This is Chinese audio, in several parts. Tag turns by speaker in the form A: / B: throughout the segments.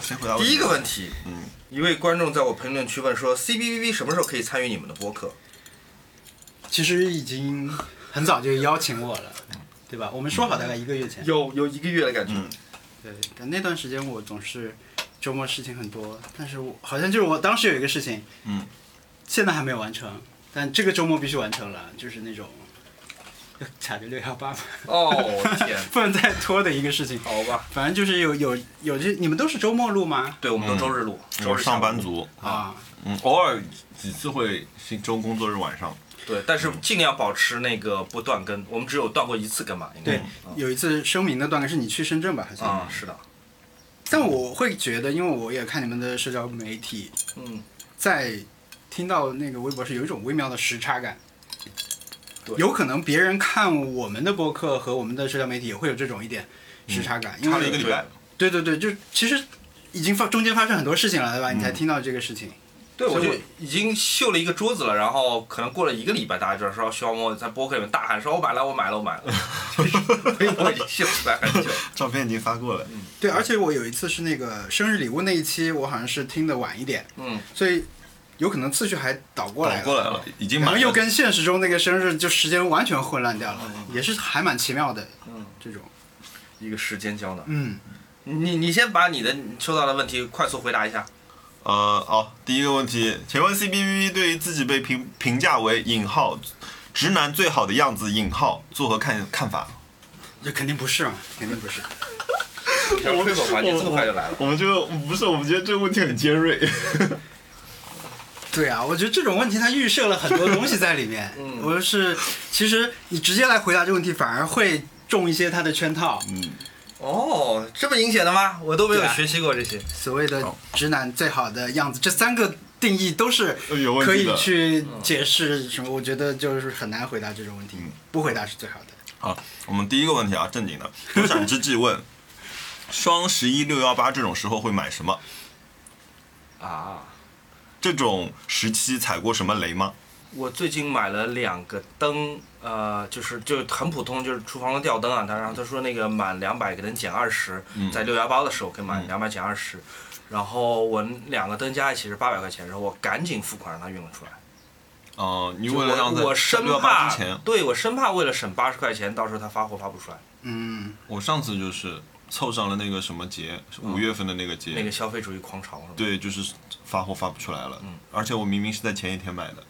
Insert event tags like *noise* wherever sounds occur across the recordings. A: 谁回答问
B: 第
A: 题？
B: 一个问题，嗯，一位观众在我评论区问说，CBBV 什么时候可以参与你们的播客？
C: 其实已经很早就邀请我了，对吧？我们说好大概一个月前。
B: 有有一个月的感觉，
A: 嗯
C: 对，但那段时间我总是周末事情很多，但是我好像就是我当时有一个事情，
A: 嗯，
C: 现在还没有完成，但这个周末必须完成了，就是那种 *laughs* 要卡着六幺八嘛，
B: 哦天，
C: 不能再拖的一个事情。
B: 好吧，
C: 反正就是有有有这，你们都是周末录吗？
B: 对，我们都周日录，周
A: 嗯我
B: 日
A: 是上班
B: 午，
A: 族，
C: 啊，
A: 嗯，偶尔几次会是周工作日晚上，
B: 对，但
A: 嗯
B: 是尽量保持那个不断更，我们只有断过一次更嘛，应该
C: 对，有一次声明的段落是你去深圳吧，好
B: 嗯
C: 像。
B: 啊，是的，
C: 但我会觉得，因为我也看你们的社交媒体，
B: 嗯，
C: 在听到那个微博是有一种微妙的时差感。
B: 对
C: 有可能别人看我们的播客和我们的社交媒体也会有这种一点时差感，
A: 嗯
C: 因
A: 差了一个
C: 为
A: 礼拜。
C: 对对对，就其实已经发中间发生很多事情了，对吧？你才听到这个事情。
B: 对，我
C: 所以
B: 就
C: 我
B: 已经秀了一个桌子了，然后可能过了一个礼拜，大家就说徐小莫在播客里面大喊说：“我买了，我买了，我买 *laughs* 了。”所以我已经秀出来很久。
A: 照片已经发过了，
C: 对，而且我有一次是那个生日礼物那一期，我好像是听的晚一点，
B: 嗯，
C: 所以有可能次序还倒过来
A: 倒
C: 了。
A: 过来了，已经
C: 然
A: 买
C: 后
A: 了
C: 又跟现实中那个生日就时间完全混乱掉了，
A: 嗯
C: 也是还蛮奇妙的。
B: 嗯，
C: 这种，
B: 一个时间胶囊。
C: 嗯，
B: 你你先把你的收到的问题快速回答一下。
A: 呃，哦，第一个问题，请问 C B B B 对于自己被评评价为引号直男最好的样子引号作何看看法？
C: 这肯定不是嘛，肯定不是。
B: 我这个环节这么快就来了。
A: 我们这个不是，我们觉得这个问题很尖锐。
C: 对啊，我觉得这种问题它预设了很多东西在里面。
B: 嗯
C: 我是其实你直接来回答这个问题，反而会中一些它的圈套。
A: 嗯
B: 哦，这么阴险的吗？我都没有
C: 对啊
B: 学习过这些。
C: 所谓的
A: 好
C: 直男最好的样子，这三个定义都是
A: 有问
C: 可
A: 题
C: 以
A: 的
C: 去解释什么。我觉得就是很难回答这种问题，不回答是最好的。
A: 好，我们第一个问题啊，正经的，有闪之际问，双十一、六幺八这种时候会买什么？
B: 啊，
A: 这种时期踩过什么雷吗？
B: 我最近买了两个灯，呃，就是就很普通，就是厨房的吊灯啊。他然后他说那个满两百个能减二十、
A: 嗯
B: 在六幺八的时候可以满两百减二十。然后我两个灯加一起是八百块钱，然后我赶紧付款让他运了出来。
A: 哦、你
B: 就
A: 为了让
B: 我我生
A: 六幺八
B: 怕
A: 之前，，
B: 对我生怕为了省八十块钱，到时候他发货发不出来，
C: 嗯，
A: 我上次就是凑上了那个什么节，五月份的那个节，
B: 那个消费主义狂潮是吧？
A: 对，就是发货发不出来了，而且我明明是在前一天买的，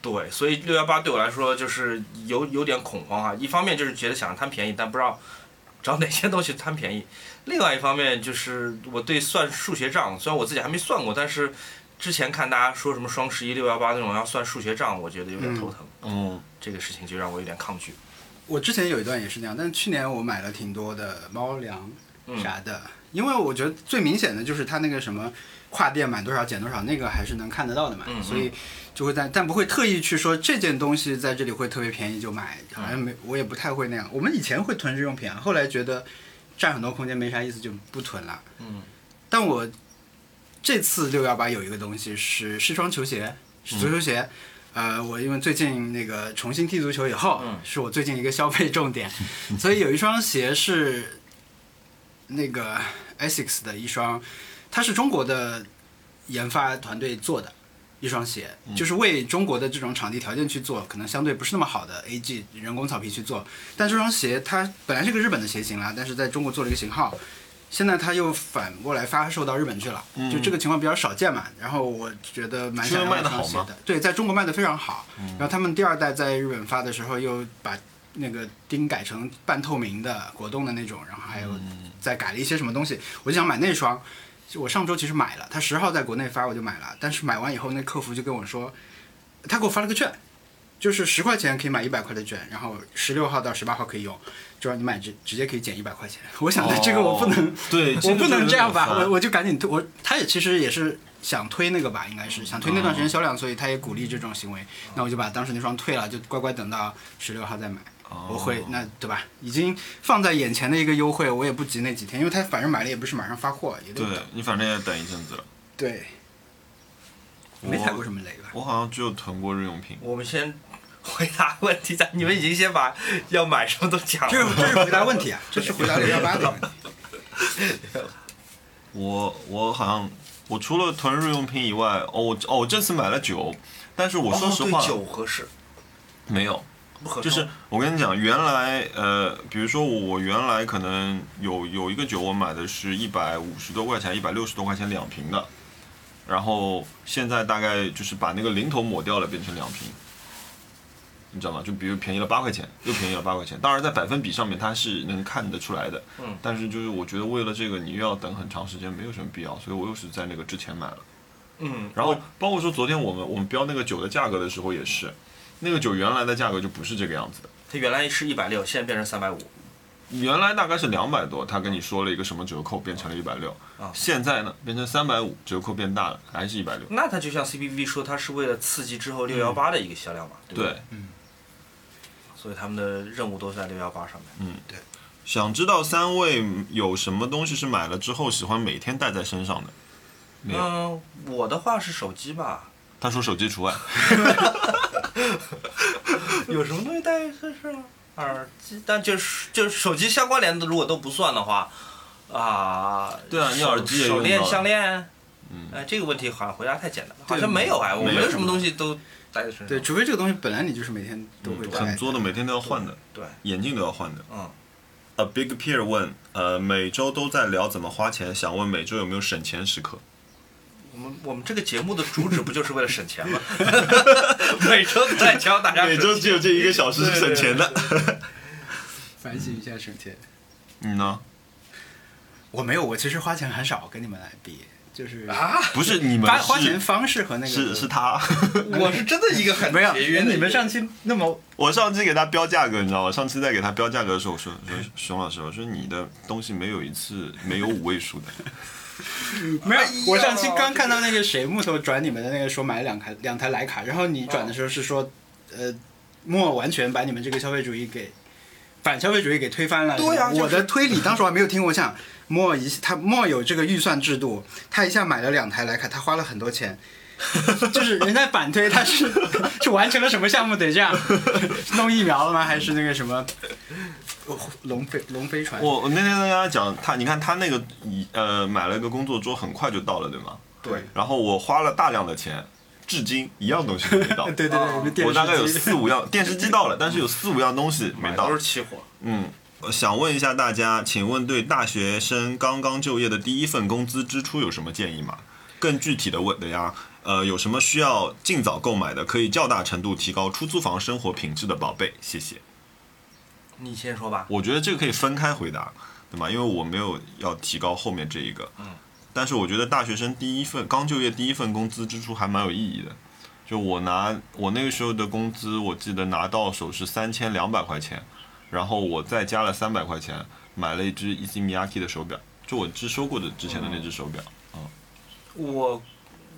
B: 对，所以六幺八对我来说就是有有点恐慌啊。一方面就是觉得想贪便宜，但不知道找哪些东西贪便宜；另外一方面就是我对算数学账，虽然我自己还没算过，但是之前看大家说什么双十一、六幺八那种要算数学账，我觉得有点头疼。
A: 嗯，
B: 这个事情就让我有点抗拒。
C: 我之前有一段也是那样，但是去年我买了挺多的猫粮
B: 嗯
C: 啥的，因为我觉得最明显的就是它那个什么跨店满多少减多少，那个还是能看得到的嘛，
B: 嗯嗯
C: 所以就会在，但不会特意去说这件东西在这里会特别便宜就买，好
B: 嗯
C: 像没我也不太会那样。我们以前会囤日用品啊，后来觉得占很多空间没啥意思就不囤了。
B: 嗯，
C: 但我这次六幺八有一个东西是是双球鞋，是足球鞋。呃，我因为最近那个重新踢足球以后，
B: 嗯
C: 是我最近一个消费重点，所以有一双鞋是那个 Asics 的一双，它是中国的研发团队做的。一双鞋，就是为中国的这种场地条件去做，可能相对不是那么好的 AG 人工草皮去做。但这双鞋它本来是个日本的鞋型啦，但是在中国做了一个型号，现在它又反过来发售到日本去了，就这个情况比较少见嘛。然后我觉得蛮想要
A: 是卖得
C: 这双
A: 好
C: 鞋
A: 吗
C: 的，对，在中国卖的非常好。然后他们第二代在日本发的时候，又把那个钉改成半透明的果冻的那种，然后还有
A: 嗯
C: 再改了一些什么东西，我就想买那双。就我上周其实买了，他十号在国内发我就买了，但是买完以后那客服就跟我说，他给我发了个券，就是十块钱可以买一百块的券，然后十六号到十八号可以用，就让你买直直接可以减一百块钱。我想的这个我不能，
A: 对，
C: 我不能这样吧，我我就赶紧推我，他也其实也是想推那个吧，应该是想推那段
A: 哦
C: 时间销量，所以他也鼓励这种行为。那我就把当时那双退了，就乖乖等到十六号再买。
A: 哦
C: 我会那对吧？已经放在眼前的一个优惠，我也不急那几天，因为他反正买了也不是马上发货，也得
A: 对
C: 等。
A: 你反正也等一阵子了。
C: 对，
A: 我
C: 没踩过什么雷吧？
A: 我好像只有囤过日用品，
B: 我们先回答问题，咱你们已经先把 *laughs* 要买什么都讲
C: 这
B: 了。
A: *laughs*
C: 是这是回答问题啊，这是回答六幺八的问题。
A: 我我好像我除了囤日用品以外，哦我哦我这次买了酒，但是我说实话、
B: 哦对酒合适，
A: 没有，
B: 不合适
A: 就是我跟你讲，原来呃，比如说我原来可能有有一个酒，我买的是一百五十多块钱，一百六十多块钱两瓶的，然后现在大概就是把那个零头抹掉了，变成两瓶，你知道吗？就比如便宜了八块钱，又便宜了八块钱。当然在百分比上面它是能看得出来的，
B: 嗯，
A: 但是就是我觉得为了这个你又要等很长时间，没有什么必要，所以我又是在那个之前买了。
B: 嗯，
A: 然后包括说昨天我们我们标那个酒的价格的时候也是，那个酒原来的价格就不是这个样子的。
B: 它原来是一百六，现在变成三百五，
A: 原来大概是两百多，他跟你说了一个什么折扣，变成了一百六
B: 啊。
A: 现在呢，变成三百五，折扣变大了，还是一百六。
B: 那它就像 CPV 说，它是为了刺激之后六幺八的一个销量嘛，对不对
A: 嗯对，
B: 所以他们的任务都在六幺八上面。
A: 想知道三位有什么东西是买了之后喜欢每天带在身上的？没有，
B: 嗯，我的话是手
A: *laughs*
B: 机吧，
A: 他说手机除外。
B: 有什么东西带在身上？耳机，但就是就是手机相关联的，如果都不算的话，啊，
A: 对啊你
B: 手
A: 耳机也
B: 手
A: 用
B: 链、
A: 到了
B: 项链，嗯，哎，这个问题好像回答太简单了，好
C: 对
B: 像没有哎，我
A: 没有
B: 没有什么东西都带在身上。
C: 对，除非这个东西本来你就是每天都会带，
A: 嗯很作的，每天都要换的，
B: 对，
A: 眼镜都要换的。
B: 嗯，
A: A Big Peer 问，呃，每周都在聊怎么花钱，想问每周有没有省钱时刻？
B: 我们我们这个节目的主旨不就是为了省
A: *laughs*
B: 钱吗？ *laughs* 每周都在教大家
A: 每周只有这一个小时是省钱的。
C: 反省一下省钱。
A: 你嗯呢？
C: 我没有，我其实花钱很少，跟你们来比，就是
B: 啊，
A: 不是你们
C: 花
A: 是
C: *laughs* 花钱方式和那个
A: 是是他。
B: 我是真的一个很
C: 没有
B: 节约的一个人。
C: 你们上期那么
A: 我上次给他标价格，你知道吗？上次在给他标价格的时候，我说：“我说熊老师，我说你的东西没有一次没有五位数
C: *laughs*
A: 的。
C: 没有
B: 哎呀，
C: 我上期刚看到那个谁木头转你们的那个说买了两台两台徕卡，然后你转的时候是说，呃，木偶完全把你们这个消费主义给反消费主义给推翻了。
B: 对啊就是
C: 我的推理当时我还没有听过，我想莫一他莫有这个预算制度，他一下买了两台徕卡，他花了很多钱。就是人在反推，他是 *laughs* 是完成了什么项目？得这样 *laughs* 弄疫苗了吗？还是那个什么哦龙飞龙飞船？
A: 我我那天跟他讲，他你看他那个一呃买了一个工作桌，很快就到了，对吗？
C: *laughs* 对
A: 然后我花了大量的钱，至今一样东西没到。
C: *laughs* 对对对，哦我们电视
A: 我大概有
C: 机
A: 四
C: *laughs*
A: 五样电视机到了，但是有四五样东西没到
B: 都。是期货。
A: 嗯，我想问一下大家，请问对大学生刚刚就业的第一份工资支出有什么建议吗？更具体的问的呀，呃，有什么需要尽早购买的，可以较大程度提高出租房生活品质的宝贝？谢谢。
B: 你先说吧。
A: 我觉得这个可以分开回答，对吗？因为我没有要提高后面这一个。
B: 嗯。
A: 但是我觉得大学生第一份刚就业第一份工资支出还蛮有意义的。就我拿我那个时候的工资，我记得拿到手是三千两百块钱，然后我再加了三百块钱买了一只 e z Miyake 的手表，就我只收过的之前的那只手表。
B: 我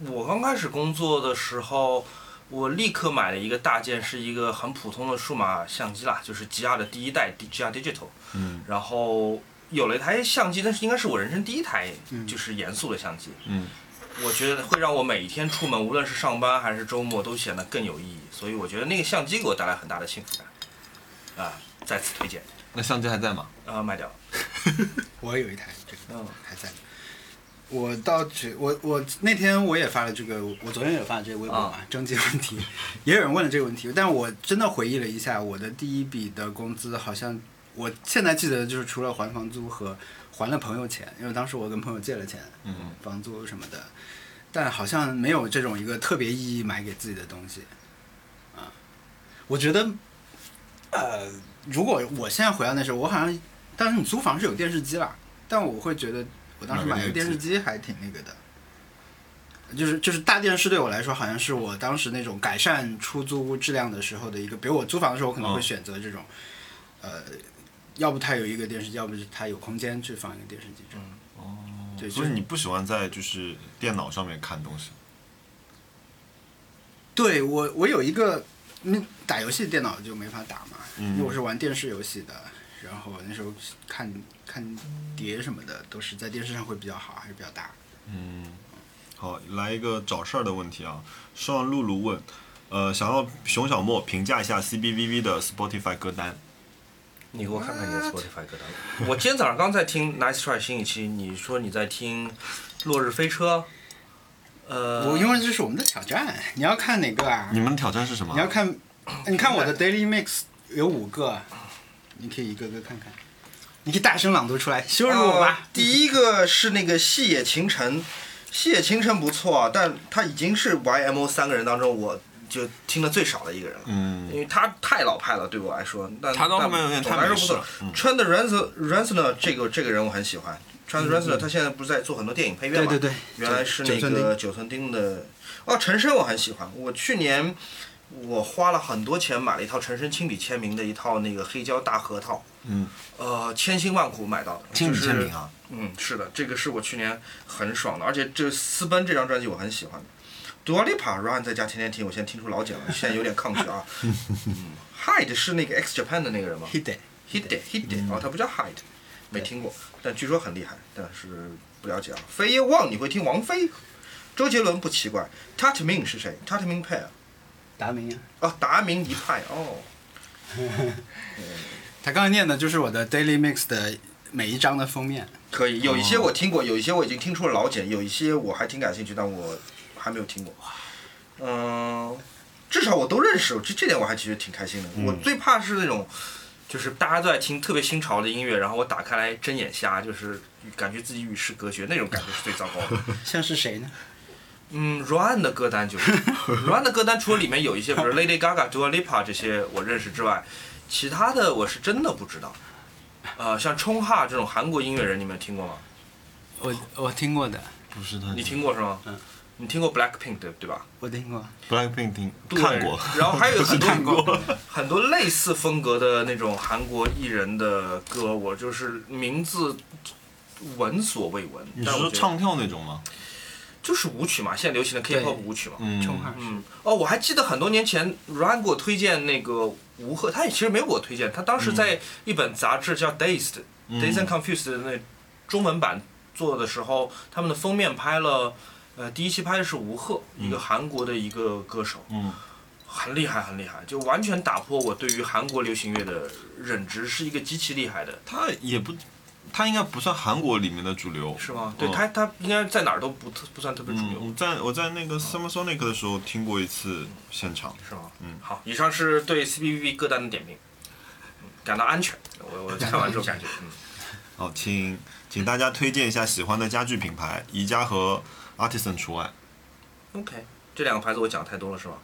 B: 我刚开始工作的时候，我立刻买了一个大件，是一个很普通的数码相机啦，就是吉亚的第一代 D- GR Digital。
A: 嗯
B: 然后有了一台相机，但是应该是我人生第一台
C: 嗯
B: 就是严肃的相机。
A: 嗯，
B: 我觉得会让我每一天出门，无论是上班还是周末，都显得更有意义。所以我觉得那个相机给我带来很大的幸福感。啊，再次推荐，
A: 那相机还在吗？
B: 呃，卖掉了。
C: 我有一台这个。
B: 嗯
C: 还在。我到只我我那天我也发了这个，我昨天也发了这个微博嘛，征集问题，也有人问了这个问题，但我真的回忆了一下，我的第一笔的工资好像我现在记得就是除了还房租和还了朋友钱，因为当时我跟朋友借了钱，
A: 嗯，
C: 房租什么的，但好像没有这种一个特别意义买给自己的东西，啊，我觉得，呃，如果我现在回到那时候，我好像当时你租房是有电视机啦，但我会觉得我当时买个电视机还挺那个的。就是就是大电视对我来说，好像是我当时那种改善出租质量的时候的一个，比如我租房的时候，我可能会
A: 嗯
C: 选择这种，呃，要不它有一个电视机，要不是它有空间去放一个电视机这种。对，
A: 所
C: 就
A: 以
C: 是
A: 你不喜欢在就是电脑上面看东西。
C: 对我，我有一个，那打游戏电脑就没法打嘛，
A: 嗯
C: 因为我是玩电视游戏的，然后那时候看看碟什么的都是在电视上会比较好，还是比较大。
A: 嗯，好，来一个找事儿的问题啊。上露露问，呃，想要熊小莫评价一下 CBVV 的 Spotify 歌单。
B: 你给我看看你的 Spotify 歌单。我今天早上刚在听 Nice Try 新一期，你说你在听《落日飞车》，呃，
C: 我因为这是我们的挑战，你要看哪个啊？
A: 你们的挑战是什么
C: 你？要看，你看我的 daily mix 有五个，你可以一个个看看，你可以大声朗读出来，羞辱我吧
B: 呃。第一个是那个细野晴臣，细野晴臣不错，啊但他已经是 YMO 三个人当中我就听的最少的一个人了。
A: 嗯，
B: 因为他太老派了，对我来说，但
A: 他到后面有点
B: 但
A: 太
B: 总的来
A: 美
B: 说不
A: 式了嗯
B: 错。。穿的 Ransom Ransom 这个这个人我很喜欢。穿 Ransom
A: 嗯
B: 他现在不是在做很多电影配乐
C: 对
B: 嘛？
C: 对对，
B: 原来是
C: 九
B: 那
C: 寸钉
B: 个九寸钉的。哦，陈升我很喜欢。我去年我花了很多钱买了一套陈升亲笔签名的一套那个黑胶大合套，
A: 嗯，
B: 呃，千辛万苦买到的。
A: 亲笔
B: 就是
A: 签名啊，
B: 嗯，是的，这个是我去年很爽的，而且这私奔这张专辑我很喜欢的。Dua Lipa Run 在家天天听，我现在听出老茧了，现在有点抗拒啊。嗯，Hyde 是那个 X Japan 的那个人吗
C: hit it，
B: ？Hide Hide 哦，他不叫 Hyde，没听过，但据说很厉害，但是不了解啊。飞叶望你会听王菲，周杰伦不奇怪。Tatmin 是谁？Tatmin Pair
C: 达明啊。
B: 哦，达明一派哦。
C: 他刚才念的就是我的 daily mix 的每一张的封面。
B: 可以，有一些我听过，有一些我已经听出了老茧，有一些我还挺感兴趣，但我还没有听过。嗯、至少我都认识，这这点我还其实挺开心的。我最怕是那种，就是大家都在听特别新潮的音乐，然后我打开来睁眼瞎，就是感觉自己与世隔绝，那种感觉是最糟糕的。
C: 像是谁呢？
B: 嗯 r a n 的歌单就是 r a n 的歌单，除了里面有一些，比如 Lady Gaga、Dua Lipa 这些我认识之外，其他的我是真的不知道。呃，像冲哈这种韩国音乐人，你们有听过吗？
C: 我我听过的，
A: 不是他。
B: 你听过是吗？
C: 嗯。
B: 你听过 Blackpink 对对吧？
C: 我听过。
A: Blackpink 听看过，
B: 对然后还有很多
C: 看过
B: 很多类似风格的那种韩国艺人的歌，我就是名字闻所未闻。
A: 你
B: 但
A: 是
B: 我
A: 说
B: 觉得
A: 唱跳那种吗？
B: 就是舞曲嘛，现在流行的
C: 对
B: K-pop 舞曲嘛。
A: 嗯，
C: 冲哈
B: 嗯，哦，我还记得很多年前 Ryan 给我推荐那个吴赫，他也其实没给我推荐，他当时在一本杂志叫 Dazed，
A: 嗯
B: Dazed and Confused 的那中文版做的时候，他们的封面拍了，呃，第一期拍的是吴赫，一个韩国的一个歌手，
A: 嗯，
B: 很厉害，很厉害，就完全打破我对于韩国流行乐的认知，是一个极其厉害的，
A: 他也不，他应该不算韩国里面的主流，
B: 是吗？对
A: 嗯
B: 他，他应该在哪儿都不特不算特别主流
A: 嗯，，我在我在那个 Summer Sonic 的时候听过一次现场，
B: 是吗？
A: 嗯，
B: 好，以上是对 C B B 歌单的点评，嗯感到安全。我我看完之后感觉，嗯，
A: 哦，请请大家推荐一下喜欢的家具品牌，宜家和 Artisan 除外。
B: OK，这两个牌子我讲太多了是吧？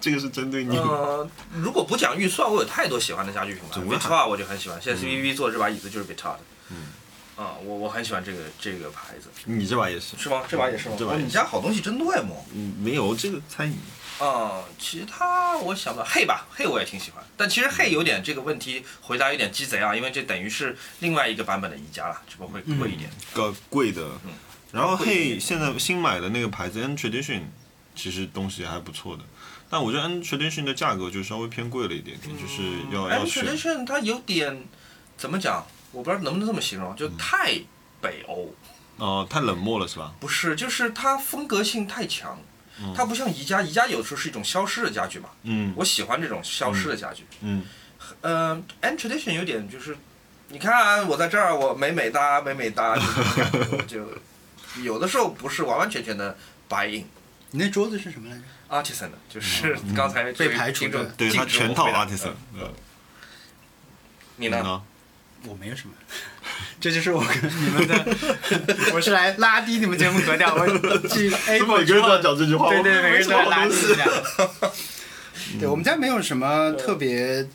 A: 这个是针对你，
C: 嗯
B: 呃，如果不讲预算，我有太多喜欢的家具品牌
A: 总归还
B: ，Vita 我就很喜欢。现在 C B B 做的这把椅子就是 Vita 的，
A: 嗯，
B: 啊，我我很喜欢这个这个牌子，
A: *laughs* 你这把也是，
B: 是吗？这把也是吗？
A: 这把
B: 哦
A: 也是
B: 你家好东西真多呀，莫。
A: 嗯，没有这个餐饮，
B: 嗯，其他我想不到，嘿吧，嘿我也挺喜欢，但
A: 嗯
B: 其实嘿有点这个问题回答有点鸡贼啊，因为这等于是另外一个版本的宜家了，只不过会
A: 嗯
B: 贵一点。
A: 个呃贵的。
B: 嗯
A: 然后
B: 贵一
A: 嘿，
B: 点
A: 现在新买的那个牌子 N Tradition，其实东西还不错的，但我觉得 N Tradition 的价格就稍微偏贵了一点点，就是
C: 嗯
A: 要要
B: M
A: 选
B: tradition 它有点怎么讲，我不知道能不能这么形容，
A: 嗯
B: 就太北欧，
A: 哦、太冷漠了是吧？
B: 不是，就是它风格性太强，
A: 嗯
B: 它不像宜家，宜家有时候是一种消失的家具嘛，
A: 嗯
B: 我喜欢这种消失的家具。
A: 嗯，
B: 嗯、m tradition 有点就是，你看我在这儿，我美美哒，美美哒，就是这种感觉就有的时候不是完完全全的 buy in。
C: 你那桌子是什么来着？
B: artisan 的，就是刚才这位
C: 被排除
B: 听众
C: 的
A: 嗯对，它
B: 禁止我
A: 全套
B: 回答
A: Artisan 啊
B: 嗯。
C: 呃
A: 嗯
B: 你呢？？
C: 我没有什么， *laughs* 这就是我跟你们的， *laughs* 我是来拉低你们节目格调，我 *laughs* 去 A 过之后，
A: 这句话
C: 对 *laughs* 对，每个人都来拉低
A: 东西。
C: 一下。 *laughs* 对我们家没有什么特别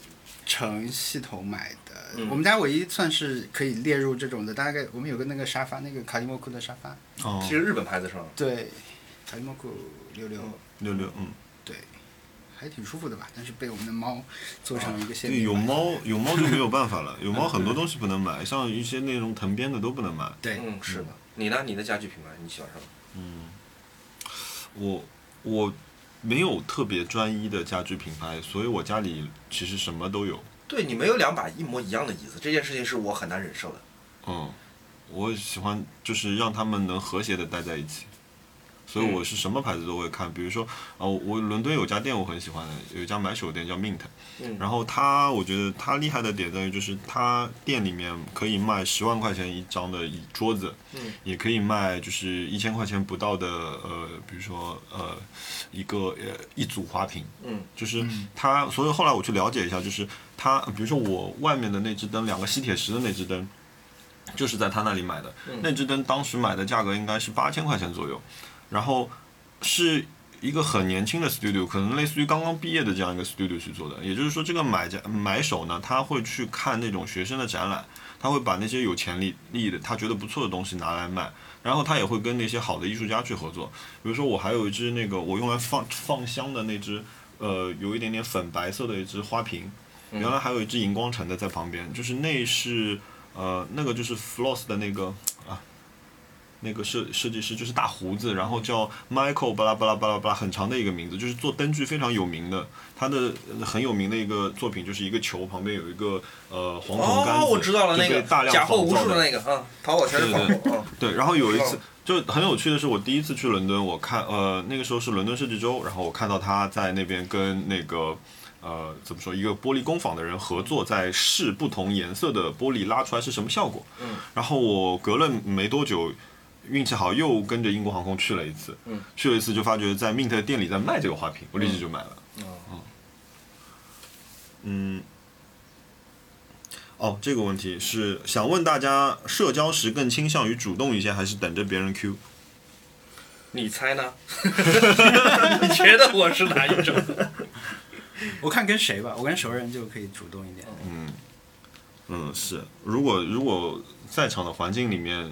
C: 成系统买的，
B: 嗯
C: 我们家唯一算是可以列入这种的，大概我们有个那个沙发，那个卡利莫库的沙发，
A: 哦
B: 是，日本牌子是吗？
C: 对，卡利莫库六六，
A: 六六，嗯，
C: 对，还挺舒服的吧，但是被我们的猫做成一个限
A: 对，
C: 定
A: 有
C: 版。
A: 猫有猫就没有办法了，有猫很多东西不能买，像一些那种藤编的都不能买。
C: 对，
B: 嗯，是的。你呢？你的家具品牌你喜欢什么？
A: 我我没有特别专一的家居品牌，所以我家里其实什么都有。
B: 对你没有两把一模一样的椅子，这件事情是我很难忍受的。
A: 嗯，我喜欢就是让他们能和谐的待在一起，所以我是什么牌子都会看。比如说啊，我我伦敦有家店我很喜欢的，有一家买手店叫 Mint，
B: 嗯
A: 然后它我觉得它厉害的点在于就是它店里面可以卖十万块钱一张的椅桌子，
B: 嗯
A: 也可以卖就是一千块钱不到的呃，比如说呃一个呃一组花瓶，
B: 嗯
A: 就是它，所以后来我去了解一下，就是它，比如说我外面的那只灯，两个吸铁石的那只灯，就是在他那里买的。那只灯当时买的价格应该是八千块钱左右，然后是一个很年轻的 studio，可能类似于刚刚毕业的这样一个 studio 去做的。也就是说，这个买家买手呢，他会去看那种学生的展览，他会把那些有潜力力的他觉得不错的东西拿来卖。然后他也会跟那些好的艺术家去合作，比如说我还有一只那个我用来放放香的那只呃，有一点点粉白色的一只花瓶，
B: 嗯
A: 原来还有一只荧光橙的在旁边，就是那是呃那个就是 Floss 的那个啊，那个设设计师就是大胡子，然后叫 Michael 巴拉巴拉巴拉巴拉，很长的一个名字，就是做灯具非常有名的，他的呃很有名的一个作品就是一个球旁边有一个呃黄铜杆子，
B: 哦，我知道了，
A: 就
B: 那
A: 被
B: 个
A: 大量
B: 假货
A: 仿
B: 无
A: 造
B: 数
A: 的
B: 的那个，嗯，淘宝全是仿
A: 对
B: 货，嗯
A: 对，然后有一次
B: 嗯
A: 就很有趣的是，我第一次去伦敦，我看呃那个时候是伦敦设计周，然后我看到他在那边跟那个呃怎么说一个玻璃工坊的人合作，在试不同颜色的玻璃拉出来是什么效果。
B: 嗯。
A: 然后我隔了没多久。运气好，又跟着英国航空去了一次，
B: 嗯
A: 去了一次就发觉在 Mint 的店里在卖这个花瓶，我立即就买了。
B: 嗯
A: 嗯，哦，这个问题是想问大家，社交时更倾向于主动一些，还是等着别人 Q？
B: 你猜呢？ *laughs* 你觉得我是哪一种？
C: 我看跟谁吧，我跟熟人就可以主动一点。
A: 嗯，是。如果如果在场的环境里面，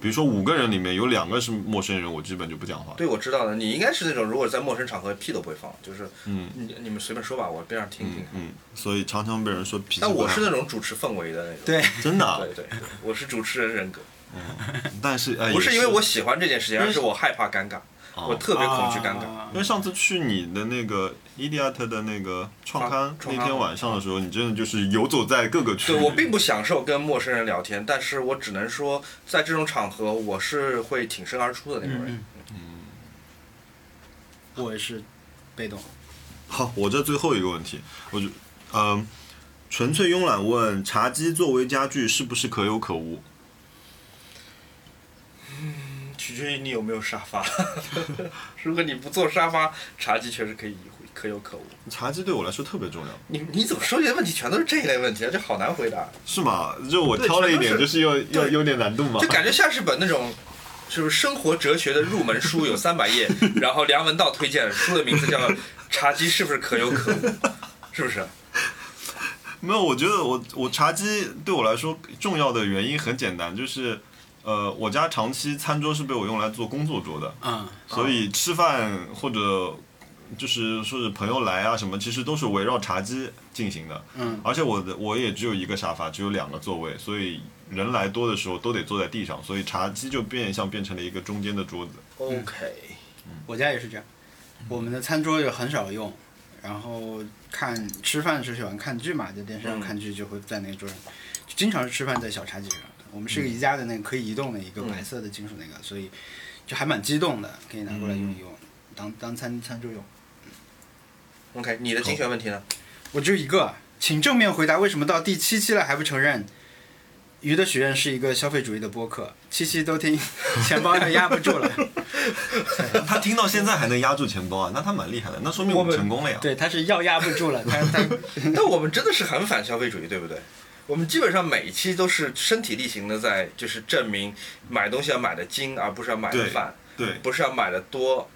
A: 比如说五个人里面有两个是陌生人，我基本就不讲话。
B: *laughs* 对，我知道了，你应该是那种如果在陌生场合屁都不会放，就是
A: 嗯
B: 你你们随便说吧，我边上听听。
A: 嗯，所以常常被人说脾气不
B: 但
A: 好。
B: 我是那种主持氛围的那种。
C: 对，
A: 真的啊，
B: 对对对，我是主持人人格，
A: 但是哎，
B: 不
A: 也
B: 是
A: 是
B: 因为我喜欢这件事情，
A: 但
B: 而
A: 是
B: 是我害怕尴尬，
A: 哦
B: 我特别恐惧尴尬。
C: 啊
A: 因为上次去你的那个 Idiot 的那个创刊那
B: 创创刊
A: 天晚上的时候，你真的就是游走在各个区域。
B: 对我并不享受跟陌生人聊天，但是我只能说，在这种场合，我是会挺身而出的那种人。
C: 我是被动。
A: 好，我这最后一个问题，我就嗯、纯粹慵懒问：茶几作为家具是不是可有可无？
B: 嗯取决于你有没有沙发，如果你不坐沙发，茶几确实可以可有可无。
A: 茶几对我来说特别重要，
B: 你你怎么收集的问题全都是这一类问题啊？这好难回答，
A: 是吗？就我
B: 对
A: 挑了一点，
B: 全
A: 就
B: 都
A: 是有有
B: 对
A: 有点难度嘛
B: 就。
A: *laughs*
B: 感觉像是本那种，是不是生活哲学的入门书，有三百页，然后梁文道推荐，书的名字叫《茶几是不是可有可无》，是不是？
A: 没有，我觉得我我茶几对我来说重要的原因很简单，就是呃，我家长期餐桌是被我用来做工作桌的，
C: 嗯，
A: 所以吃饭或者就是说是朋友来啊什么，其实都是围绕茶几进行的。
C: 嗯，
A: 而且我的我也只有一个沙发，只有两个座位，所以人来多的时候都得坐在地上，所以茶几就变相变成了一个中间的桌子。
B: OK，
C: 我家也是这样，我们的餐桌也很少用，然后看吃饭是喜欢看剧嘛，在电
B: 嗯
C: 视上看剧就会在那个桌上，就经常是吃饭在小茶几上。我们
B: 嗯
C: 是一个宜家的那个可以移动的一个白色的金属那个，所以就还蛮激动的，可以拿过来
B: 嗯
C: 用一用，当当餐餐桌用。
B: OK，你的精选问题呢？
C: 我只有一个，请正面回答为什么到第七期了还不承认。鱼的许愿是一个消费主义的播客，七期都听， *laughs* 钱包要压不住 *laughs* 了。
A: *laughs* 他听到现在还能压住钱包啊，那他蛮厉害的，那说明我们成功了呀。
C: 对，他是要压不住了，他 *laughs* 他
B: *laughs* 但我们真的是很反消费主义，对不对？我们基本上每一期都是身体力行的在，就是证明买东西要买的精，而不是要买的
A: 对
B: 泛，
A: 对，
B: 不是要买的多，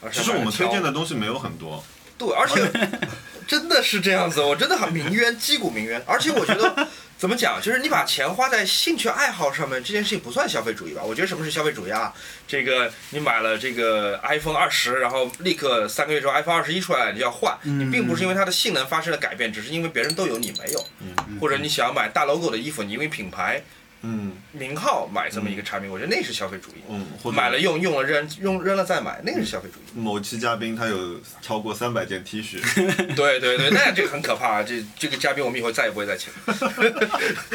B: 而是
A: 其实
B: 要
A: 我
B: 买
A: 们
B: 得
A: 推
B: 挑
A: 荐的东西没有很多，
B: 对，而且
A: *laughs*
B: 真的是这样子，我真的很名媛，击鼓鸣冤。而且我觉得怎么讲，就是你把钱花在兴趣爱好上面，这件事情不算消费主义吧？我觉得什么是消费主义啊？这个你买了这个 iPhone 二十，然后立刻三个月之后 iPhone 二十一出来了，你就要换，
C: 嗯
B: 你并不是因为它的性
C: 嗯
B: 能发生了改变，只是因为别人都有你没有，或者你想买大 logo 的衣服，你因为品牌。
A: 嗯
B: 名号买这么一个产品，我觉得那是消费主义。
A: 嗯，或者
B: 买了用，用了扔，用扔了再买，那个是消费主义。
A: 某期嘉宾他有超过三百件 T 恤，
B: *laughs* 对对对，那这个很可怕。啊这这个嘉宾我们以后再也不会再请了。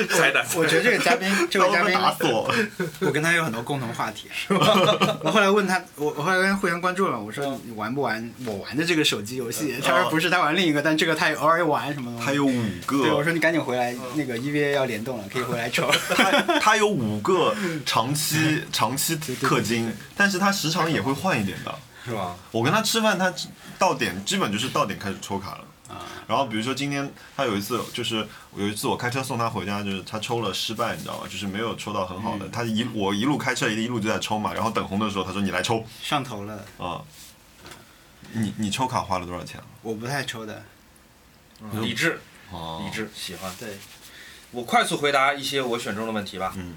B: 塞的，
C: 我觉得这个嘉宾， *laughs* 这位嘉宾，
A: 打死我。
C: 我跟他有很多共同话题。啊 *laughs* 我后来问他，我我后来跟他互相关注了，我说你玩不玩我玩的这个手机游戏？ *laughs* 他说不是，他玩另一个，但这个他也偶尔玩什么东
A: 他
C: 西。
A: 有五
C: 对，我
A: 个，
C: 说你赶紧回来，那个 EVA 要联动了，可以回来抽。 *laughs*
A: 他他有五
C: *laughs*
A: 个长期长期氪金，但是他时常也会换一点的。
B: 是吧？
A: 我跟他吃饭，他到点基本就是到点开始抽卡了。
C: 啊
A: 然后比如说今天他有一次就是有一次我开车送他回家，就是他抽了失败，你知道吗？就是没有抽到很好的。
C: 嗯
A: 他一我一路开车一路就在抽嘛，然后等红灯的时候他说你来抽
C: 上头了，
A: 啊、你你抽卡花了多少钱？啊
C: 我不太抽的。
A: 嗯
B: 理智，
A: 哦
B: 理智，喜欢。
C: 对，
B: 我快速回答一些我选中的问题吧。
A: 嗯，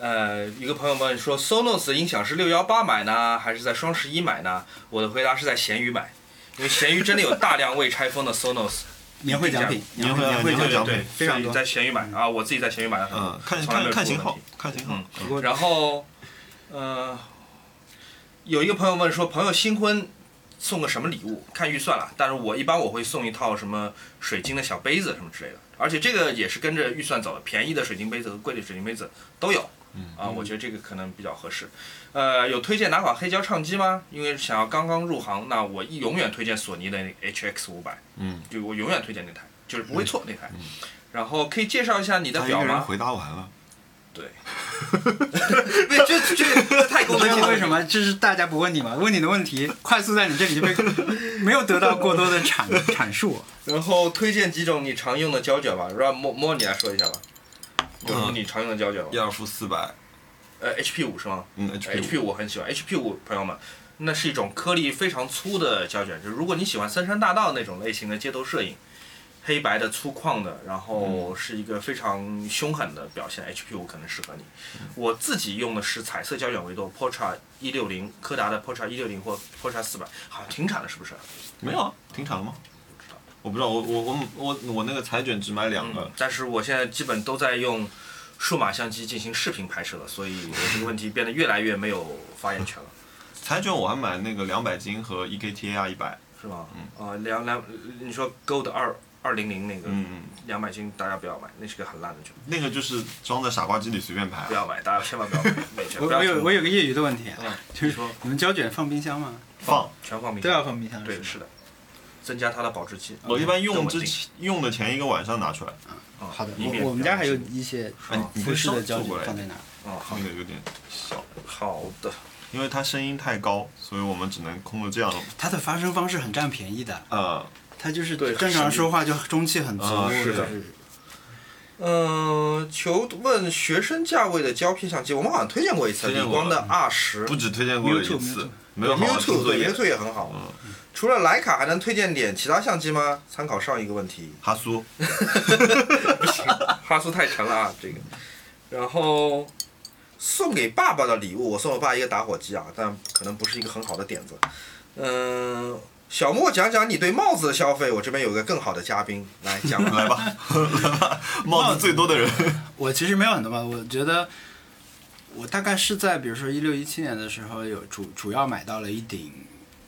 B: 呃，一个朋友问说，Sonos 的音响是六幺八买呢，还是在双十一买呢？我的回答是在闲鱼买，因为闲鱼真的有大量未拆封的 Sonos，
C: 年会奖品，
A: 年会
C: 年
A: 啊
C: 会
A: 年
C: 奖
A: 会
C: 品
A: 奖
B: 对
A: 品
B: 对，
C: 非常
B: 所
C: 多
B: 以在闲鱼买啊，我自己在闲鱼买了很多。
A: 嗯，看
B: 从来没
A: 看
B: 有
A: 看
B: 出
A: 型
B: 过
A: 号
B: 问题，
A: 看型号
B: 嗯。
A: 嗯
C: 我
B: 然后，呃，有一个朋友问说，朋友新婚送个什么礼物？看预算了，但是我一般我会送一套什么水晶的小杯子什么之类的，而且这个也是跟着预算走的，便宜的水晶杯子和贵的水晶杯子都有。
A: 嗯
B: 啊，我觉得这个可能比较合适。呃，有推荐哪款黑胶唱机吗？因为想要刚刚入行，那我一永远推荐索尼的那 HX 五百，
A: 嗯，
B: 就我永远推荐那台，就是不会错那台。然后可以介绍一下你的
A: 他一个
B: 表
A: 人
B: 吗？
A: 回答完了，
B: 对，这这这 *laughs* 太功
C: 你知
B: 能性
C: 道
B: 了
C: 为什么？这是大家不问你吗？问你的问题，快速在你这里就被没有得到过多的阐阐述。
B: 然后推荐几种你常用的胶卷吧，让莫莫你来说一下吧。有什么你常用的胶卷吗？
A: 伊尔夫四百，
B: 呃，HP 五是吗
A: 嗯，HP
B: ？HP 五我很喜欢，HP 五朋友们，那是一种颗粒非常粗的胶卷，就是如果你喜欢森山大道那种类型的街头摄影，黑白的粗犷的，然后是一个非常凶狠的表现，HP 五可能适合你。我自己用的是彩色胶卷维度 Portra 一六零，柯达的 Portra 一六零或 Portra 四百，好像停产了是不是？
A: 没有啊，停产了吗？我不知道，我我我我我那个彩卷只买两个
B: 嗯，，但是我现在基本都在用数码相机进行视频拍摄了，所以我这个问题变得越来越没有发言权了，
A: 彩卷我还买那个两百斤和 EKTR 啊一百，
B: 是吗？嗯。啊，两两，你说 Gold 二二零零那个
A: 嗯，
B: 两百斤，大家不要买，那是个很烂的卷，
A: 那个就是装在傻瓜机里随便排
B: 不。要买，大家千万不要买，美卷
C: 我
B: 不要
C: 我
B: 买
C: 有我有个业余的问题，啊
B: 嗯，
C: 就
B: 你
C: 是
B: 说
C: 你们胶卷放冰箱吗？
A: 放，
B: 全放冰
C: 都要
B: 箱，
C: 啊放冰箱。
B: 对，
C: 吧
B: 是的，增加它的保质期。
A: 我一般用之
B: 更稳定
A: 前用的前一个晚上拿出来，
B: 啊
C: 好的，
B: 以免
C: 我我们
B: 不要
C: 家还有
B: 吃
C: 一些嗯
A: 哎你
C: 服饰
A: 你可
C: 的
A: 以
C: 胶
A: 收过来
C: 卷放在那儿。
B: 啊，好
A: 那个有点小，
C: 嗯
B: 好的，
A: 因为它声音太高，所以我们只能空着这样。
C: 它的发声方式很占便宜的，
A: 呃，
C: 它就是
B: 对
C: 正常说话就中气很足，
A: 啊
B: 是的
C: 就是
B: 嗯，求问学生价位的胶片相机，我们好像推荐过一次，
A: 推
B: 理
A: 荐过
B: 光的 R 十，
A: 不止推荐过一
C: Mewtwo，
A: 次
C: Mewtwo，
A: 没有好
C: 啊
A: 好
B: Mewtwo
A: 做作
B: 对
A: 业。
B: Mewtwo 也很好。
C: 嗯
B: 除了徕卡，还能推荐点其他相机吗？参考上一个问题。
A: 哈苏， *laughs*
B: 哈苏太沉了啊，这个。然后送给爸爸的礼物，我送我爸一个打火机啊，但可能不是一个很好的点子。嗯、小莫讲讲你对帽子的消费，我这边有个更好的嘉宾来讲
A: 来
B: 啊吧。
C: *laughs*
A: 吧，来吧，帽子最多的人，
C: 我其实没有很多吧，我觉得我大概是在比如说一六一七年的时候有主主要买到了一顶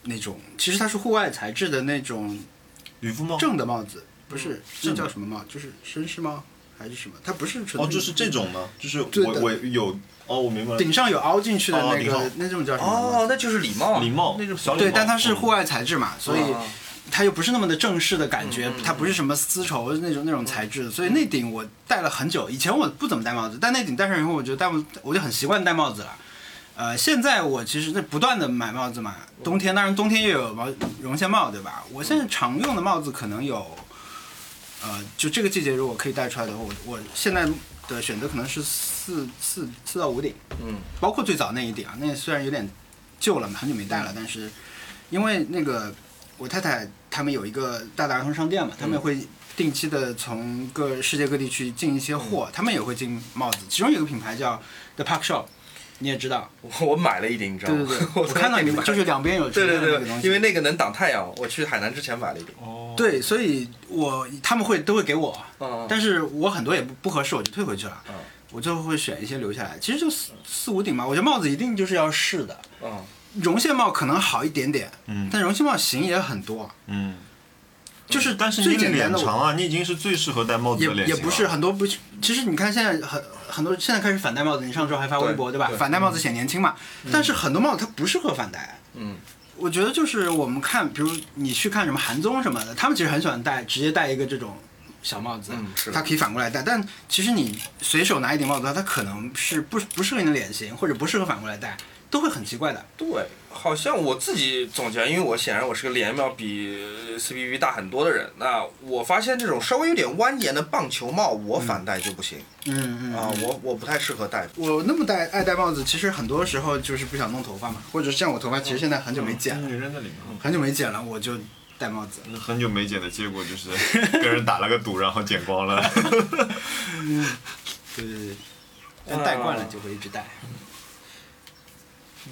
C: 那种，其实它是户外材质的那种
A: 渔夫帽。
C: 正的帽子，不是这
A: 嗯正的
C: 叫什么帽？就是绅士帽还是什么？它不是纯
A: 哦，就是这种吗？就是
C: 对
A: 我
C: 的
A: 我有哦，我明白了。
C: 顶上有凹进去的
A: 哦
C: 那
A: 顶
C: 个、
A: 上哦
C: 那种叫什么帽
B: 哦，
C: 子？
B: 那就是礼帽啊，
A: 礼帽
B: 那种
A: 小礼
C: 对，
A: 帽嗯
C: 但它是户外材质嘛，
A: 哦
C: 所以
B: 啊
C: 它又不是那么的正式的感觉
B: 嗯嗯，
C: 它不是什么丝绸那种那种材质，所以那顶我戴了很久。以前我不怎么戴帽子，但那顶戴上以后，我觉得戴帽我就很习惯戴帽子了。呃，现在我其实在不断的买帽子嘛，
B: 嗯
C: 冬天当然冬天又有毛绒线帽，对吧？我现在常用的帽子可能有，呃，就这个季节如果可以戴出来的话，我我现在的选择可能是四四四到五顶，
B: 嗯，
C: 包括最早那一顶啊，那虽然有点旧了，很久没
B: 嗯
C: 戴了，但是因为那个我太太他们有一个大的儿童商店
B: 嗯
C: 嘛，他们会定期的从各世界各地去进一些货，
B: 嗯
C: 他们也会进帽子，其中有一个品牌叫 The Park Shop，你也知道，
B: 我我买了一顶，你知道
C: 对
B: 吗？
C: 对对，
B: 我
C: 我看到
B: 在店
C: 你
B: 里
C: 们
B: 买
C: 就是两边有
B: 对对
C: 出现的那个
B: 对
C: 东，西
B: 因为那个能挡太阳，我去海南之前买了一顶。
A: 哦，
C: 对，所以我他们会都会给我，
B: 啊，
C: 但是我很多也不不合适，我就退回去了。
B: 嗯
C: 我就会选一些留下来。其实就四四五顶吧，我觉得帽子一定就是要试的。
B: 嗯，
C: 绒线帽可能好一点点，
A: 嗯
C: 但绒线帽型也很多，
A: 嗯，
C: 就是
A: 但是你
C: 最简单
A: 脸
C: 的我
A: 长啊，你已经是最适合戴帽子
C: 也
A: 的脸型啊
C: 也
A: 了
C: 不是很多不，其实你看现在很很多现在开始反戴帽子，你上周还发微博
B: 对
C: 吧？
B: 对
C: 反戴帽子显年轻嘛，
A: 嗯
C: 但是很多帽子它不适合反戴。
B: 嗯，
C: 我觉得就是我们看，比如你去看什么韩综什么的，他们其实很喜欢戴，直接戴一个这种小帽子，
B: 嗯是的
C: 它可以反过来戴。但其实你随手拿一顶帽子，它可能是不不适合你的脸型，或者不适合反过来戴，都会很奇怪的。
B: 对，好像我自己总结，因为我显然我是个脸面比 CPV 大很多的人。那我发现这种稍微有点蜿蜒的棒球帽，我反戴就不行
C: 嗯
B: 啊，我我不太适合戴。
C: 我那么戴爱戴帽子，其实很多时候就是不想弄头发嘛，或者像我头发其实现在很久没剪了，
A: 嗯扔在里面。
C: 很久没剪了，我就戴帽子。
A: 那很久没剪的结果就是跟人打了个赌，然后剪光 *laughs* 了。
C: 对对对，
B: 啊
C: 但戴惯了就会一直戴。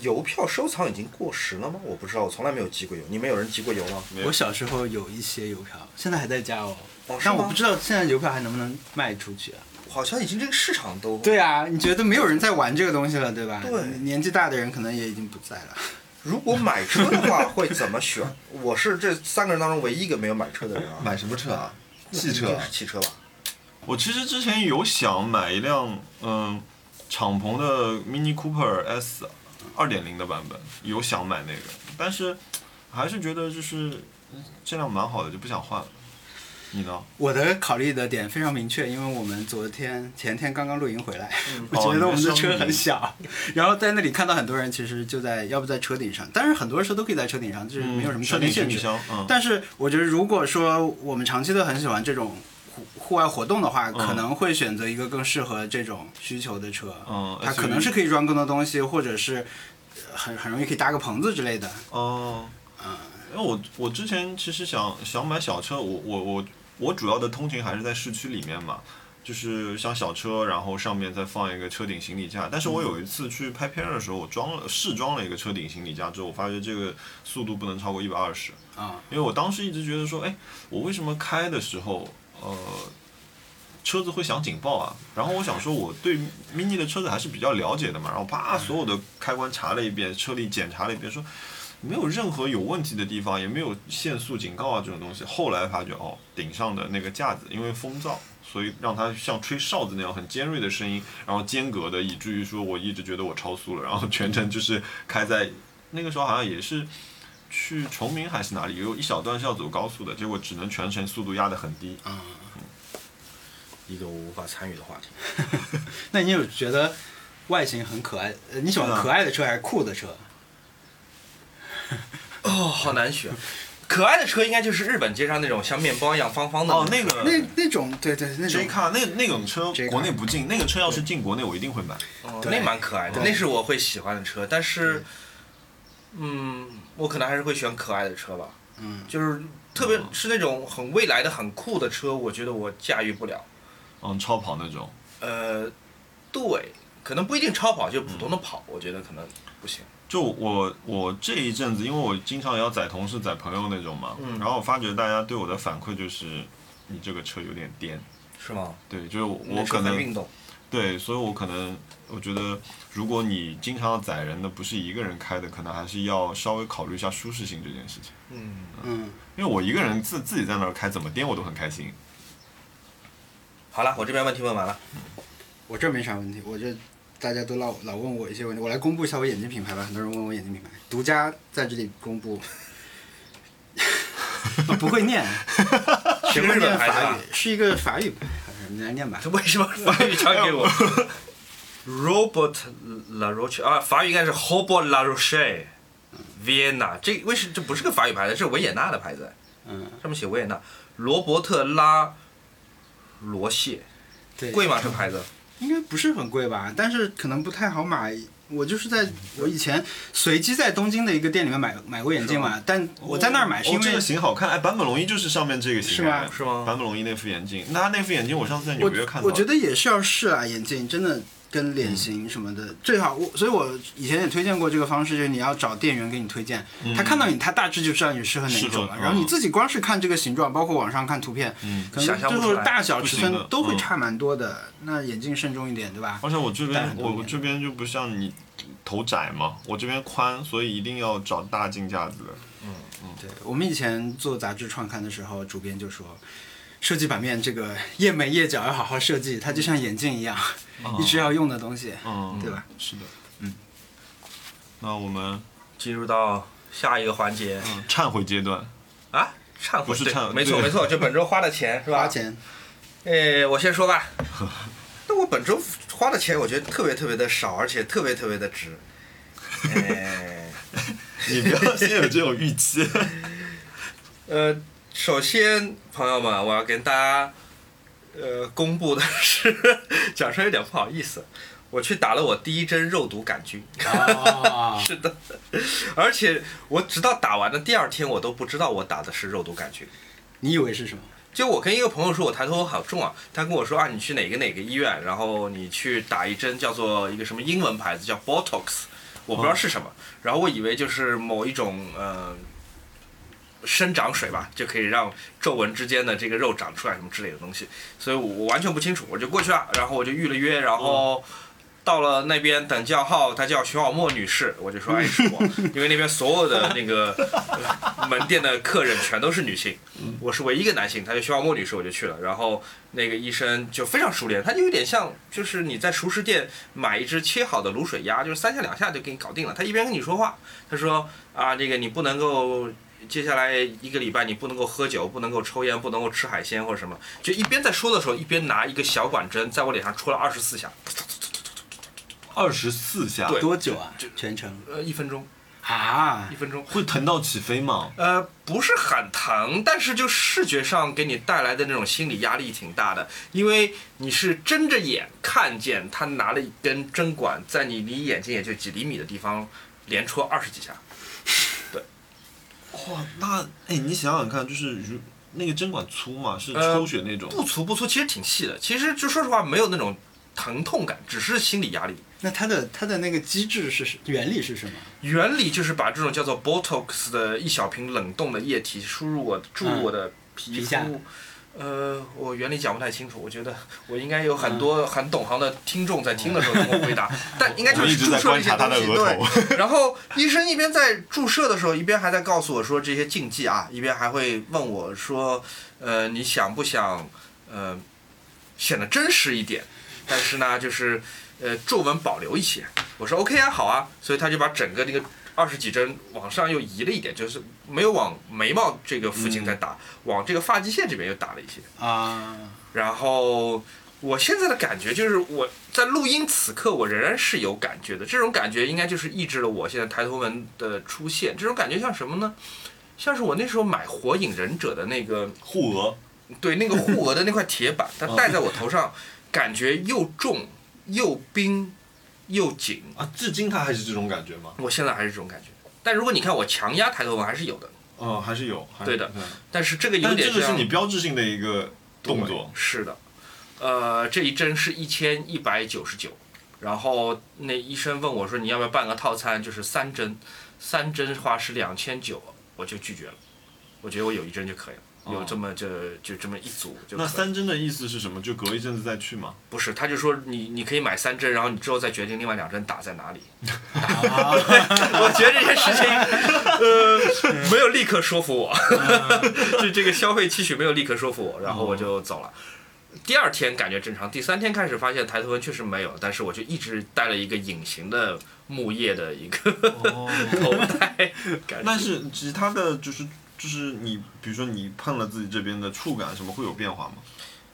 B: 邮票收藏已经过时了吗？我不知道，我从来没有寄过邮。你们有人寄过邮吗？
A: 没有
C: 我小时候有一些邮票，现在还在家哦。
B: 哦，是
C: 但
B: 吗
C: 我不知道现在邮票还能不能卖出去啊？
B: 好像已经这个市场都
C: 对啊，你觉得没有人在玩这个东西了，对吧？
B: 对
C: 年纪大的人可能也已经不在了。
B: 如果买车的话会怎么选？我是这三个人当中唯一一个没有买车的人啊。
D: 买什么车啊？汽
B: 那
D: 车
B: 就
D: 啊
B: 是。汽车吧。
A: 我其实之前有想买一辆嗯敞篷的 Mini Cooper S 二点零的版本，有想买那个，但是还是觉得就是嗯质量蛮好的，就不想换了。你呢？
C: 我的考虑的点非常明确，因为我们昨天前天刚刚露营回来， *laughs* 我
A: 哦
C: 觉
A: 你
C: 得我们的
A: 在
C: 车
A: 上
C: 很
A: 面
C: 小，然后在那里看到很多人其实就在要不在车顶上，但是很多车都可以在车顶上，就是没有什
A: 嗯
C: 么
A: 设
C: 条
A: 定行
C: 件限
A: 李
C: 制。
A: 箱，嗯，
C: 但是我觉得，如果说我们长期都很喜欢这种户户外活动的话，
A: 嗯
C: 可能会选择一个更适合这种需求的车。
A: 嗯
C: 它
A: SUV
C: 可能是可以装更多东西，或者是呃很很容易可以搭个棚子之类的。
A: 哦，因为我我之前其实想想买小车，我我我我主要的通勤还是在市区里面嘛，就是像小车，然后上面再放一个车顶行李架。但是我有一次去拍片儿的时候，我装了试装了一个车顶行李架之后，我发觉这个速度不能超过一百二十。
C: 啊，
A: 因为我当时一直觉得说，哎，我为什么开的时候，呃，车子会响警报啊？然后我想说，我对 mini 的车子还是比较了解的嘛，然后啪，所有的开关查了一遍，车里检查了一遍，说没有任何有问题的地方，也没有限速警告啊这种东西。后来发觉哦，顶上的那个架子因为风噪。所以让它像吹哨子那样很尖锐的声音，然后间隔的，以至于说我一直觉得我超速了，然后全程就是开在那个时候好像也是去崇明还是哪里，有一小段是要走高速的，结果只能全程速度压得很低。
B: 一个我无法参与的话题。
C: 那你有觉得外形很可爱？呃你喜欢
A: 嗯
C: 可爱的车还是酷的车？
B: 哦，好难选。可爱的车应该就是日本街上那种像面包一样方方的
A: 哦，
B: 种
A: 那个
C: 那那种对对那种
A: J。car 那那种车
C: J car
A: 国内不进，那个车要是进国内我一定会买。
B: 哦
C: 对
B: 那蛮可爱的，
C: 对
B: 那是我会喜欢的车，但是，嗯，我可能还是会选可爱的车吧，
C: 嗯，
B: 就是特别是那种很未来的、很酷的车，我觉得我驾驭不了。
A: 嗯，超跑那种。
B: 呃，对，可能不一定超跑，就普通的跑，我觉得可能不行。
A: 就我我这一阵子，因为我经常也要载同事、载朋友那种嘛，
B: 嗯
A: 然后我发觉大家对我的反馈就是，你这个车有点颠。
B: 是吗？
A: 对，就是我
B: 那
A: 我
B: 车
A: 可
B: 很
A: 能
B: 运动，
A: 对，所以我可能我觉得，如果你经常要载人的，不是一个人开的，可能还是要稍微考虑一下舒适性这件事情。
B: 嗯，
C: 嗯，
A: 因为我一个人自自己在那儿开，怎么颠我都很开心。
B: 好了，我这边问题问完了。
C: 我这没啥问题，我这大家都老老问我一些问题，我来公布一下我眼镜品牌吧。很多人问我眼镜品牌，独家在这里公布。 *laughs* 我不会念，
B: 学
C: 不
B: 过
C: 会
B: 日本
C: 念
B: 牌子
C: 法
B: 啊
C: 语？，是一个法语牌，还是你来念吧。
B: *laughs* 为什么法语传给我 *laughs* ？Robert La Roche 啊，法语应该是 Robert La Roche Vienna。这为什这不是个法语牌子？这是维也纳的牌子，
C: 嗯，
B: 上面写维也纳。罗伯特拉罗谢，
C: 对，
B: 贵吗？这牌子？
C: 应该不是很贵吧，但是可能不太好买。我就是在我以前随机在东京的一个店里面买买过眼镜嘛，但我在那儿买是因
A: 哦这
C: 为
A: 个型好看，哎，坂本龙一就是上面这个型，
C: 是吗
A: 哎
B: 是吗
A: 坂本龙一那副眼镜，那他那副眼镜我上次在纽
C: 我
A: 约看到，
C: 我觉得也是要试啊，眼镜真的跟脸型什么的，最好我，所以我以前也推荐过这个方式，就是你要找店员给你推荐，他看到你，他大致就知道你适合哪一种
A: 嗯适
C: 了。
A: 合
C: 然后你
A: 嗯
C: 自己光是看这个形状，包括网上看图片，可
B: 想
C: 能
B: 象
C: 最
B: 不
C: 后
B: 出来
C: 大小
A: 不
C: 尺
A: 行
C: 寸
A: 的
C: 都
A: 嗯
C: 会
A: 哦
C: 差蛮多的。那眼镜慎重一点，对吧？
A: 而且我这
C: 戴
A: 边
C: 很多
A: 我
C: 年
A: 我这边就不像你头窄嘛，我这边宽，所以一定要找大镜架子的。
C: 对我们以前做杂志创刊的时候，主编就说，设计版面这个页眉页脚要好好设计，它就像眼镜一样，一直要用的东西。
A: 嗯，
C: 对吧？
A: 哦是的，嗯。那我们
B: 进入到下一个环节
A: 嗯忏悔阶段， *laughs*
B: 啊，忏悔
A: 不是
B: 对
A: 忏悔
B: 没错
A: 对 *laughs*
B: 没错，就本周花的钱是吧？
C: 花钱，
B: 诶，我先说吧。
A: *laughs*
B: 那我本周花的钱，我觉得特别特别的少，而且特别特别的值。哎诶，
A: 你不要先有这种预期。
B: 呃，首先，朋友们，我要跟大家呃公布的是， *laughs* 讲出来有点不好意思，我去打了我第一针肉毒杆菌。
C: 哦
B: 是的，而且我直到打完的第二天，我都不知道我打的是肉毒杆菌。
C: *laughs* 你以为是什么？
B: 就我跟一个朋友说，我抬头好重啊，他跟我说啊，你去哪个哪个医院，然后你去打一针叫做一个什么英文牌子叫 Botox，我不知道是什么，然后我以为就是某一种呃生长水吧，就可以让皱纹之间的这个肉长出来什么之类的东西，所以我我完全不清楚，我就过去了，然后我就预了约，然后。到了那边等叫号，他叫徐小沫女士，我就说哎是我，因为那边所有的那个呃门店的客人全都是女性，我是唯一一个男性，他就徐小沫女士我就去了，然后那个医生就非常熟练，他就有点像就是你在熟食店买一只切好的卤水鸭，就是三下两下就给你搞定了，他一边跟你说话，他说啊那个你不能够。接下来一个礼拜你不能够喝酒，不能够抽烟，不能够吃海鲜或者什么，就一边在说的时候，一边拿一个小管针在我脸上戳了二十四下，
A: *laughs* 二十四下，
B: 对
C: 多久啊？全程
B: 呃，一分钟，
C: 啊
B: 一？分钟。
A: 会疼到起飞吗？
B: 呃，不是很疼，但是就视觉上给你带来的那种心理压力挺大的，因为你是睁着眼看见他拿了一根针管，在你离眼睛也就几厘米的地方连戳二十几下。
A: 哇，那哎，你想想看，就是如那个针管粗嘛，是
B: 呃
A: 抽血那种，
B: 不粗不粗，其实挺细的。其实就说实话，没有那种疼痛感，只是心理压力。
C: 那它的它的那个机制是什原理是什么？
B: 原理就是把这种叫做 Botox 的一小瓶冷冻的液体输入我注入我的皮
C: 皮
B: 肤。
C: 下
B: 呃，我原理讲不太清楚，我觉得我应该有很多很懂行的听众在听的时候跟我
A: *laughs*
B: 回答，但应该
A: 嗯我
B: 就
A: 们一
B: 是
A: 直
B: 注
A: 在
B: 射
A: 观
B: 一些
A: 察他
B: 东
A: 的
B: 西。
A: 额 *laughs* 头。
B: 对，*laughs* 然后医生一边在注射的时候，一边还在告诉我说这些禁忌啊，一边还会问我说，呃，你想不想，呃，显得真实一点，但是呢，就是呃皱纹保留一些。我说 OK 啊，好啊，所以他就把整个那个二十几针往上又移了一点，就是没有往眉毛这个附近再打，往这个发际线这边又打了一些。
C: 啊，
B: 然后我现在的感觉就是，我在录音此刻，我仍然是有感觉的。这种感觉应该就是抑制了我现在抬头纹的出现。这种感觉像什么呢？像是我那时候买《火影忍者》的那个
A: 护额，
B: 对那个护额的那块铁板，它戴在我头上，感觉又重又冰又紧。
A: 啊，至今他还是这种感觉吗？
B: 我现在还是这种感觉。但如果你看我强压抬头哦纹还是有的，
A: 嗯，还是有。还是
B: 对的。但是这个有
A: 但
B: 点
A: 这个是
B: 像
A: 你标志性的一个动作
B: 对。是的，呃，这一针是一千一百九十九，然后那医生问我说你要不要办个套餐，就是三针，三针的话是两千九，我就拒绝了，我觉得我有一针就可以了。有
A: 哦
B: 这么这就这么一组就可以
A: 那
B: 了
A: 三针的意思是什么？就隔一阵子再去嘛。
B: 不是，他就说你你可以买三针，然后你之后再决定另外两针打在哪里。
C: 啊
B: *laughs* 我觉得这件事情，呃，没有立刻说服我， *laughs* 就这个消费期许没有立刻说服我，然后我就走了。第二天感觉正常，第三天开始发现抬头纹确实没有，但是我就一直戴了一个隐形的木叶的一个 *laughs*
A: 哦。
B: 头戴，感觉
A: 但是其他的就是就是你，比如说你碰了自己这边的触感什么会有变化吗？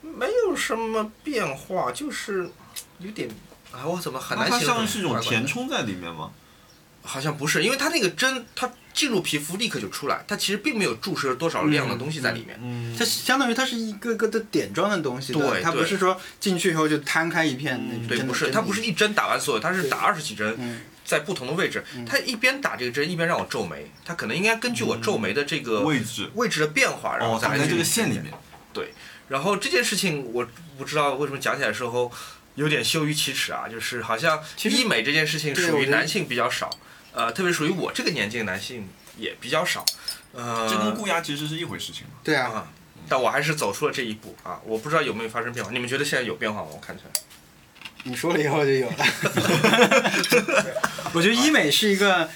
B: 没有什么变化，就是有点，哎，我怎么很
A: 那
B: 难
A: 它
B: 形容？
A: 像是一种
B: 怪怪的
A: 填充在里面吗？
B: 好像不是，因为它那个针，它进入皮肤立刻就出来，它其实并没有注射多少量的东西在里面。
A: 嗯
C: 它相当于它是一个个的点状的东西的，
B: 对
C: 它不
B: 对
C: 是说进去以后就摊开一片那
A: 嗯
C: 种
B: 对，
C: 真的
B: 不是，
C: 真
B: 它
C: 的
B: 不是一针打完所有，它是打二十几针，
C: 嗯
B: 在不同的位置，它一边打这个针一边让我皱眉，它可能应该根据我
C: 嗯
B: 皱眉的这个
A: 位置
B: 位置的变化，然后
A: 哦，
B: 再
A: 打
B: 来
A: 在这
B: 去
A: 个线里面。
B: 然后这件事情我不知道为什么讲起来的时候，有点羞于启齿啊，就是好像
C: 其实
B: 医美这件事情
C: 对
B: 属
C: 我
B: 于
C: 觉得
B: 男性比较少，呃，特别属于我这个年纪的男性也比较少，呃，
A: 这跟固压其实是一回事情嘛。
C: 对啊，
B: 啊，但我还是走出了这一步啊，我不知道有没有发生变化，你们觉得现在有变化吗？我看起来，
C: 你说了以后
B: *laughs*
C: 就有了。我觉得医美是一个，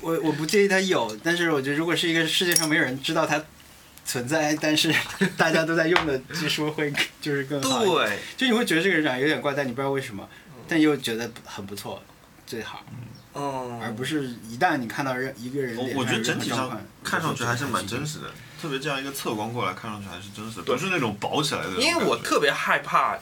C: 我我不介意它有，但是我觉得如果是一个世界上没有人知道它存在，但是大家都在用的技术会就是更好一点。
B: 对，
C: 就你会觉得这个人长得有点怪，但你不知道为什么，但又觉得很不错，最好，
B: 嗯，
C: 而不是一旦你看到任一个人
A: 我
C: 脸
A: 我觉
C: 上有
A: 得整
C: 任何
A: 体
C: 状
A: 上
C: 况，
A: 看上去还是蛮真
C: 实。
A: 实的，特别这样一个侧光过来看上去还是真实的，不是那种薄起来的那种感觉。
B: 因为我特别害怕，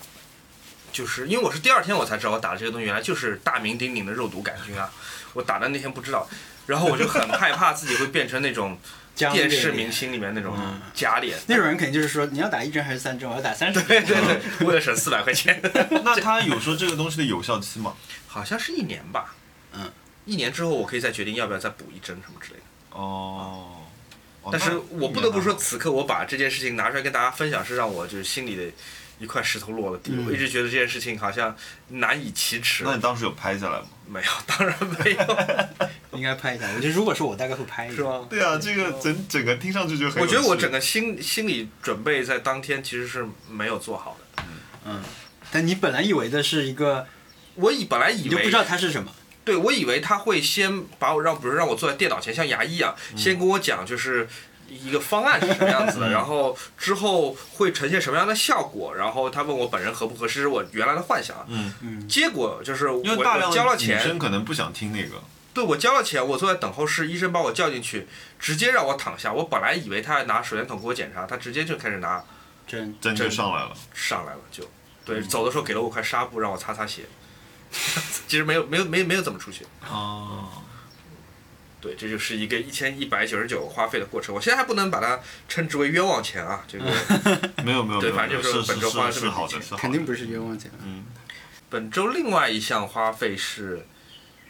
B: 就是因为我是第二天我才知道我打的这个东西原来就是大名鼎鼎的肉毒杆菌啊，我打的那天不知道，然后我就很害怕自己会变成
A: *laughs*
B: 那种
C: 僵
B: 电视
C: 脸
B: 明星里面那种
A: 嗯
B: 假脸。
C: 那种人肯定就是说，你要打一针还是三针？我要打三十
B: 对
C: 针。
B: 对对，为了省四百块钱，
A: *laughs* 那他有说这个东西的有效期吗？
B: 好像是一年吧，
C: 嗯，
B: 一年之后我可以再决定要不要再补一针什么之类的。
A: 哦，哦
B: 但是
A: 那
B: 我不得不说，
A: 一年
B: 此刻我把这件事情拿出来跟大家分享，是让我就是心里的一块石头落了地。
C: 嗯
B: 我一直觉得这件事情好像难以启齿
A: 半，那你当时有拍下来吗？
B: 没有，当然
A: *laughs*
B: 没有，
C: 应该拍一下。我觉得如果是我，大概会拍一下。
B: 是吗？
A: 对啊，这个整整个听上去就很有
B: 我觉得我
A: 趣
B: 整个心心理准备在当天其实是没有做好的。
C: 嗯，但你本来以为的是一个，
B: 我以本来以
C: 你就不
B: 为
C: 知道它是什么。
B: 对，我以为他会先把我让，比如让我坐在电脑前，像牙医一样，先跟我讲就是一个方案是什么样子的，然后之后会呈现什么样的效果，然后他问我本人合不合适，是我原来的幻想。啊
A: 嗯，
C: 嗯，
B: 结果就是我
A: 因为大量
B: 我交了
A: 女
B: 钱
A: 生，可能不想听那个，
B: 对我交了钱，我坐在等候室，医生把我叫进去，直接让我躺下。我本来以为他要拿手电筒给我检查，他直接就开始拿
C: 真
A: 真就
B: 真
A: 上来了。
B: 上来了，就对，走的时候给了我块纱布让我擦擦血， *laughs* 其实没有没有没有没有怎么出血。
A: 哦，
B: 对，这就是一个一千一百九十九花费的过程。我现在还不能把它称之为冤枉钱啊， *laughs* 这个
A: 没有没有，
B: 对
A: 没有
B: 反正
A: 没
B: 就
A: 有
B: 是
A: 是
B: 本周花了
A: 是
B: 这
A: 是
B: 么
A: 好
B: 笔
A: 的，
B: 钱
A: 是好的
C: 肯定不是冤枉钱。
A: 嗯，
B: 本周另外一项花费是，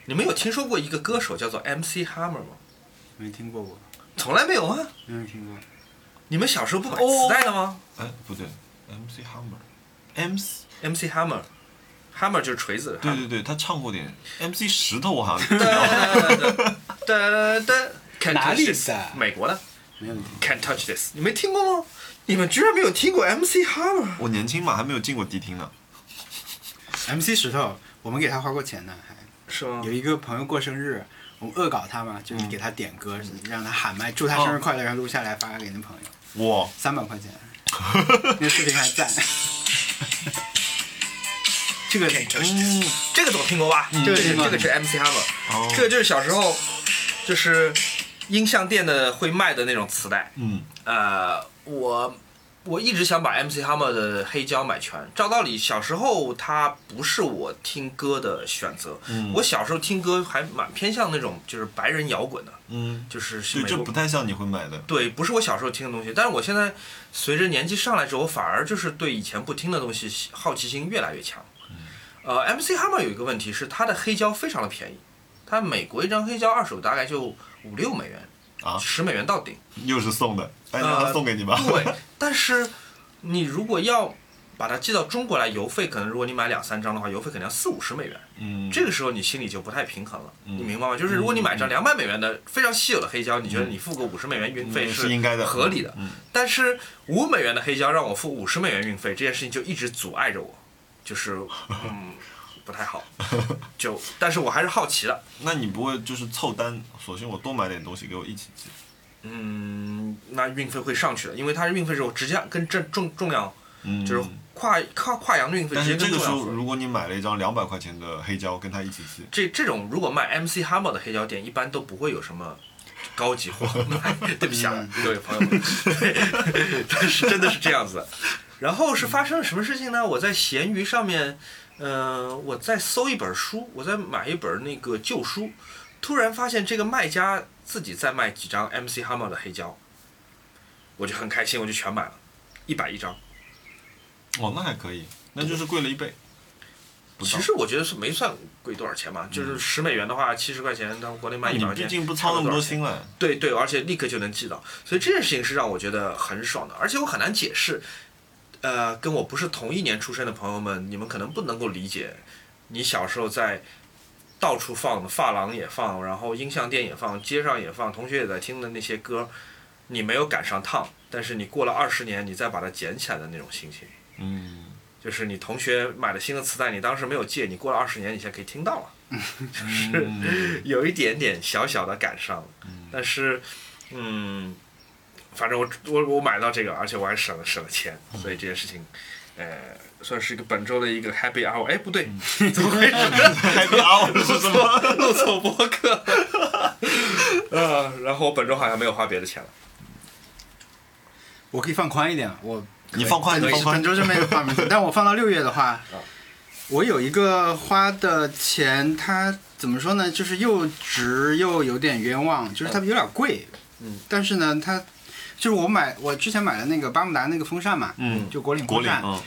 B: 你们有听说过一个歌手叫做 MC Hammer 吗？
C: 没听过我，
B: 从来没有啊！哦
C: 没有听过。
B: 你们小时候不买磁带的吗、
A: 哎，不对，MC Hammer，MC，
B: m c Hammer，Hammer 就是锤子。
A: 对对对，他唱过 *laughs* 点 MC 石头，我好像
B: 哒 *laughs* 哒哒哒哒，Can't
C: 哪
B: touch
C: 里
B: this，
C: 的
B: 美国的
C: 没有听。
B: Can't Touch This，你没听过吗？你们居然没有听过 MC Hammer？
A: 我年轻嘛，还没有进过迪厅呢。
C: MC 石头，我们给他花过钱呢，还
B: 是吗
C: 有？一个朋友过生日，我们恶搞他嘛，
A: 嗯
C: 就是给他点歌，让他喊麦，祝他
A: 哦
C: 生日快乐，然后录下来发给那朋友，
A: 哇，
C: 三百
A: *laughs*
C: 块钱，那视频还在。这个
B: Can't touch
A: 嗯
B: this，这个总听过吧？这个
C: 这个
B: 是
C: 听过
B: 这个是 MC Hammer。
A: 哦
B: 这个就是小时候，就是音像店的会卖的那种磁带。
A: 嗯，
B: 呃，我我一直想把 MC Hammer 的黑胶买全。照道理，小时候它不是我听歌的选择。
A: 嗯
B: 我小时候听歌还蛮偏向那种就是白人摇滚的，
A: 嗯，
B: 就是
A: 对，
B: 美
A: 这
B: 国
A: 不太像你会买的。
B: 对，不是我小时候听的东西，但是我现在随着年纪上来之后，我反而就是对以前不听的东西喜好奇心越来越强。
A: 嗯
B: 呃，MC Hammer 有一个问题是，它的黑胶非常的便宜，它美国一张黑胶二手大概就五六美元
A: 啊
B: 十美元到顶。
A: 又是送的，哎，让他
B: 呃，
A: 送给你吧。
B: 对，但是你如果要把它寄到中国来，邮费可能如果你买两三张的话，邮费可能要四五十美元。
A: 嗯，
B: 这个时候你心里就不太平衡了，
A: 嗯
B: 你明白吗？就是如果你买张两百美元的非常稀有的黑胶，你觉得你付个五十美元运费
A: 嗯是应该的
B: 合理的
A: 嗯嗯。
B: 但是五美元的黑胶让我付五十美元运费，这件事情就一直阻碍着我，就是嗯不太好。就但是我还是好奇了，
A: 那你不会就是凑单，索性我多买点东西给我一起寄？
B: 嗯，那运费会上去的，因为它是运费是我直接跟正重重量
A: 嗯，
B: 就是跨跨跨洋的运费
A: 但
B: 直接
A: 是
B: 跟
A: 这个
B: 重
A: 时
B: 量
A: 候，
B: 合。
A: 如果你买了一张两百块钱的黑胶，跟他一起寄，
B: 这这种如果卖 MC Hammer 的黑胶店，一般都不会有什么高级货。对不起啊，各位朋友们，但是真的是这样子的。然后是发生了什么事情呢？我在闲鱼上面，呃，我在搜一本书，我在买一本那个旧书，突然发现这个卖家自己在卖几张 MC Hammer 的黑胶，我就很开心，我就全买了，一百一张。
A: 哦，那还可以，那就是贵了一倍。不到
B: 其实我觉得是没算贵多少钱嘛，就是十美元的话，七十块钱，他们国内卖一
A: 你
B: 百块钱，
A: 毕竟不操那么多心了。
B: 对对，而且立刻就能记到，所以这件事情是让我觉得很爽的，而且我很难解释呃，跟我不是同一年出生的朋友们，你们可能不能够理解，你小时候在到处放的发廊也放，然后音像店也放，街上也放，同学也在听的那些歌，你没有赶上趟，但是你过了二十年，你再把它捡起来的那种心情，
A: 嗯，
B: 就是你同学买了新的磁带，你当时没有借，你过了二十年，你现在可以听到了。
A: 是，
B: 有一点点小小的感伤，但是，嗯，反正我我我买到这个，而且我还省了省了钱，
C: 嗯
B: 所以这件事情，呃，算是一个本周的一个 happy hour。哎，不对，*laughs*
C: 嗯
B: 怎么回事？
A: 还别熬是什么？
B: *laughs* 录错播客。呃，然后我本周好像没有花别的钱了。
C: 我可以放宽一点，我
A: 你放宽
C: 可以
A: 你放宽哦
C: 本周就没有花没事，但我放到六月
A: *laughs*
C: 的话
B: 啊，
C: 我有一个花的钱，它怎么说呢？就是又值又有点冤枉，就是它有点贵。
B: 嗯，
C: 但是呢，它就是我买我之前买了那个巴慕达那个风扇嘛，
A: 嗯，
C: 就国领
A: 国
C: 风
A: 领
C: 扇。
A: 啊，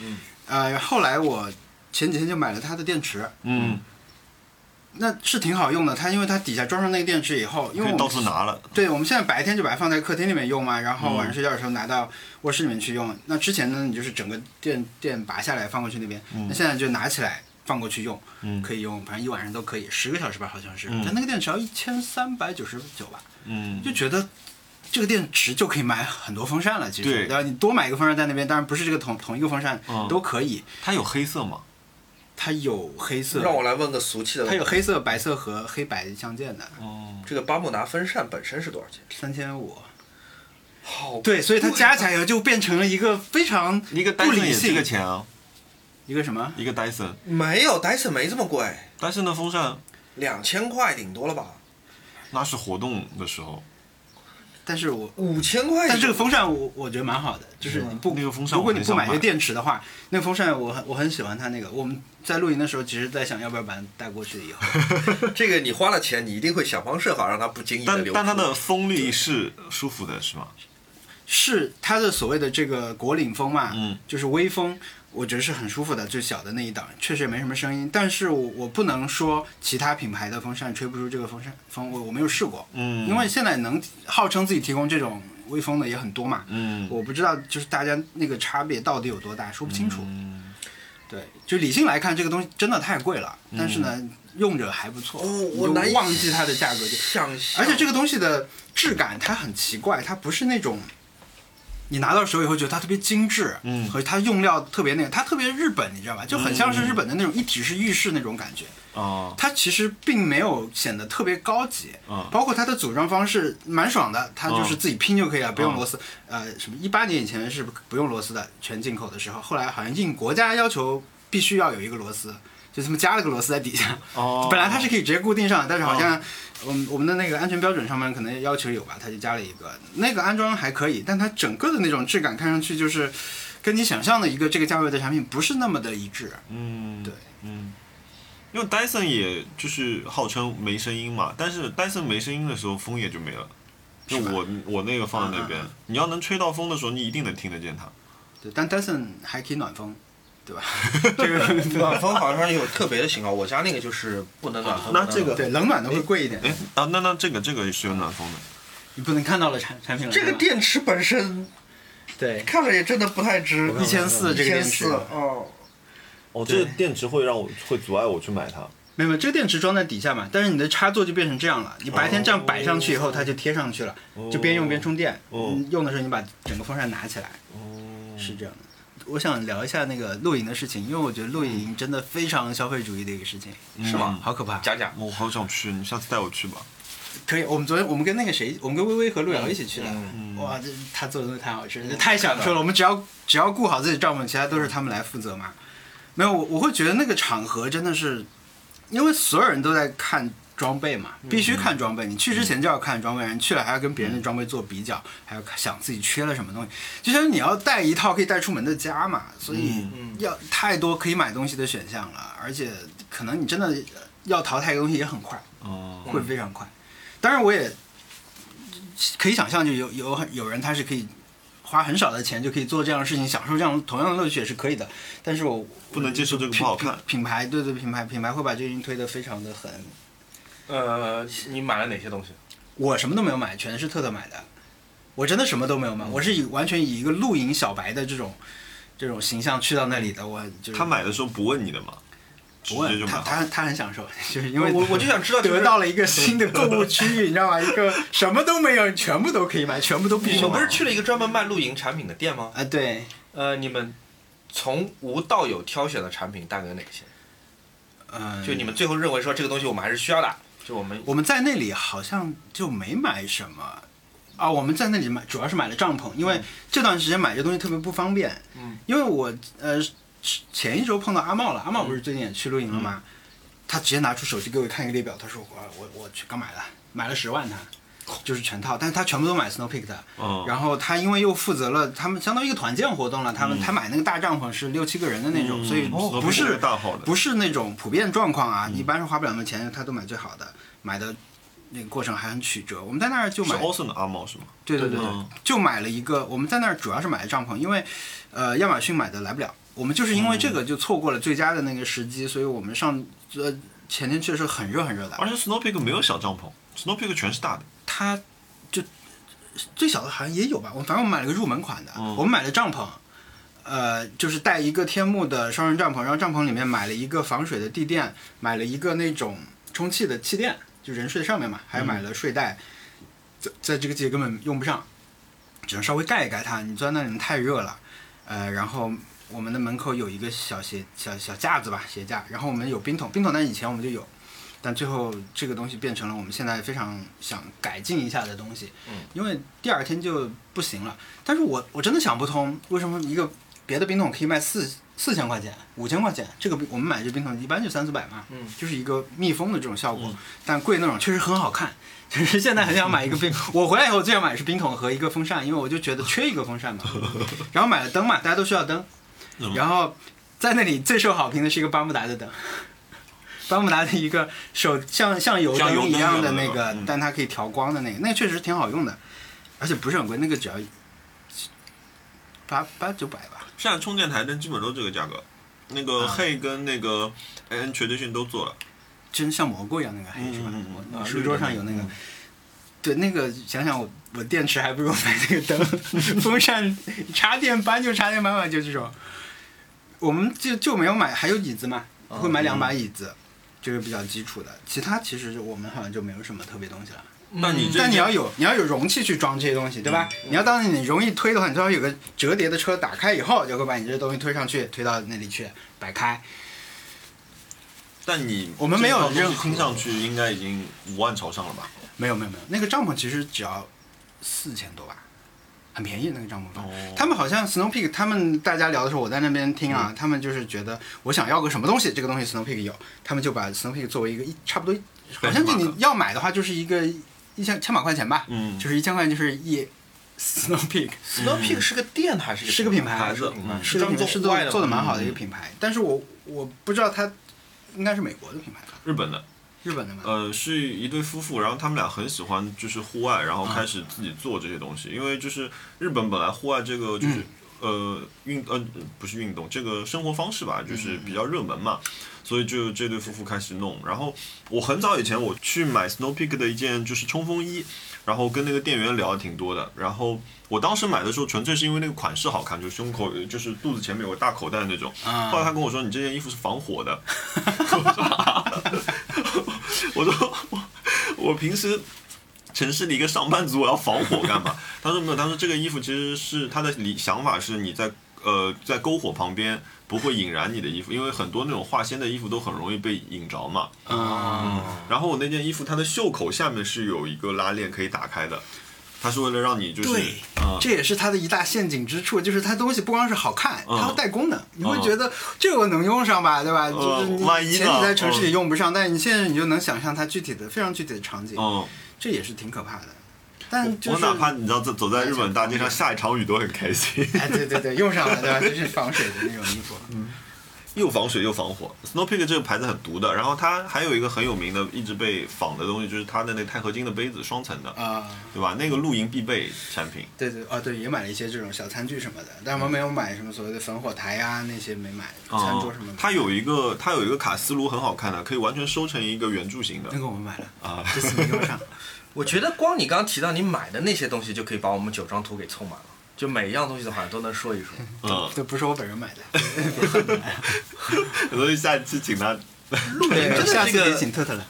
C: 呃，后来我前几天就买了它的电池，
A: 嗯，
C: 那是挺好用的。它因为它底下装上那个电池以后，因
A: 可
C: 为
A: 以
C: 我
A: 到
C: 们
A: 处拿了，
C: 对，我们现在白天就把它放在客厅里面用嘛，然后晚
A: 嗯
C: 上睡觉的时候拿到卧室里面去用。那之前呢，你就是整个电电拔下来放过去那边，
A: 嗯
C: 那现在就拿起来放过去用，
A: 嗯
C: 可以用，反正一晚上都可以，十个小时吧，好像是。
A: 嗯
C: 但那个电池要一千三百九十九吧，
A: 嗯
C: 就，觉得这个电池就可以买很多风扇了，其实
A: 对
C: 对吧？你多买一个风扇在那边，当然不是这个同同一个风扇、
A: 嗯
C: 都可以，
A: 它有黑色吗？
C: 它有黑色，
B: 让我来问个俗气的
C: 它
B: 问
C: 有
B: 题，
C: 黑色、白色和黑白相间的，
A: 哦，
B: 这个巴慕达风扇本身是多少钱？
C: 三千五。
B: 好，
C: 对，所以它加起来以后就变成了一个非常
A: 一个
C: 不
A: 戴森
C: 理
A: 也这
C: 性
A: 个钱啊，
C: 一个什么？
A: 一个戴森，
B: 没有戴森没这么贵，
A: 戴森的风扇
B: 两千块顶多了吧？
A: 那是活动的时候，
C: 但是我
B: 五千块，
C: 但这个风扇我我觉得蛮好的，就是
B: 是吗
C: 你不
A: 嗯那个风扇
C: 如
A: 我
C: 果你
A: 很
C: 不
A: 想
C: 买
A: 买
C: 一个电池的话，那个风扇我很我很喜欢它那个。我们在露营的时候，其实在想要不要把它带过去以后，
B: *laughs* 这个你花了钱，你一定会想方设法让它不经意的
A: 但
B: 流出。
A: 但它的风力是舒服的，是吗？
C: 是它的所谓的这个国领风嘛，
A: 嗯，
C: 就是微风，我觉得是很舒服的，最小的那一档，确实也没什么声音。但是我我不能说其他品牌的风扇吹不出这个风扇风，我我没有试过，
A: 嗯，
C: 因为现在能号称自己提供这种微风的也很多嘛，
A: 嗯，
C: 我不知道就是大家那个差别到底有多大，说不清楚。
A: 嗯
C: 对，就理性来看，这个东西真的太贵了，但是呢，用着还不错。
B: 哦
C: 你
B: 我
C: 就
B: 难以
C: 忘记它的价格就，
B: 想象，
C: 而且这个东西的质感它很奇怪，它不是那种你拿到手以后觉得它特别精致，
A: 嗯
C: 和它用料特别那个，它特别日本，你知道吧？就很像是日本的那种一体式浴室那种感觉。
A: 啊，
C: 它其实并没有显得特别高级，
A: 嗯
C: 包括它的组装方式蛮
A: 啊
C: 爽的，它就是自己拼就可以了，不用螺丝。呃，什么一八年以前是不用螺丝的，全进口的时候，后来好像应国家要求必须要有一个螺丝，就这么加了个螺丝在底下。
A: 哦
C: *laughs* 本来它是可以直接固定上的，但是好像我们我们的那个安全标准上面可能要求有吧，它就加了一个。那个安装还可以，但它整个的那种质感看上去就是跟你想象的一个这个价位的产品不是那么的一致。
A: 嗯，
C: 对，
A: 嗯，因为戴森也就是号称没声音嘛，但是戴森没声音的时候风也就没了。就是嗯
C: 吧
A: 我我那个放在那边，你要能吹到风的时候，你一定能听得见它。
C: 对，但 Dyson 还可以暖风， *laughs* 对吧？这个 *laughs*
B: 暖风好像有特别的型号，我家那个就是不能暖风。
A: 那
B: 不能暖风
A: 这
C: 对冷暖的会贵一点，
A: 哎啊，那那这个这个是有暖风的，
C: 你不能看到了产产品了。
B: 这
C: 是
B: 个
C: 吧
B: 电池本身
C: 对
B: 看着也真的不太值，
C: 嗯一千四这个电池
B: 1400，哦，
A: 哦，
C: 对
A: 电池会让我会阻碍我去买它。
C: 没有没有，这个电池装在底下嘛，但是你的插座就变成这样了。你白天这样摆上去以后，它就贴上去了，就边用边充电。
A: 哦
C: 嗯用的时候你把整个风扇拿起来，
A: 哦，
C: 是这样的。我想聊一下那个露营的事情，因为我觉得露营真的非常消费主义的一个事情，
B: 是吗？
C: 好可怕。
B: 讲讲。
A: 我好想去，你下次带我去吧。
C: 可以，我们昨天我们跟那个谁，我们跟薇薇和陆瑶一起去的。
B: 嗯
C: 哇，这他做的东西太好吃，了，太享受了。我们只要只要顾好自己帐篷，其他都是他们来负责嘛。没有，我我会觉得那个场合真的是，因为所有人都在看装备嘛，必
B: 嗯
C: 须看装备。你去之前就要看装备，你去了还要跟别人的装备做比较，还要想自己缺了什么东西。就像你要带一套可以带出门的家嘛，所以
B: 嗯
C: 要太多可以买东西的选项了，而且可能你真的要淘汰一个东西也很快。
A: 哦，
C: 会非常快。当然，我也可以想象，就有有很有人他是可以花很少的钱就可以做这样的事情，享受这样同样的乐趣也是可以的。但是我
A: 不能接受这个不
C: 品
A: 好看。
C: 品牌对对品牌品牌会把这件事情推得非常的狠。
B: 呃，你买了哪些东西？
C: 我什么都没有买，全是特特买的。我真的什么都没有买，我是以完全以一个露营小白的这种这种形象去到那里的，我就是
A: 他买的时候不问你的嘛，直
C: 不
A: 接
C: 问
A: 就买好
C: 他，
A: 了。
C: 他他很享受，就是因为
B: 我我就想知道就是
C: *laughs* 得到了一个新的购物区域，你知道吗？一个什么都没有，全部都可以买，全部都必
B: 你
C: 须
B: 们
C: 买。
B: 不是去了一个专门卖露营产品的店吗？
C: 啊？对，
B: 呃，你们从无到有挑选的产品大概有哪些？
C: 嗯，
B: 就你们最后认为说这个东西我们还是需要的，就我们
C: 我们在那里好像就没买什么啊，我们在那里买主要是买了帐篷，因为这段时间买这东西特别不方便。
B: 嗯，
C: 因为我呃前一周碰到阿茂了，阿茂不是最近也去露营了吗？
B: 嗯
C: 他直接拿出手机给我看一个列表，他说我我我去刚买了，买了十万他。就是全套，但是他全部都买 Snowpeak 的，
A: 嗯，
C: 然后他因为又负责了他们相当于一个团建活动了，他们、
A: 嗯
C: 他买那个大帐篷是六七个人的那种，
A: 嗯
C: 所以
A: 哦
C: 不是
A: 大号的，嗯
C: 不是那种普遍状况啊，一般是花不了什么钱，他都买最好的，买的那个过程还很曲折。我们在那儿就买
A: 是，Olsen 哦的阿茂是吗？
C: 对对对对
A: 嗯，
C: 就买了一个。我们在那儿主要是买的帐篷，因为呃亚马逊买的来不了，我们就是因为这个就错过了最佳的那个时机，所以我们上呃前天去的时候很热很热的，
A: 而且 Snow Peak 没有小帐篷，Snow Peak 全是大的。
C: 它就最小的好像也有吧，我反正我们买了个入门款的，
A: 嗯
C: 我们买了帐篷，呃，就是带一个天幕的双人帐篷，然后帐篷里面买了一个防水的地垫，买了一个那种充气的气垫，就人睡在上面嘛，还买了睡袋，在在这个季节根本用不上，只能稍微盖一盖它，你坐在那里面太热了，呃，然后。我们的门口有一个小鞋小小架子吧，鞋架。然后我们有冰桶，冰桶那以前我们就有，但最后这个东西变成了我们现在非常想改进一下的东西，
B: 嗯，
C: 因为第二天就不行了。但是我我真的想不通，为什么一个别的冰桶可以卖四四千块钱、五千块钱，这个冰我们买这冰桶一般就三四百嘛，
B: 嗯，
C: 就是一个密封的这种效果，
A: 嗯
C: 但贵那种确实很好看。就是现在很想买一
A: *laughs*
C: 个冰，我回来以后最想买的是冰桶和一个风扇，因为我就觉得缺一个
A: *laughs*
C: 风扇嘛。然后买了灯嘛，大家都需要灯
A: 嗯。
C: 然后在那里最受好评的是一个巴慕达的灯， *laughs* 巴慕达的一个手像像油
A: 像油
C: 灯
A: 灯
C: 一样的
A: 一
C: 那
A: 样的
C: 个
A: 嗯，
C: 但它可以调光的那个，那个确实挺好用的，而且不是很贵，那个只要八八九百吧。
A: 现在充电台灯基本都这个价格，那个
C: 啊
A: Hey 跟那个 N Tradition 都做了。
C: 真像蘑菇一样那个黑
A: 嗯
C: 是吧
A: 嗯嗯？
C: 我
A: 啊
C: 我书桌上有那个
A: 嗯，
C: 对那个想想我我电池还不如买那个灯， *laughs* 风扇插电板就插电板吧，就这种。我们就就没有买，还有椅子嘛，
A: 哦
C: 会买两把
A: 嗯
C: 椅子，这个比较基础的。其他其实我们好像就没有什么特别东西了。嗯
A: 那你这嗯
C: 但你要有你要有容器去装这些东西，对吧？你要当你容易推的话，你最好有个折叠的车，打开以后就会把你这东西推上去，推到那里去摆开。
A: 但你
C: 我们没有
A: 这套东
C: 任
A: 西
C: 何
A: 听上去应该已经五万朝上了吧？
C: 没有没有没有，那个帐篷其实只要四千多吧，很便宜那个帐篷吧。
A: 哦
C: 他们好像 Snow Peak，他们大家聊的时候，我在那边听啊，他们就是觉得我想要个什么东西，这个东西 Snow Peak 有，他们就把 Snow Peak 作为一个一差不多，好像就
A: Benchmark
C: 你要买的话就是一个一千千把块钱吧，
A: 嗯
C: 就是一千块钱就是一 Snow Peak，
B: Snow Peak 是个店还是
C: 是个品牌
B: 还是个品牌
A: 嗯
C: 是
B: 专
C: 个
B: 门做
C: 品牌是
B: 户
C: 做
B: 外的
C: 做的
B: 吗
C: 蛮好的一个品牌，但是我我不知道它应该是美国的品牌吧，
A: 日本的，
C: 日本的吗？
A: 呃，是一对夫妇，然后他们俩很喜欢就是户外，然
C: 嗯
A: 后开始自己做这些东西，因为就是日本本来户外这个
C: 嗯
A: 就是、呃运呃不是运动，这个生活方式吧，就是
C: 嗯
A: 比较热门嘛，所以就这对夫妇开始弄。然后我很早以前我去买 Snow Peak 的一件就是冲锋衣，然后跟那个店员聊的挺多的。然后我当时买的时候纯粹是因为那个款式好看，就胸口就是肚子前面有个大口袋那种。
C: 啊
A: 后来他跟我说你这件衣服是防火的，我说啊我说我我平时。城市里一个上班族，我要防火干嘛？他说没有，他说这个衣服其实是他的理想法是你在呃在篝火旁边不会引燃你的衣服，因为很多那种化纤的衣服都很容易被引着嘛。
C: 啊，
A: 然后我那件衣服它的袖口下面是有一个拉链可以打开的，它是为了让你就是
C: 对
A: 啊、
C: 这也是它的一大陷阱之处，就是它东西不光是好看，
A: 嗯
C: 它还带功能。你会觉得这个我能用上吧，对吧？就是你
A: 呃万一呢啊
C: 前提在城市里用不上，但你现在你就能想象它具体的非常具体的场景，
A: 嗯，
C: 这也是挺可怕的。但就
A: 我
C: 是
A: 哪怕你知道走走在日本大街上下一场雨都很开心，
C: 哎，对对对，用上了，对吧？就是防水的那种衣服，
A: 又防水又防火。Snow Peak 这个牌子很毒的，然后它还有一个很有名的一直被仿的东西，就是它的那钛合金的杯子，双层的，
C: 啊、
A: 对吧？那个露营必备产品。
C: 对对哦，对，也买了一些这种小餐具什么的，但我们没有买什么所谓的防火台呀、那些没买，餐桌什么的。
A: 它有一个它有一个卡斯炉很好看的，可以完全收成一个圆柱形的
C: 那个我们买了，
A: 啊。
C: 这次没用上。
B: 我觉得光你刚提到你买的那些东西，就可以把我们九张图给凑满了。就每一样东西的话都能说一
C: *laughs*
B: 说。
A: *laughs* 嗯，
C: 这不是我本人买
A: *laughs*
C: 的，
A: 所以下一期请他
B: 露营真的
D: 下
B: 是
D: 次
B: 一
D: 得
B: 个
D: 请特特来。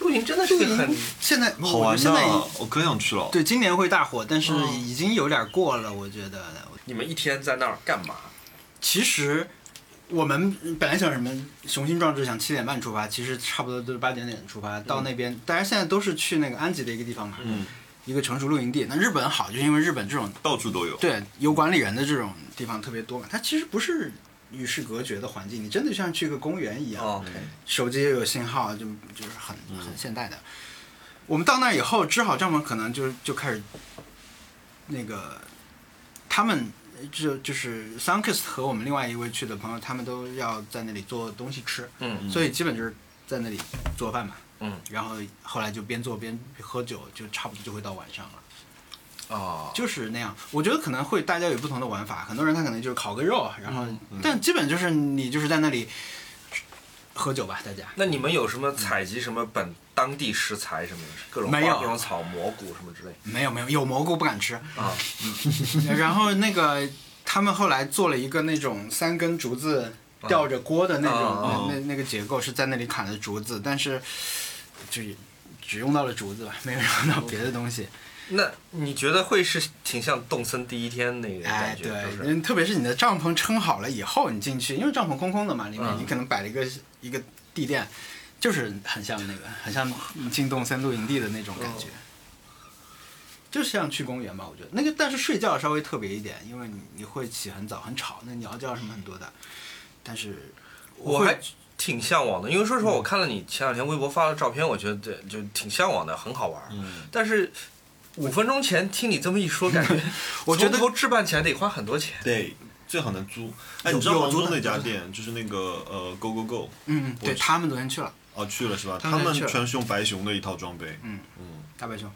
B: 露营真的是一个很
C: 现在
A: 好
C: 我
A: 玩
C: 觉得现
A: 的啊
C: 在已，
A: 我可想去了。
C: 对今年会大火，但是
B: 嗯
C: 已经有点过了，我觉得。
B: 你们一天在那儿干嘛？
C: 其实我们本来想什么雄心壮志，想七点半出发，其实差不多都是八点点出发。到那边，大家现在都是去那个安吉的一个地方嘛，
A: 嗯，
C: 一个成熟露营地。那日本好，就是因为日本这种
A: 到处都有。
C: 对有管理员的这种地方特别多嘛，它其实不是与世隔绝的环境，你真的像去一个公园一样。
B: 哦，
C: 手机也有信号，就就是很
B: 嗯
C: 很现代的。我们到那以后，支好帐篷可能就就开始那个他们就就是 Sunkist 和我们另外一位去的朋友，他们都要在那里做东西吃，
B: 嗯，
C: 所以基本就是在那里做饭嘛。
B: 嗯，
C: 然后后来就边做边喝酒，就差不多就会到晚上了，
B: 哦，
C: 就是那样。我觉得可能会大家有不同的玩法，很多人他可能就是烤个肉，啊然后、
B: 嗯
C: 但基本就是你就是在那里喝酒吧，大家。
B: 那你们有什么采集什么本当地食材什么的，各种花
C: 没有
B: 各种草、蘑菇什么之类
C: 没有没有，有蘑菇不敢吃。
B: 啊？
C: 然后那个他们后来做了一个那种三根竹子吊着锅的那种，
B: 啊
A: 啊
C: 那那那个结构是在那里砍的竹子，但是就只用到了竹子吧，没有用到别的东西。
B: 那你觉得会是挺像动森第一天那个
C: 哎
B: 感，觉，
C: 对
B: 就，是
C: 嗯，特别是你的帐篷撑好了以后，你进去，因为帐篷空空的嘛，里面
B: 嗯
C: 你可能摆了一个一个地垫，就是很像那个，很像进洞森露营地的那种感觉。
B: 哦
C: 就像去公园吧，我觉得那个，但是睡觉稍微特别一点，因为你你会起很早，很吵，那鸟叫什么很多的。但是
B: 我
C: 会
B: 还挺向往的，因为说实
C: 嗯
B: 话，我看了你前两天微博发的照片，我觉得就挺向往的，很好玩。
A: 嗯，
B: 但是五分钟前听你这么一说，感觉
C: *laughs* 我觉得
B: 从头置办起来得花很多钱。
A: 对，最好能租。哎，
C: 有
A: 你知道
C: 有
A: 杭州
C: 租的
A: 那家
C: 有租
A: 店，就是那个呃，Go Go Go，
C: 嗯，对
A: 我
C: 他们昨天去了
A: 哦，去了是吧？
C: 他
A: 他
C: 们
A: 们
C: 去了
A: 全是用白熊的一套装备。
C: 嗯
A: 嗯，
C: 大白熊，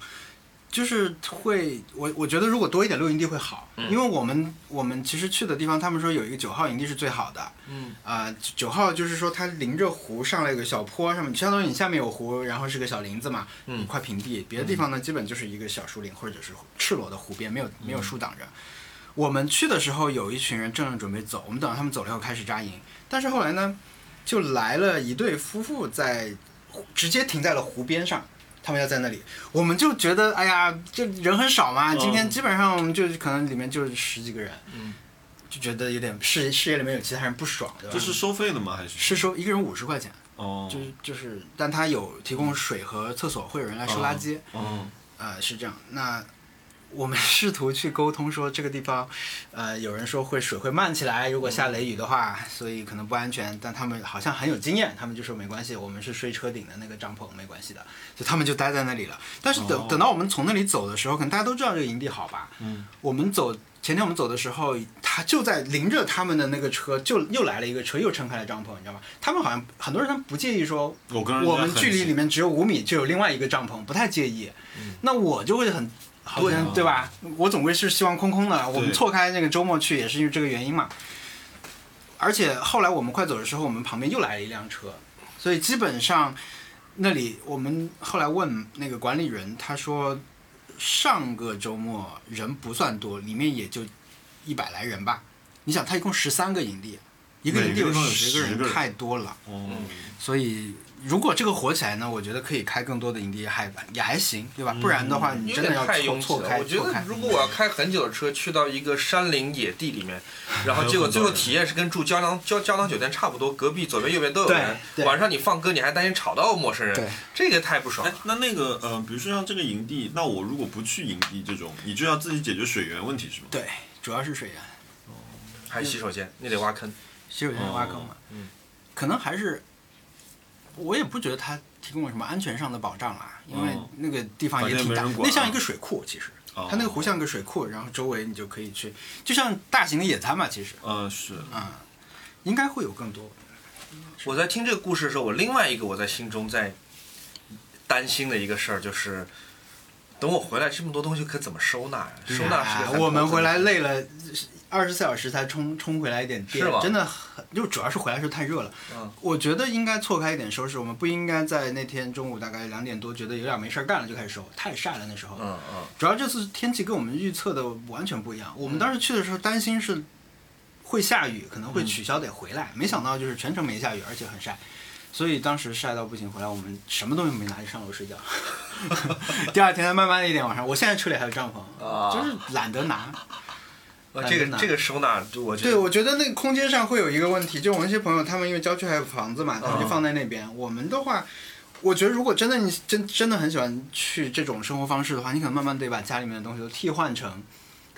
C: 就是会我我觉得如果多一点露营地会好，
B: 嗯
C: 因为我们我们其实去的地方，他们说有一个九号营地是最好的，
B: 嗯，
C: 啊，九号就是说它临着湖上来有个小坡，上面相当于你下面有湖，然后是个小林子嘛，
B: 嗯
C: 一块平地。别的地方呢，基本就是一个小树林或者是赤裸的湖边，没
A: 嗯
C: 有没有树挡着。我们去的时候有一群人正准备走，我们等到他们走了以后开始扎营，但是后来呢，就来了一对夫妇在湖直接停在了湖边上。他们要在那里，我们就觉得，哎呀，这人很少嘛。
A: 嗯
C: 今天基本上我们就可能里面就十几个人，
B: 嗯
C: 就觉得有点视视野里面有其他人不爽，对吧？
A: 这是收费的吗？还是
C: 是收一个人五十块钱，
A: 哦，
C: 就是就是，但他有提供水和厕所，会有人来收垃圾，
A: 嗯，
C: 呃，是这样。那我们 *laughs* 试图去沟通说这个地方，呃，有人说会水会漫起来，如果下雷雨的话，所以可能不安全。但他们好像很有经验，他们就说没关系，我们是睡车顶的那个帐篷，没关系的。就他们就待在那里了。但是等、
A: 哦
C: 等到我们从那里走的时候，可能大家都知道这个营地好吧？
A: 嗯，
C: 我们走。前天我们走的时候，他就在临着他们的那个车，就又来了一个车，又撑开了帐篷，你知道吗？他们好像很多人他们不介意说
A: 我跟人家
C: 我们
A: 很
C: 距离
A: 近嗯
C: 里面只有五米，就有另外一个帐篷，不太介意。那我就会很好
A: 对啊
C: 像对吧？我总归是希望空空的。我们
A: 对
C: 错开那个周末去也是因为这个原因嘛。而且后来我们快走的时候，我们旁边又来了一辆车，所以基本上那里我们后来问那个管理人，他说上个周末人不算多，里面也就一百来人吧。你想，他一共十三个营地，一个
A: 每
C: 营地
A: 个
C: 有
A: 地方有
C: 十个
A: 10个
C: 人，
A: 人
C: 太多了。
B: 嗯
A: 哦，
C: 所以如果这个火起来呢，我觉得可以开更多的营地，还也还行，对吧？不然的话，你
B: 嗯有
C: 真的
B: 点
C: 要
B: 太
C: 错
B: 拥挤
C: 错
B: 了。
C: 开。
B: 我觉
C: 错
B: 得
C: 开嗯
B: 如果我要开很久的车去到一个山林野地
C: *laughs*
B: 里面，然后结果最后体验是跟住胶囊胶胶囊酒店差不多，隔壁左边右边都有人
C: 对，对
B: 晚上你放歌你还担心吵到陌生
C: 对
B: 人，这个太不爽
A: 哎
B: 了。，
A: 那那个呃，比如说像这个营地，那我如果不去营地这种，你就要自己解决水源问题是吗？
C: 对，主要是水源，
B: 还有洗手间，你得挖坑。
C: 洗手间挖坑嘛，
B: 嗯，
C: 可能还是我也不觉得它提供了什么安全上的保障啦，因为
B: 哦
A: 嗯
C: 那个地方也
A: 反正
C: 挺
A: 没
C: 大
A: 人，管
C: 那像
A: 啊
C: 一个水库，其实
A: 哦
C: 它那个湖像个水库，然后周围你就可以去，就像大型的野餐嘛，其实
A: 呃，是，
C: 啊，应该会有更多。
B: 我在听这个故事的时候，我另外一个我在心中在担心的一个事儿就是，等我回来这么多东西可怎么收纳呀？收纳是个
C: 哎
B: 很头
C: 我
B: 疼
C: 们
B: 的
C: 回来
B: 事
C: 累了，二十四小时才充充回来一点电
B: 是吗，
C: 真的很，就主要是回来的时候太热了。
B: 嗯
C: 我觉得应该错开一点收拾，我们不应该在那天中午大概两点多觉得有点没事儿干了就开始收，太晒了那时候。
B: 嗯嗯，
C: 主要这次天气跟我们预测的完全不一样，我们当时去的时候担心是会下雨，可能
B: 嗯
C: 会取消得回来，没想到就是全程没下雨，而且很晒。所以当时晒到不行，回来我们什么东西没拿，就上楼睡觉。 *laughs* 第二天才慢慢的一点晚上，我现在车里还有帐篷，
B: 啊
C: 就是懒得
B: *laughs*
C: 拿。
B: 哇这
C: 真
B: 个
C: 的
B: 这个收纳，就我觉
C: 对，
B: 得
C: 我觉得那个空间上会有一个问题，就我那些朋友，他们因为郊区还有房子嘛，他们就
B: 嗯
C: 放在那边。我们的话，我觉得如果真的你真真的很喜欢去这种生活方式的话，你可能慢慢得把家里面的东西都替换成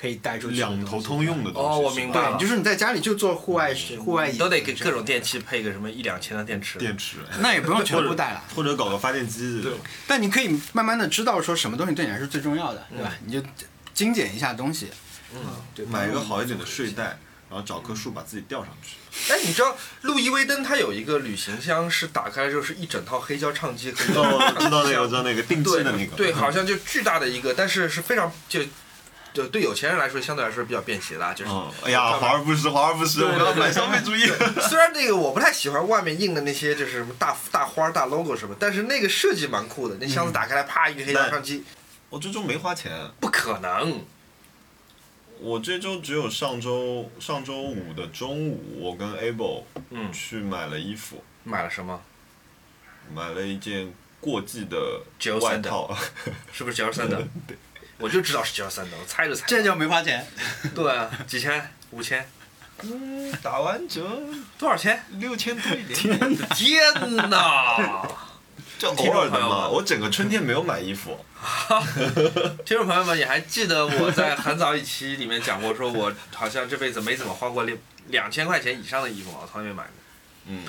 C: 可以带出去的
A: 两头通用的东西。
B: 哦我
A: 是吧
B: 明白了
C: 对，就是你在家里就做户外室、户外椅，
B: 你嗯都得给各种电器配个什么一两千的电池。
A: 电池，
C: 那也不用全部带了，
A: 或者搞个发电机。
B: 对
C: 但你可以慢慢的知道说什么东西对你来说最重要的，对吧？你就精简一下东西，
B: 嗯，
C: 对，
A: 买一个好一点的睡袋，然后找棵树把自己吊上去。
B: 哎，你知道路易威登它有一个旅行箱，是打开就是一整套黑胶唱机可以。
A: 哦，知道那个，我知道那个定制的那个。
B: *laughs* 对，好像就巨大的一个，但是是非常就就对有钱人来说相对来说比较便携的，啊，就是、
A: 嗯，哎呀，华而不实，华而不实，我们要反消费主义。
B: *laughs* 虽然那个我不太喜欢外面印的那些就是什么大大花儿大 logo 什么，但是那个设计蛮酷的，那
A: 嗯
B: 箱子打开来啪一个黑胶唱机，
A: *laughs* 我这周没花钱，
B: 不可能，
A: 我这周只有上周上周五的中午，我跟 Able
B: 嗯，
A: 去买了衣服，
B: 买了什么？
A: 买了一件过季的
B: Jill
A: 外
B: *laughs*
A: 套。
B: 是不是九十三的？我就知道是九十三的，我猜着猜。
C: 这就没花钱。
B: 对啊，几千、五千、
A: 嗯，打完折
B: 多
A: *laughs*
B: 少钱？
A: 六千多一点。
B: 天哪！
A: 就偶尔的
B: 听众朋友
A: 嘛，
B: 们
A: 我整个春天没有买衣服。
B: 听众朋友们，你还记得我在很早一期里面讲过，说我好像这辈子没怎么花过两两千块钱以上的衣服嘛，我从来没买过。
A: 嗯，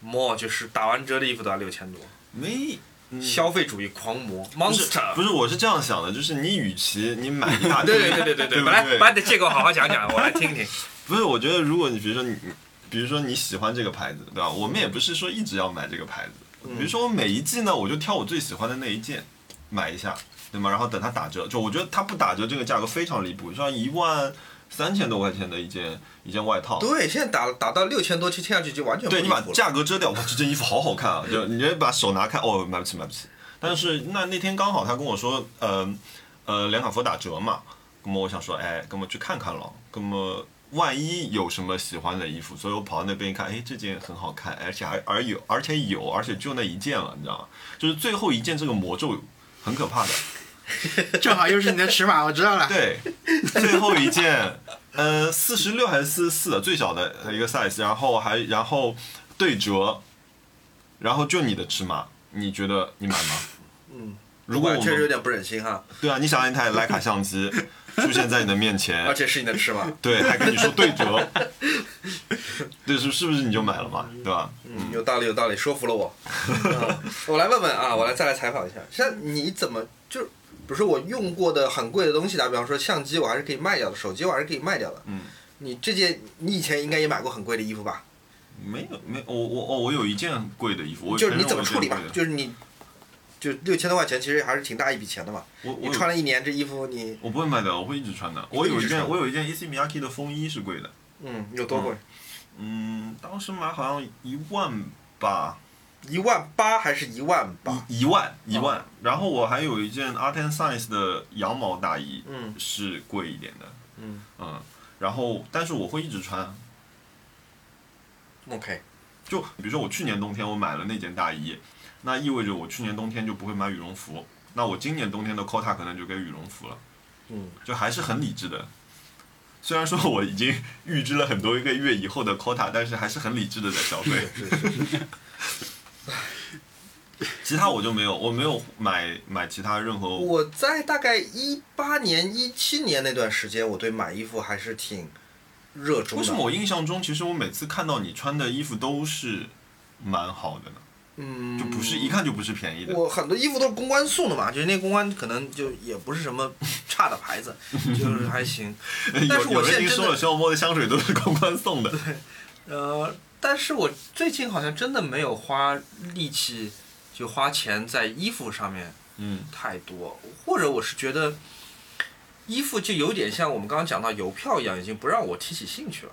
B: 魔就是打完折的衣服都要六千多，
A: 没。嗯
B: 消费主义狂魔
A: 不是
B: monster。
A: 不是，我是这样想的，就是你与其你买一大
B: *laughs*
A: 堆，
B: 对对对对对
A: 对不
B: 本来把你的借口好好讲 *laughs* 讲，我来听听。
A: 不是，我觉得如果你比如说你，比如说你喜欢这个牌子，对吧？我们也不是说一直要买这个牌子，比如说我每一季呢，我就挑我最喜欢的那一件买一下，对吗？然后等它打折，就我觉得它不打折这个价格非常离谱，像一万三千多块钱的一件一件外套。
B: 对，现在打打到六千多，去听上去就完全不
A: 对
B: 离
A: 你把
B: 谱了。
A: 价格遮掉，哇，这件衣服好好看啊！
B: *laughs*
A: 就你直接把手拿开，哦，买不起，买不起。但是那那天刚好他跟我说，呃呃，连卡佛打折嘛，那么我想说，哎，那么去看看咯，那么万一有什么喜欢的衣服，所以我跑到那边一看，哎，这件很好看，而且还而有，而且有，而且就那一件了，你知道吗？就是最后一件这个魔咒很可怕的，
C: 正好又是你的尺码，我知道了。
A: *laughs* 对，最后一件，呃，四十六还是四十四，最小的呃一个 size，然后还然后对折，然后就你的尺码，你觉得你买吗？
B: 嗯，
A: 如果我
B: 我确实有
A: 们
B: 点不忍心哈，
A: 对啊，你想一台徕卡相机 *laughs* 出现在你的面
B: 而
A: 前，
B: 且是你的尺 *laughs* 码。
A: 对，还跟你说对
B: *laughs*
A: 折，对是是不是你就买了嘛？对吧？
B: 嗯，有道理，有道理，说服了我。 *laughs* 啊我来问问啊，我来再来采访一下，像你怎么就是，比如说我用过的很贵的东西，打比方说相机，我还是可以卖掉的，手机我还是可以卖掉的。
A: 嗯，
B: 你这件你以前应该也买过很贵的衣服吧？
A: 没有没有我我哦我有一件贵的衣服，我
B: 就是
A: 承
B: 你
A: 认
B: 怎么
A: 我有
B: 处理
A: 一件
B: 吧
A: 贵？的
B: 就是你，就六千多块钱，其实还是挺大一笔钱的嘛。
A: 我
B: 你
A: 我有
B: 穿了一年这衣服你，
A: 我不会卖的，我会一直穿的。
B: 你
A: 我有
B: 一
A: 一
B: 直
A: 件
B: 穿
A: 我有一件 AC Miyake 的风衣是贵的。
B: 嗯有多贵？
A: 嗯，当时买好像一万吧，
B: 一万八还是一万八？
A: 一一万一万。然后我还有一件 Art and Science 的羊毛大衣，
B: 嗯
A: 是贵一点的，
B: 嗯
A: 嗯。然后，但是我会一直穿。
B: 嗯，OK，
A: 就比如说我去年冬天我买了那件大衣，那意味着我去年冬天就不会买羽绒服。那我今年冬天的 quota 可能就给羽绒服了，
B: 嗯，
A: 就还是很理智的。虽然说我已经预支了很多个月以后的 quota，但是还是很理智的在消费。
B: 是是是，
A: 其他我就没有，我没有买买其他任何
B: 我在大概一八年、一七年那段时间，我对买衣服还是挺热衷的。
A: 为什么？我印象中，其实我每次看到你穿的衣服都是蛮好的呢？
B: 嗯，
A: 就不是一。看就不是便宜的。
B: 我很多衣服都是公关送的嘛，就是那公关可能就也不是什么差的牌 *laughs* 子，就是还行。但是
A: 有有
B: 我现在
A: 人已经
B: 真的
A: 说了，小莫的香水都是公关送的。
B: 呃，但是我最近好像真的没有花力气，就花钱在衣服上面
A: 嗯
B: 太多，或者我是觉得，衣服就有点像我们刚刚讲到邮票一样，已经不让我提起兴趣了。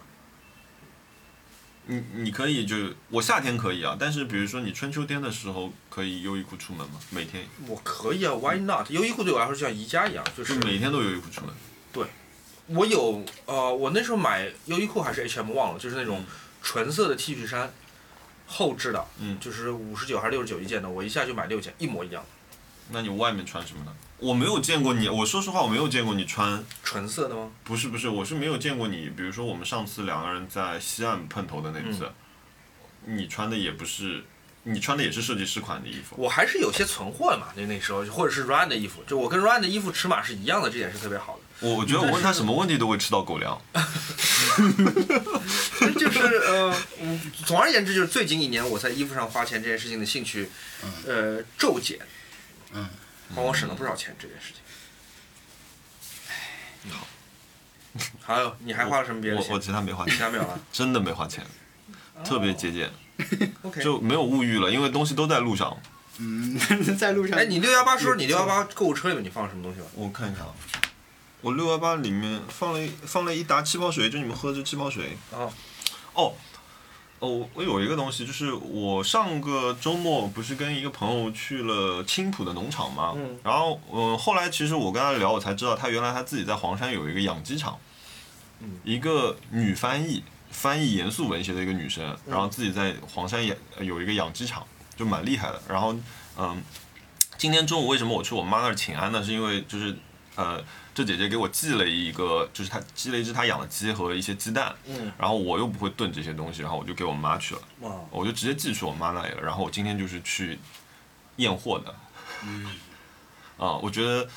A: 你你可以就是我夏天可以啊，但是比如说你春秋天的时候可以优衣库出门吗？每天
B: 我可以啊，Why not？优衣库对我来说就像宜家一样，就
A: 就是每天都优衣库出门。
B: 我有呃，我那时候买优衣库还是 H&M 忘了，就是那种纯色的 T 恤衫，后置的，
A: 嗯
B: 就是五十九还是六十九一件的，我一下就买六件，一模一样，
A: 那你外面穿什么呢？我没有见过你，我说实话我没有见过你穿，
B: 纯色的吗？
A: 不是不是，我是没有见过你。比如说我们上次两个人在西岸碰头的那次，你穿的也不是，你穿的也是设计师款的衣服。
B: 我还是有些存货的嘛，就那时候，或者是 Run 的衣服，就我跟 Run 的衣服尺码是一样的，这点是特别好的。
A: 我我觉得我问他什么问题都会吃到狗粮。
B: *laughs* 就是呃，嗯总而言之，就是最近一年我在衣服上花钱这件事情的兴趣，呃，骤减，
C: 嗯，
B: 帮我省了不少钱这件事情。 *laughs* 好，还有你还花了什么别的
A: 我我
B: 钱？
A: 其他没花
B: 其他
A: 钱，
B: 没有了。
A: 真的没花钱，特别节俭，
B: OK。
A: *laughs* 就没有物欲了，因为东西都在路上。
C: 嗯， *laughs* 在路上。
B: 哎，你六幺八时候，你六幺八购物车里面你放了什么东西吗？
A: 我看一下啊，我六幺八里面放了一放了一打气泡水，就你们喝的气泡水。
B: 哦，
A: 哦，哦，我有一个东西，就是我上个周末不是跟一个朋友去了青浦的农场嘛，
B: 嗯
A: 然后嗯、呃后来其实我跟他聊，我才知道他原来他自己在黄山有一个养鸡场，
B: 嗯
A: 一个女翻译，翻译严肃文学的一个女生，
B: 嗯
A: 然后自己在黄山也呃有一个养鸡场，就蛮厉害的。然后嗯，今天中午为什么我去我妈那儿请安呢？是因为就是呃。这姐姐给我寄了一个，就是她寄了一只她养的鸡和一些鸡蛋，
B: 嗯，
A: 然后我又不会炖这些东西，然后我就给我妈去了，
B: 哇，
A: 我就直接寄去我妈那里了。然后我今天就是去验货的。嗯。 *laughs* 啊，我觉得，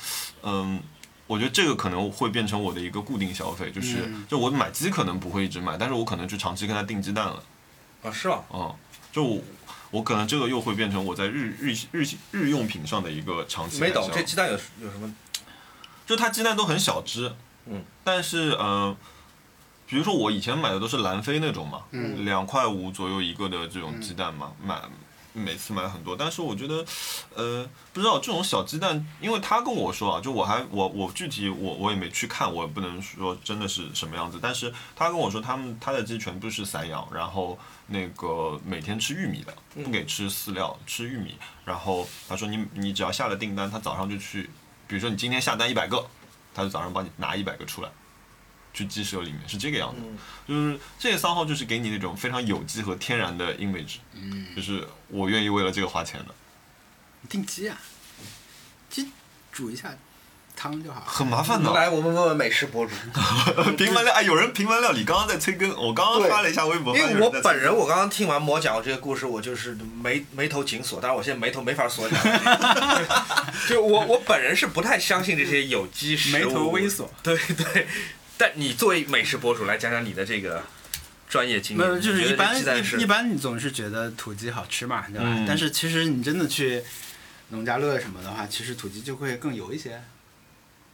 A: 嗯，我觉得这个可能会变成我的一个固定消费，就是、
C: 嗯
A: 就我买鸡可能不会一直买，但是我可能就长期跟他订鸡蛋了。
B: 啊是吧？
A: 啊，就我我可能这个又会变成我在日日日日用品上的一个长期
B: 没
A: 开销。
B: 懂这鸡蛋有有什么？
A: 就它鸡蛋都很小只，
B: 嗯，
A: 但是呃，比如说我以前买的都是南非那种嘛，
C: 嗯
A: 两块五左右一个的这种鸡蛋嘛，买每次买很多，但是我觉得，呃，不知道这种小鸡蛋，因为他跟我说啊，就我还我我具体我我也没去看，我也不能说真的是什么样子，但是他跟我说他们他的鸡全部是散养，然后那个每天吃玉米的，不给吃饲料，吃玉米，然后他说你你只要下了订单，他早上就去比如说你今天下单一百个，他就早上帮你拿一百个出来，去鸡舍里面是这个样子。
B: 嗯
A: 就是这个三号就是给你那种非常有机和天然的 image，
C: 嗯，
A: 就是我愿意为了这个花钱的。
C: 定鸡啊，鸡煮一下汤就好。
A: 很麻烦的， *laughs*
B: 来，我们问问美食博主，
A: 评完料哎，有人评完料理，刚刚在催更，我刚刚
B: 对
A: 发了一下微博，
B: 因
A: 发现
B: 为
A: 有
B: 我
A: 在催
B: 本人我刚刚听完魔讲我这个故事，我就是眉眉头紧锁，但是我现在眉头没法锁起来， *laughs* 就我我本人是不太相信这些有机食物，
C: 眉头微锁，
B: *laughs* 对对。但你作为美食博主来讲讲你的这个专业经
C: 没
B: 验，
C: 有，就是
B: 你觉
C: 一
B: 得
C: 般
B: 这鸡蛋是
C: 一一般你总是觉得土鸡好吃嘛，对吧？
A: 嗯
C: 但是其实你真的去农家乐什么的话，其实土鸡就会更油一些，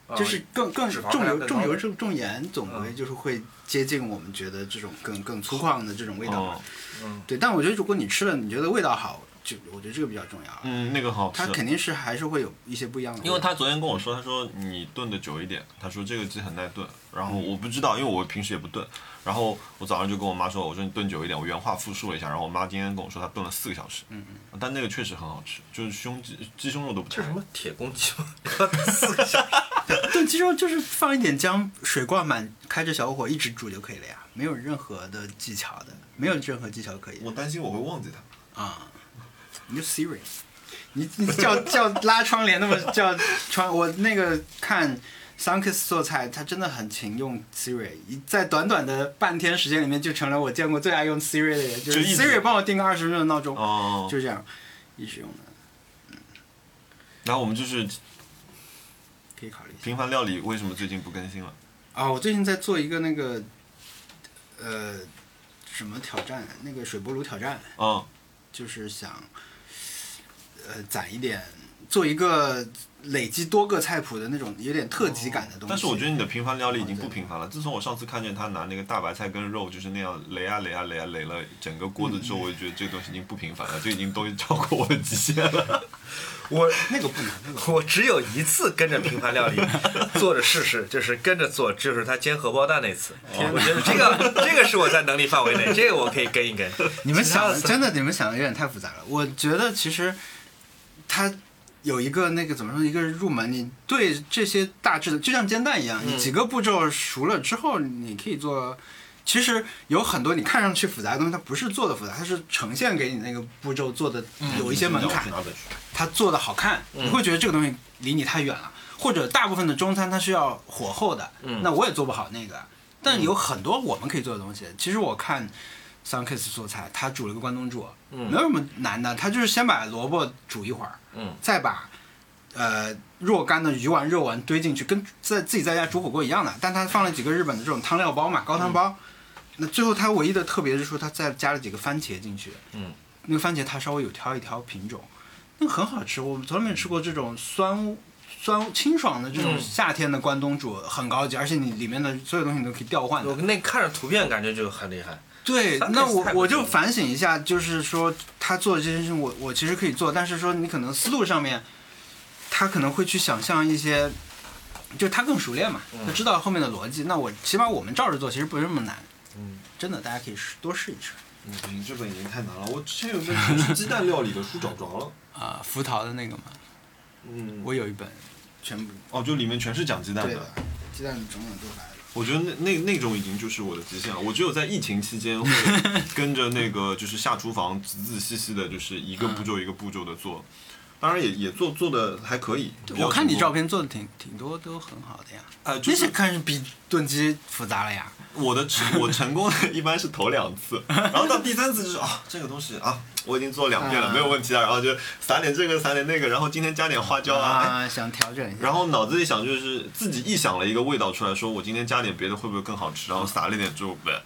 B: 啊
C: 就是更更
B: 脂肪
C: 重
B: 含量
C: 油
B: 更
C: 重
B: 高嗯
C: 油重重盐，总归就是会接近我们觉得这种更更粗犷的这种味道嘛。
A: 哦，
C: 对，但我觉得如果你吃了，你觉得味道好，就我觉得这个比较重要。啊
A: 嗯，那个很好
C: 它
A: 吃。
C: 肯定是还是会有一些不一样的味道，
A: 因为他昨天跟我说，他说你炖的久一点，他说这个鸡很耐炖，然后我不知道，因为我平时也不炖，然后我早上就跟我妈说，我说你炖久一点，我原话复述了一下，然后我妈今天跟我说她炖了四个小时，嗯嗯，但那个确实很好吃，就是胸鸡鸡胸肉都不
B: 这
A: 柴
B: 是什，么铁公鸡吗？ *laughs* 四个小时
C: *laughs* 炖鸡肉就是放一点姜，水灌满，开着小火一直煮就可以了呀，没有任何的技巧的，没有任何技巧可以
A: 我担心我会忘记它。
C: 啊。你就 Siri，你 *laughs* 你叫叫拉窗帘那么叫窗，我那个看 Sunkiss 做菜，他真的很勤用 Siri，一在短短的半天时间里面就成了我见过最爱用 Siri 的人，就是
A: 就一直
C: Siri 帮我定个二十分钟的闹钟，
A: 哦，
C: 就这样一直用的，
A: 然后我们就是
C: 可以考虑一下。
A: 平凡料理为什么最近不更新了？
C: 啊，我最近在做一个那个，呃，什么挑战？那
A: 哦
C: 个水波炉挑战，
A: 嗯
C: 就是想，呃，攒一点做一个累积多个菜谱的那种有点特级感的东西。
A: 哦但是我觉得你的频繁料理已经不频繁了。自从我上次看见他拿那个大白菜跟肉就是那样垒啊垒啊垒啊垒了整个锅子之后，我就觉得这个东西已经不频繁了，这已经东西超过我的极限了。
B: 我
C: 那个不难，那个
B: 我只有一次跟着平凡料理做着试试，就是跟着做，就是他煎荷包蛋那次。我觉得这个这个是我在能力范围内，这个我可以跟一跟。
C: *laughs* 你们想
B: 其他
C: 的
B: 的
C: 真的，你们想的有点太复杂了。我觉得其实它有一个那个怎么说，一个入门，你对这些大致的，就像煎蛋一
B: 嗯
C: 样，你几个步骤熟了之后，你可以做。其实有很多你看上去复杂的东西，它不是做的复杂，它是呈现给你那个步骤做的
B: 嗯
C: 有一些门槛，
A: 拿本书
C: 它做的好看，你会觉得这个东西离你太远了。或者大部分的中餐它是要火候的，
B: 嗯
C: 那我也做不好那个。但有很多我们可以做的东西。其实我看 Sunkiss 做菜，他煮了个关东煮，没有什么难的，他就是先把萝卜煮一会儿，
B: 嗯
C: 再把呃若干的鱼丸、肉丸堆进去，跟在自己在家煮火锅一样的。但他放了几个日本的这种汤料包嘛，高汤包。
B: 嗯
C: 那最后他唯一的特别是说，他再加了几个番茄进去，
B: 嗯，
C: 那个番茄他稍微有挑一挑品种，那个很好吃，我从来没吃过这种酸。酸清爽的这种
B: 嗯
C: 夏天的关东煮很高级，而且你里面的所有东西你都可以调换的
B: 我。那看着图片感觉就很厉害。
C: 对，
B: 三
C: 那
B: 个
C: 我
B: 菜
C: 我
B: 不
C: 就
B: 行
C: 反省一下，就是说他做的这件事情我，我其实可以做，但是说你可能思路上面，他可能会去想象一些，就他更熟练嘛，
B: 嗯
C: 他知道后面的逻辑。那我起码我们照着做，其实不是那么难。
B: 嗯，
C: 真的，大家可以试多试一试。
A: 嗯，这本已经太难了。我之前有本就是鸡蛋料理的书找不着了。
C: 啊、福桃的那个嘛，
A: 嗯，
C: 我有一本，全部
A: 哦，就里面全是讲鸡蛋
C: 对
A: 的
C: 的。，鸡蛋种种都来了。
A: 我觉得那那那种已经就是我的极限了。我只有在疫情期间
C: *laughs*
A: 会跟着那个就是下厨房仔仔细细的，就是一个步骤
C: 嗯
A: 一个步骤的做。当然也也做做的还可以。比较
C: 我看你
A: 成功
C: 照，片做的挺挺多，都很好的呀。
B: 啊
A: 呃，就
C: 那些
A: 是
C: 看是比炖鸡复杂了呀。
A: 我的成我成功 *laughs* 的一般是头两
C: *laughs*
A: 次，然后到第三次就是啊这个东西啊我已经做两遍了、
C: 啊
A: 没有问题了，然后就撒点这个撒点那个，然后今天加点花椒啊，哎
C: 啊，想调整一下。
A: 然后脑子里想就是自己臆想了一个味道出来，说我今天加点别的会不会更好吃？然后撒了一点之后，呗，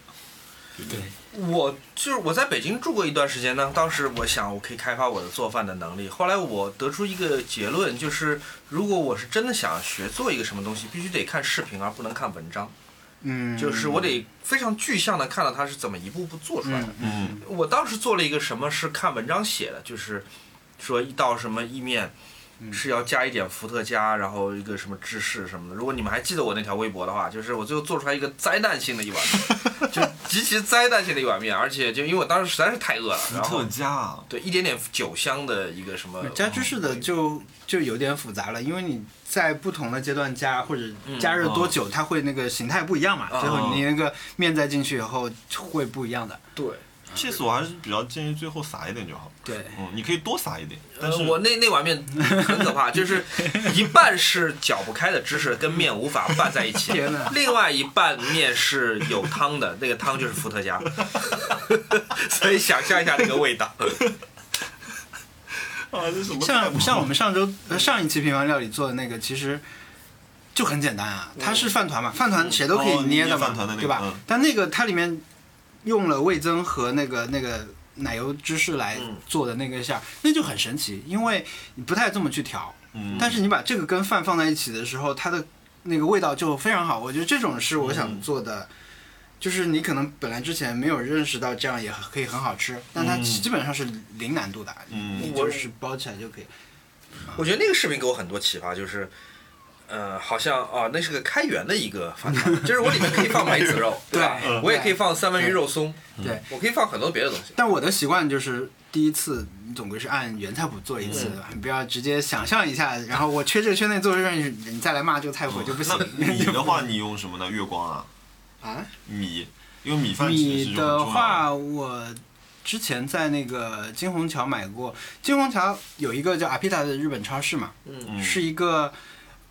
C: 对，
B: 我就是我在北京住过一段时间呢，当时我想我可以开发我的做饭的能力。后来我得出一个结论，就是如果我是真的想学做一个什么东西，必须得看视频而不能看文章，
C: 嗯，
B: 就是我得非常具象的看到它是怎么一步步做出来的。
C: 嗯
A: 嗯
B: 我当时做了一个什么是看文章写的，就是说一道什么意面
C: 嗯
B: 是要加一点伏特加，然后一个什么芝士什么的。如果你们还记得我那条微博的话，就是我最后做出来一个灾难性的一碗面，就极其灾难性的一碗面，而且就因为我当时实在是太饿了，然后
A: 加啊，
B: 对一点点酒香的一个什么
A: 嗯
C: 加芝士的就就有点复杂了，因为你在不同的阶段加或者加热多久，它会那个形态不一样嘛，
A: 嗯
B: 哦
C: 最后你那个面再进去以后会不一样的。
B: 对。
A: 这次我还是比较建议最后撒一点就好。
C: 对，
A: 嗯，你可以多撒一点，但
B: 呃
A: 是，
B: 我那那碗面很可怕，就是一半是搅不开的芝士跟面无法拌在一起
C: 天哪，
B: 另外一半面是有汤的，那个汤就是伏特加， *laughs* 所以想象一下那个味道。
A: 啊，这什么菜谱
C: 像像我们上周呃上一期平凡料理做的那个，其实就很简单啊，它是饭团嘛，饭团谁都可以
A: 嗯哦
C: 捏的
A: 捏
C: 嘛，
A: 饭团的那个
C: 对吧？
A: 嗯
C: 但那个它里面用了味增和那个那个奶油芝士来
B: 嗯
C: 做的那个馅儿，那就很神奇，因为你不太这么去调。
A: 嗯，
C: 但是你把这个跟饭放在一起的时候，它的那个味道就非常好。我觉得这种是我
A: 嗯
C: 想做的，就是你可能本来之前没有认识到这样也可以很好吃，但它
A: 嗯
C: 基本上是零难度的，
A: 嗯
C: 你就是包起来就可以。
B: 我觉得那个视频给我很多启发，就是，呃，好像啊，那是个开源的一个饭团，就是我里面可以放梅子肉，
C: 对
B: 吧
C: 嗯？
B: 我也可以放三文鱼肉松，
A: 嗯
C: 对，
B: 我可以放很多别的东西。
C: 但我的习惯就是第一次你总归是按原菜谱做一
A: 嗯
C: 次，你不要直接想象一下，然后我缺这个缺那做这个，你你再来骂这个菜谱就不行。
A: 哦
C: *laughs*
A: 那米的话，你用什么呢？月光啊，
C: 啊，
A: 米，因为米饭其实是
C: 米
A: 很重要
C: 的话，我之前在那个金虹桥买过。金虹桥有一个叫阿皮达的日本超市嘛，
A: 嗯
C: 是一个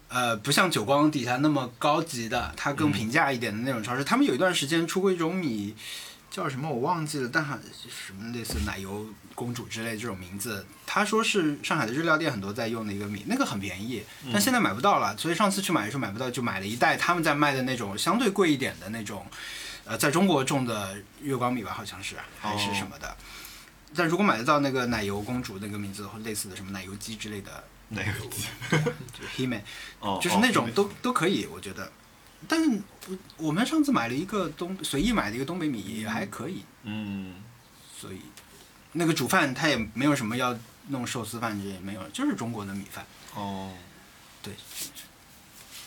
C: 呃不像久光底下那么高级的，它更平价一点的那种超市。他们有一段时间出过一种米，叫什么我忘记了，但好什么类似奶油公主之类这种名字。他说是上海的日料店很多在用的一个米，那个很便宜，但现在买不到了。所以上次去买的时候买不到，就买了一袋他们在卖的那种相对贵一点的那种。呃，在中国种的月光米吧，好像是还是什么的。但如果买得到那个奶油公主那个名字或类似的什么奶油鸡之类的，
A: 哪个
C: *laughs*
A: 字？
C: 就是 He-Man，
A: 哦，
C: 就是
A: 哦
C: 那种
A: 明白
C: 都都可以，我觉得。但是我我们上次买了一个东随意买的一个东北米也还可以，
A: 嗯，
C: 所以那个煮饭它也没有什么要弄寿司饭这也没有，就是中国的米饭，
A: 哦。
C: 对，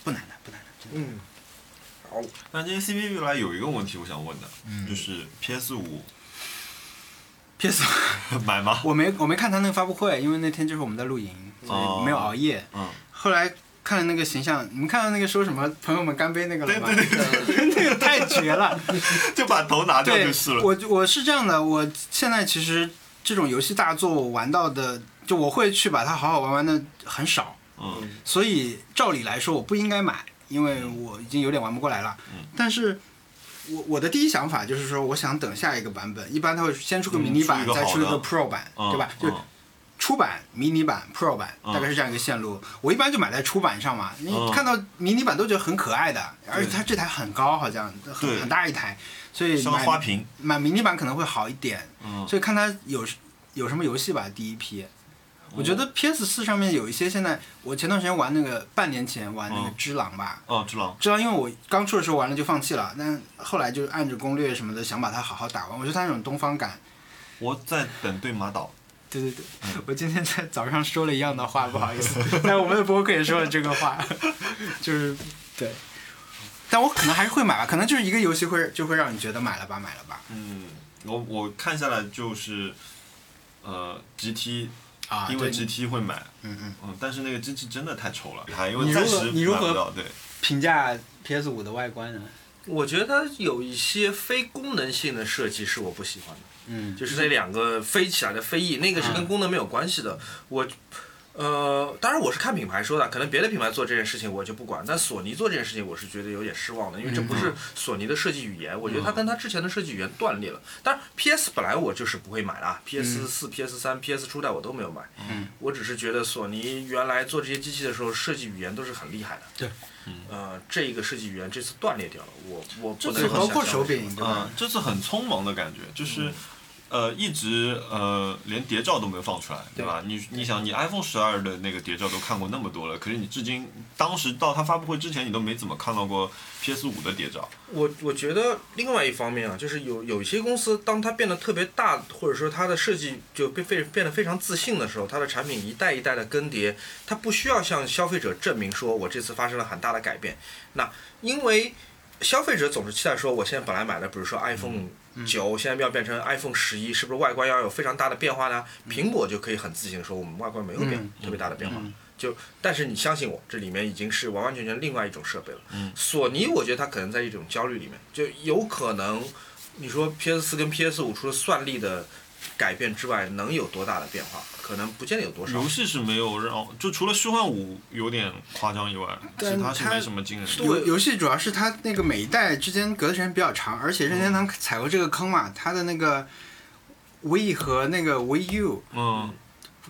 C: 不难的，不难的，真的。
B: 嗯，好，
A: 但今天 CP 未来有一个问题我想问的，
C: 嗯
A: 就是 PS 五
C: PS，
A: *laughs* 买吗？
C: 我没我没看他那个发布会，因为那天就是我们在露营，所以没有熬夜。
A: 嗯，
C: 后来看了那个形象，你们看到那个说什么“朋友们干杯”那个了吗？ *laughs* 那个太绝了。
A: *laughs* 就把头拿掉
C: 对
A: 就是，了。
C: 我我是这样的，我现在其实这种游戏大作我玩到的，就我会去把它好好玩玩的很少，
A: 嗯
C: 所以照理来说我不应该买，因为我已经有点玩不过来了。
A: 嗯
C: 但是。我我的第一想法就是说，我想等下一个版本，一般它会先出个
A: 嗯
C: 迷你
A: 出
C: 版，
A: 一个
C: 再
A: 好
C: 出一个
A: 的
C: Pro 版，
A: 嗯，
C: 对吧？就
A: 嗯
C: 出版、迷你版、Pro 版，
A: 嗯
C: 大概是这样一个线路。我一般就买在出版上嘛，你
A: 嗯
C: 看到迷你版都觉得很可爱的，而且它这台很高，好像很
A: 对
C: 很大一台，所以
A: 像个
C: 买
A: 花瓶，
C: 买迷你版可能会好一点。
A: 嗯，
C: 所以看它有有什么游戏吧，第一批。我觉得
A: 嗯
C: PS 四上面有一些现在，我前段时间玩那个，半年前玩那个
A: 嗯
C: 《只狼》吧，
A: 哦，知道，
C: 《只狼》因为我刚出的时候玩了就放弃了，但后来就是按着攻略什么的想把它好好打完。我觉得它那种东方感
A: 我在等对马岛。
C: 对对对，
A: 嗯
C: *laughs* 我今天在早上说了一样的话，不好意
A: *laughs*
C: 思，在我们的博客也说了这个话，就是对，但我可能还是会买吧，可能就是一个游戏会就会让你觉得买了吧，买了吧
A: 嗯，我我看下来就是，呃，GT，
C: 啊
A: 因为 GT 会买，
C: 嗯嗯，
A: 嗯，但是那个机器真的太丑了，还因为
C: 你如
A: 暂
C: 何
A: 时
C: 你如
A: 买不
C: 何
A: 到，对，
C: 评价 PS 五的外观呢？
B: 我觉得它有一些非功能性的设计是我不喜欢的。
C: 嗯
B: 就是那两个飞起来的飞翼，那个是跟功能没有关系的。我，呃，当然我是看品牌说的，可能别的品牌做这件事情我就不管，但索尼做这件事情我是觉得有点失望的，因为
C: 嗯
B: 这不是索尼的设计语言，我觉得它跟它之前的设计语言断裂了。当然，PS 本来我就是不会买的啊，PS 四、PS 三、PS 初代我都没有买，
C: 嗯
B: 我只是觉得索尼原来做这些机器的时候设计语言都是很厉害的。
C: 对，
B: 呃，这个设计语言这次断裂掉了，我我不能
A: 这
C: 对，
A: 次
B: 很
C: 包
B: 想
C: 括
B: 象
C: 手
B: 为什
C: 柄
B: 么
C: 对吧嗯
A: 嗯？，这次很匆忙的感觉，就是。呃，一直呃，连谍照都没有放出来，对吧？你你想，你 iPhone 十二的那个谍照都看过那么多了，可是你至今当时到它发布会之前，你都没怎么看到过 PS 五的谍照。
B: 我我觉得另外一方面啊，就是有有一些公司，当它变得特别大，或者说它的设计就变非变得非常自信的时候，它的产品一代一代的更迭，它不需要向消费者证明说我这次发生了很大的改变。那因为消费者总是期待说，我现在本来买的，比如说
C: 嗯
B: iPhone 九、现在要变成 iPhone 十一，是不是外观要有非常大的变化呢？苹果就可以很自信的说，我们外观没有变、
C: 嗯
B: 特别大的变化。
C: 嗯
B: 就但是你相信我，这里面已经是完完全全另外一种设备了。
A: 嗯
B: 索尼我觉得它可能在一种焦虑里面，就有可能你说 PS 四跟 PS 五除了算力的改变之外，能有多大的变化？可能不见得有多少
A: 游。戏是没有让，就除了虚幻五有点夸张以外，
C: 但
A: 其他是
C: 它
A: 没什么惊人的。
C: 游游戏主要是它那个每一代之间隔的时间比较长，而且任天堂踩过这个坑嘛，它的那个 V 和那个 V U
A: 嗯，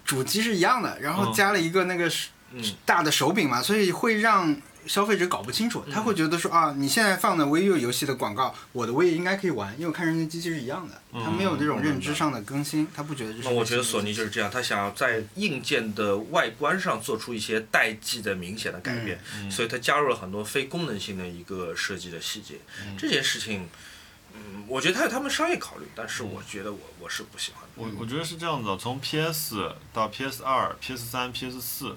C: 主机是一样的，然后
A: 嗯
C: 加了一个那个
B: 嗯，
C: 大的手柄嘛，所以会让消费者搞不清楚，他会觉得说啊，你现在放的 VU 游戏的广告，我的 V 应该可以玩，因为我看人家机器是一样的，
A: 嗯
C: 他没有这种认知上的更新，他不觉得这是。
B: 那我觉得索尼就是这样，他想要在硬件的外观上做出一些代际的明显的改变，
A: 嗯
B: 所以它加入了很多非功能性的一个设计的细节。这件事情，嗯，我觉得它有他们商业考虑，但是我觉得我我是不喜欢的。
C: 嗯
A: 我我觉得是这样子的，从 PS 到 PS 二、PS 三、PS 四，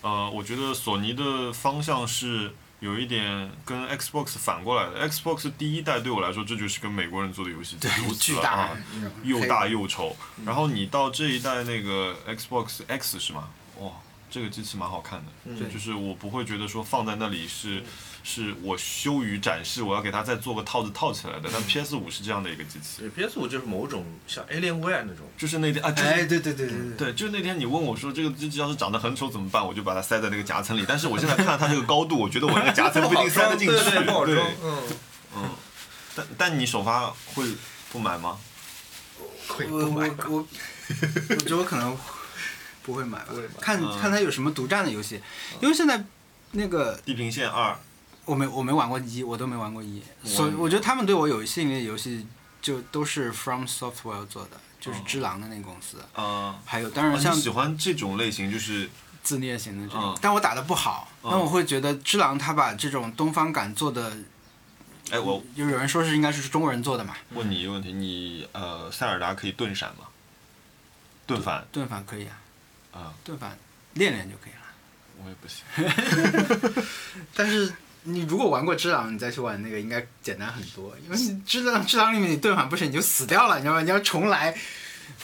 A: 呃，我觉得索尼的方向是有一点跟 Xbox 反过来的。Xbox 第一代对我来说，这就是跟美国人做的游戏，对
C: 对巨大
A: 啊，，
C: 那种嗯
A: 又大又丑。然后你到这一代那个 Xbox X 是吗？哇，这个机器蛮好看的，
B: 嗯
A: 就就是我不会觉得说放在那里
C: 嗯
A: 是是我羞于展示，我要给它再做个套子套起来的。
C: 嗯
A: 但 PS 五是这样的一个机器，
B: 对 PS 五就是某种像 Alienware 那种，
A: 就是那天啊，就是
C: 哎，对对对对对对，
A: 对，就那天你问我说这个机器要是长得很丑怎么办，我就把它塞在那个夹层里。但是我现在看它这个高度，我觉得我那个夹层不一定塞得进去。
B: 对 *laughs* 对，不好装。嗯，
A: 嗯，但但你首发会不买吗？
B: *laughs* 会
C: ，Oh 我
B: 不
C: 我
B: 买吧
C: 我，我觉得我可能不会买吧
B: 不会买，
C: 看
A: 嗯
C: 看他有什么独占的游戏，因为现在那个
A: 《地平线二》
C: 我没我没玩过一，我都没玩过一，
A: 我
C: 所以我觉得他们对我有吸引力的游戏就都是 From Software 做的，就是
A: 哦
B: 嗯
C: 只狼的那个公司，
A: 啊、
C: 还有当然
A: 啊
C: 像
A: 你喜欢这种类型，就是
C: 自虐型的这种，
A: 嗯
C: 但我打的不好，那、我会觉得只狼他把这种东方感做的，
A: 哎，我
C: 就有人说是应该是中国人做的嘛，
A: 问你一个问题，你呃，塞尔达可以盾闪吗？盾反
C: 盾反可以啊，
A: 啊，
C: 盾反练练就可以了。
A: 我也不行。
C: 但是你如果玩过《只狼》，你再去玩那个应该简单很多，因为你《只狼》《只狼》里面你盾反不行你就死掉了，你知道吗？你要重来，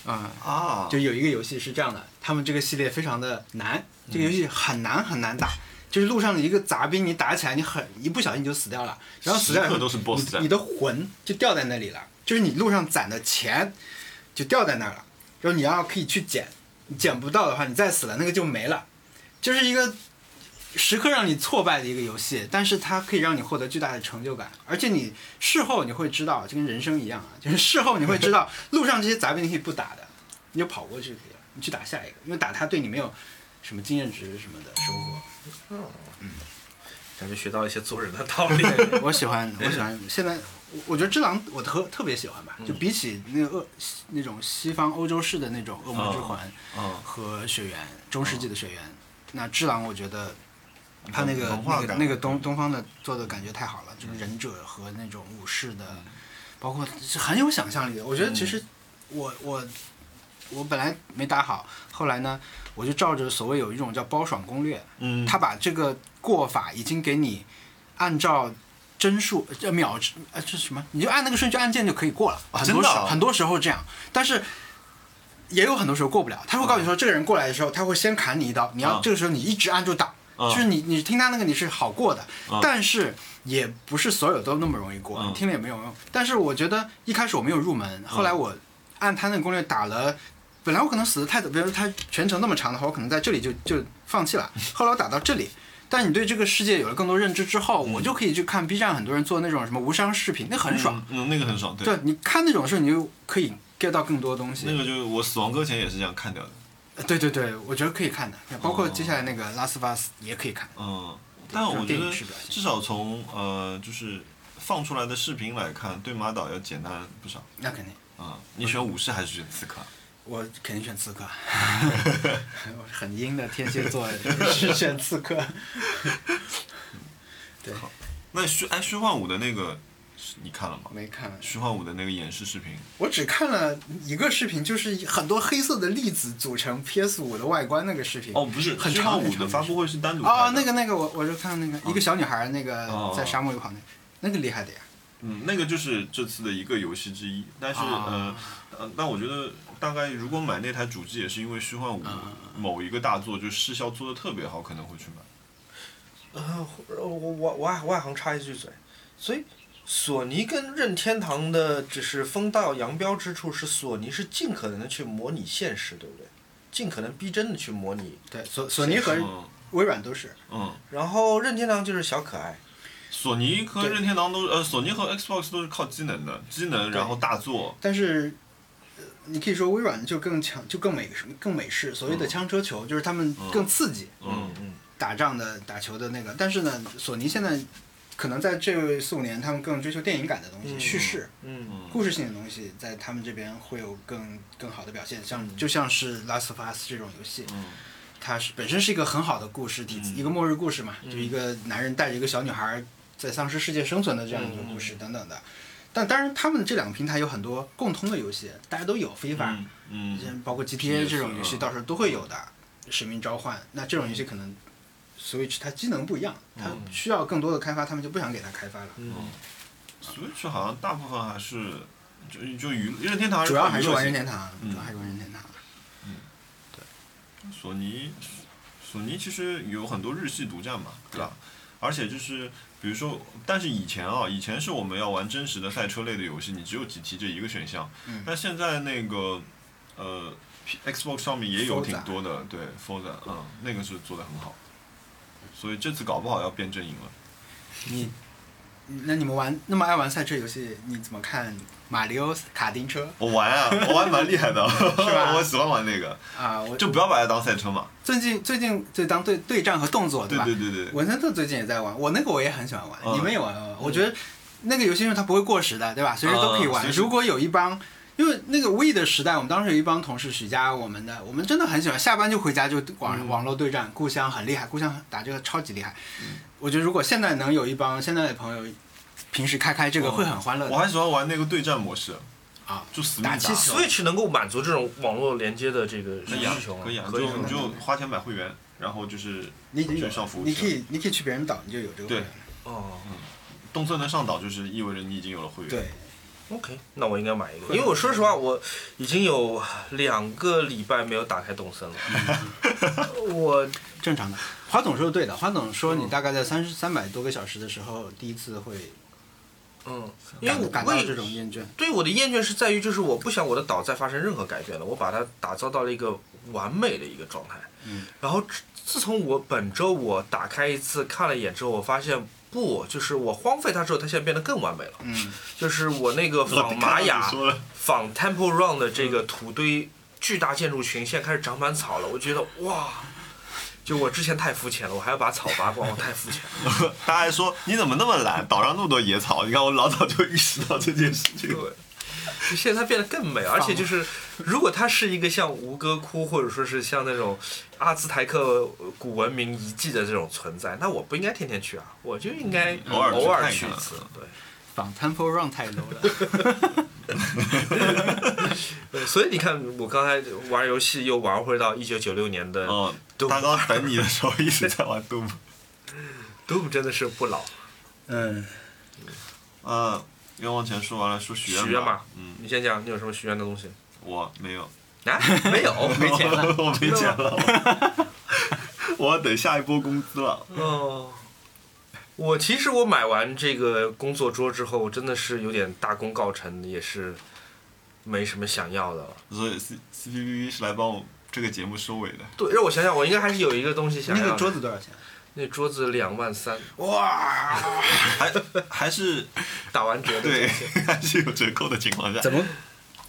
C: 啊、
A: 啊
C: 就有一个游戏是这样的，他们这个系列非常的难，这个游戏很难很难打，就是路上的一个杂兵，你打起来你很一不小心你就死掉了，然后死掉以
A: 时
C: 后
A: 刻都是 boss
C: 你
A: 战
C: 你的魂就掉在那里了，就是你路上攒的钱就掉在那儿了，然后你要可以去捡，你捡不到的话你再死了那个就没了，就是一个。时刻让你挫败的一个游戏，但是它可以让你获得巨大的成就感，而且你事后你会知道，就跟人生一样啊，就是事后你会
A: *laughs*
C: 知道路上这些杂兵你可以不打的，你就跑过去就可以了，你去打下一个，因为打他对你没有什么经验值什么的收获。
B: 嗯感觉学到一些做人的道 *laughs* 理。
C: 我喜欢，我喜欢。现在我我觉得《只狼》我特特别喜欢吧，
A: 嗯
C: 就比起那个恶那种西方欧洲式的那种《恶魔之环
A: 嗯》，
C: 和血缘中世纪的血缘，那《只狼》我觉得他那个
A: 哦文化
C: 那个
A: 感嗯
C: 那个东东方的做的感觉太好了，就是忍者和那种武士的，
A: 嗯
C: 包括是很有想象力的。我觉得其实
A: 嗯
C: 我我我本来没打好，后来呢，我就照着所谓有一种叫包爽攻略，
A: 嗯，
C: 他把这个过法已经给你按照。帧数呃秒呃这是什么？你就按那个顺序按键就可以过了。很
A: 真的
C: 多时
A: 啊
C: 候很多时候这样，但是也有很多时候过不了。他会告诉你说，这个人过来的时候，他会先砍你一刀，你要
A: 嗯
C: 这个时候你一直按住挡，
A: 嗯
C: 就是你你听他那个你是好过的
A: 嗯，
C: 但是也不是所有都那么容易过，
A: 嗯
C: 你听了也没有用。但是我觉得一开始我没有入门，后
A: 嗯
C: 来我按他那个攻略打了。本来我可能死的太早，比如说他全程那么长的话，我可能在这里就就放弃了。后来我打到这里，但你对这个世界有了更多认知之后，我就可以去看 B 站很多人做那种什么无伤视频，那很爽。
A: 嗯，嗯，那个很爽，对，
C: 对，你看那种事，你就可以 get 到更多东西。呃
A: 那个就是我死亡搁浅也是这样看掉的。
C: 对对对，我觉得可以看的，包括
A: 哦
C: 接下来那个《拉斯巴斯》也可以看。
A: 嗯，但我
C: 电
A: 觉
C: 影
A: 得
C: 式表现
A: 至少从呃就是放出来的视频来看，对马岛要简单不少。
C: 那肯定，
A: 啊、你选武士还是选刺客？
C: 我肯定选刺客。 *laughs* 我是很阴的
A: *laughs*
C: 天蝎座，是选刺客。对，
A: 那虚哎虚幻五的那个是你看了吗？
C: 没看，
A: 虚幻五的那个演示视频，
C: 我只看了一个视频，就是很多黑色的粒子组成 PS 五的外观那个视频。
A: 哦，不是，
C: 很
A: 虚
C: 长
A: 幻
C: 很
A: 五
C: 长
A: 的发布会是单独开的
C: 哦，那个，那个，我我就看那个一个小女孩，那个
A: 哦
C: 在沙漠里跑那个，那个厉害的呀。
A: 嗯，那个就是这次的一个游戏之一。但是、
C: 啊
A: 呃呃，但我觉得大概如果买那台主机，也是因为虚幻五
C: 嗯
A: 某一个大作就视效做的特别好，可能会去买。
B: 啊，我我我外外行插一句嘴，所以索尼跟任天堂的只是分道扬镳之处是索尼是尽可能的去模拟现实，对不对？尽可能逼真的去模拟，
C: 对，索索尼和
A: 嗯
C: 微软都是。
A: 嗯，
B: 然后任天堂就是小可爱，
A: 索尼和
C: 对
A: 任天堂都是呃，索尼和 Xbox 都是靠机能的，机能然后大作，
C: 但是，呃你可以说微软就更强，就更美什么更美式，所谓的枪车球，就是他们更刺激
A: 嗯
B: 嗯，
C: 打仗的打球的那个。但是呢，索尼现在可能在这四五年，他们更追求电影感的东西，
B: 嗯
C: 叙事、
B: 嗯
A: 嗯
C: 故事性的东西，在他们这边会有更更好的表现。像
B: 嗯
C: 就像是《Last of Us》这种游戏，
A: 嗯
C: 它是本身是一个很好的故事题子，一个末日故事嘛，就一
A: 嗯
C: 个男人带着一个小女孩在丧尸世界生存的这样一个故事等等的。但当然，他们这两个平台有很多共通的游戏，大家都有非法，
A: 嗯嗯，
C: 包括 GTA 这种游戏，
A: 嗯
C: 到时候都会有的。使命召唤，那这种游戏可能 Switch 它机能不一样，它
A: 嗯
C: 需要更多的开发，他们就不想给它开发了。
B: 嗯
A: Switch 好像大部分还是就就娱任天堂
C: 主要还是玩任
A: 娱乐
C: 天堂，
A: 嗯
C: 主要还是玩任天堂。
A: 性索尼，索尼其实有很多日系独占嘛，对吧？而且就是比如说，但是以前啊，以前是我们要玩真实的赛车类的游戏，你只有 GT 这一个选项。
C: 嗯
A: 但现在那个呃，P-，Xbox 上面也有
C: Forza
A: 挺多的，对 Forza，嗯，那个是做的很好。所以这次搞不好要变阵营了。
C: 你，
A: 嗯
C: 那你们玩那么爱玩赛车游戏，你怎么看马里奥卡丁车
A: 我玩啊，我玩蛮厉害
C: *laughs*
A: 的，是
C: 吧
A: 我喜欢玩那个，
C: 啊？我
A: 就不要把它当赛车嘛。
C: 最近最近就当对啊对战和动作
A: 对
C: 吧？
A: 对对对，
C: 文森特最近也在玩，我那个我也很喜欢玩，啊
A: 嗯
C: 你们也玩吗？我觉得那个游戏因为它不会过时的，对吧？随时都可以玩。
A: 嗯随时
C: 如果有一帮因为那个 We 的时代，我们当时有一帮同事，许佳，我们的，我们真的很喜欢，下班就回家就
A: 嗯
C: 网网络对战，故乡很厉害，故乡打这个超级厉害。
A: 嗯
C: 我觉得如果现在能有一帮现在的朋友，平时开
A: 嗯
C: 开这个会很欢乐
A: 我
C: 的
A: 还喜欢玩那个对战模式，
C: 啊。
A: 就死命
C: 打气球
B: Switch 能够满足这种网络连接的这个
A: 可以啊
B: 需求，吗？
A: 可以啊，
B: 可以
A: 就你就花钱买会员，然后就是
C: 你已经有
A: 就
C: 了
A: 上服务器
C: 你可以你可以去别人岛，你就有这个会
A: 对
C: 员。
B: 哦
A: 东村能上岛，就是意味着你已经有了会员。 *laughs*
C: 对，
B: ，OK，那我应该买一个，因为我说实话，我已经有两个礼拜没有打开动
C: *laughs*
B: 森了。我
C: 正常的。花总说的对的，花总说你大概在三十三百多个小时的时候，第一次会
B: 嗯，因为
C: 感
B: 我
C: 感
B: 我
C: 到
B: 也
C: 这种厌倦。
B: 对我的厌倦是在于，就是我不想我的岛再发生任何改变了，我把它打造到了一个完美的一个状态。
C: 嗯，
B: 然后自自从我本周我打开一次看了一眼之后，我发现不，就是我荒废它之后，它现在变得更完美了。
C: 嗯，
B: 就是我那个
A: 我
B: 仿
A: 看
B: 玛
A: 到你
B: 雅、
A: 说了嗯
B: 仿 Temple Run 的这个土堆巨大建筑群，现在开始长满草了。我觉得哇，就我之前太肤浅了，我还要把草拔光，我太肤浅了。
A: 大家还说你怎么那么懒，岛上那么多野草？你看我老早就意识到这件事情。
B: 对，就现在它变
A: *laughs*
B: 得更美，而且就是，如果它是一个像吴哥窟或者说是像那种阿兹台克古文明遗迹的这种存在，那我不应该天天去啊，我就应该
A: 嗯偶尔去
B: 偶尔
A: 看一啊
B: 去一
A: 看
B: 次。对
C: 仿 Temple Run 太
B: *laughs*
C: low 了。
B: 对，所以你看，我刚才玩游戏又玩回到一九九六年的
A: 嗯，
B: Doom
A: 大刚等你的时候一直在玩
C: *laughs*
A: Doom。
B: Doom，真的是不老。 *laughs*
C: 嗯，
A: 呃，愿望前说完了，说许愿
B: 许愿吧
A: 吧。嗯，
B: 你先讲，你有什么许愿的东西？
A: 我没有，
B: 啊，没有，
C: *laughs*
B: 没钱。
A: *laughs*
C: 哦
A: 我没钱了， *laughs* 我要等下一波工资了。
B: 哦，我其实我买完这个工作桌之后，真的是有点大功告成，也是没什么想要的了。
A: 所以 C C P B B 是来帮我这个节目收尾的。
B: 对，让我想想，我应该还是有一个东西想
C: 那
B: 要的。
C: 个桌子多少钱？
B: 那桌子两万三，
C: 哇，
A: 还还是
B: 打完折的。
A: 对， *laughs* 还是有折扣的情况下，
C: 怎么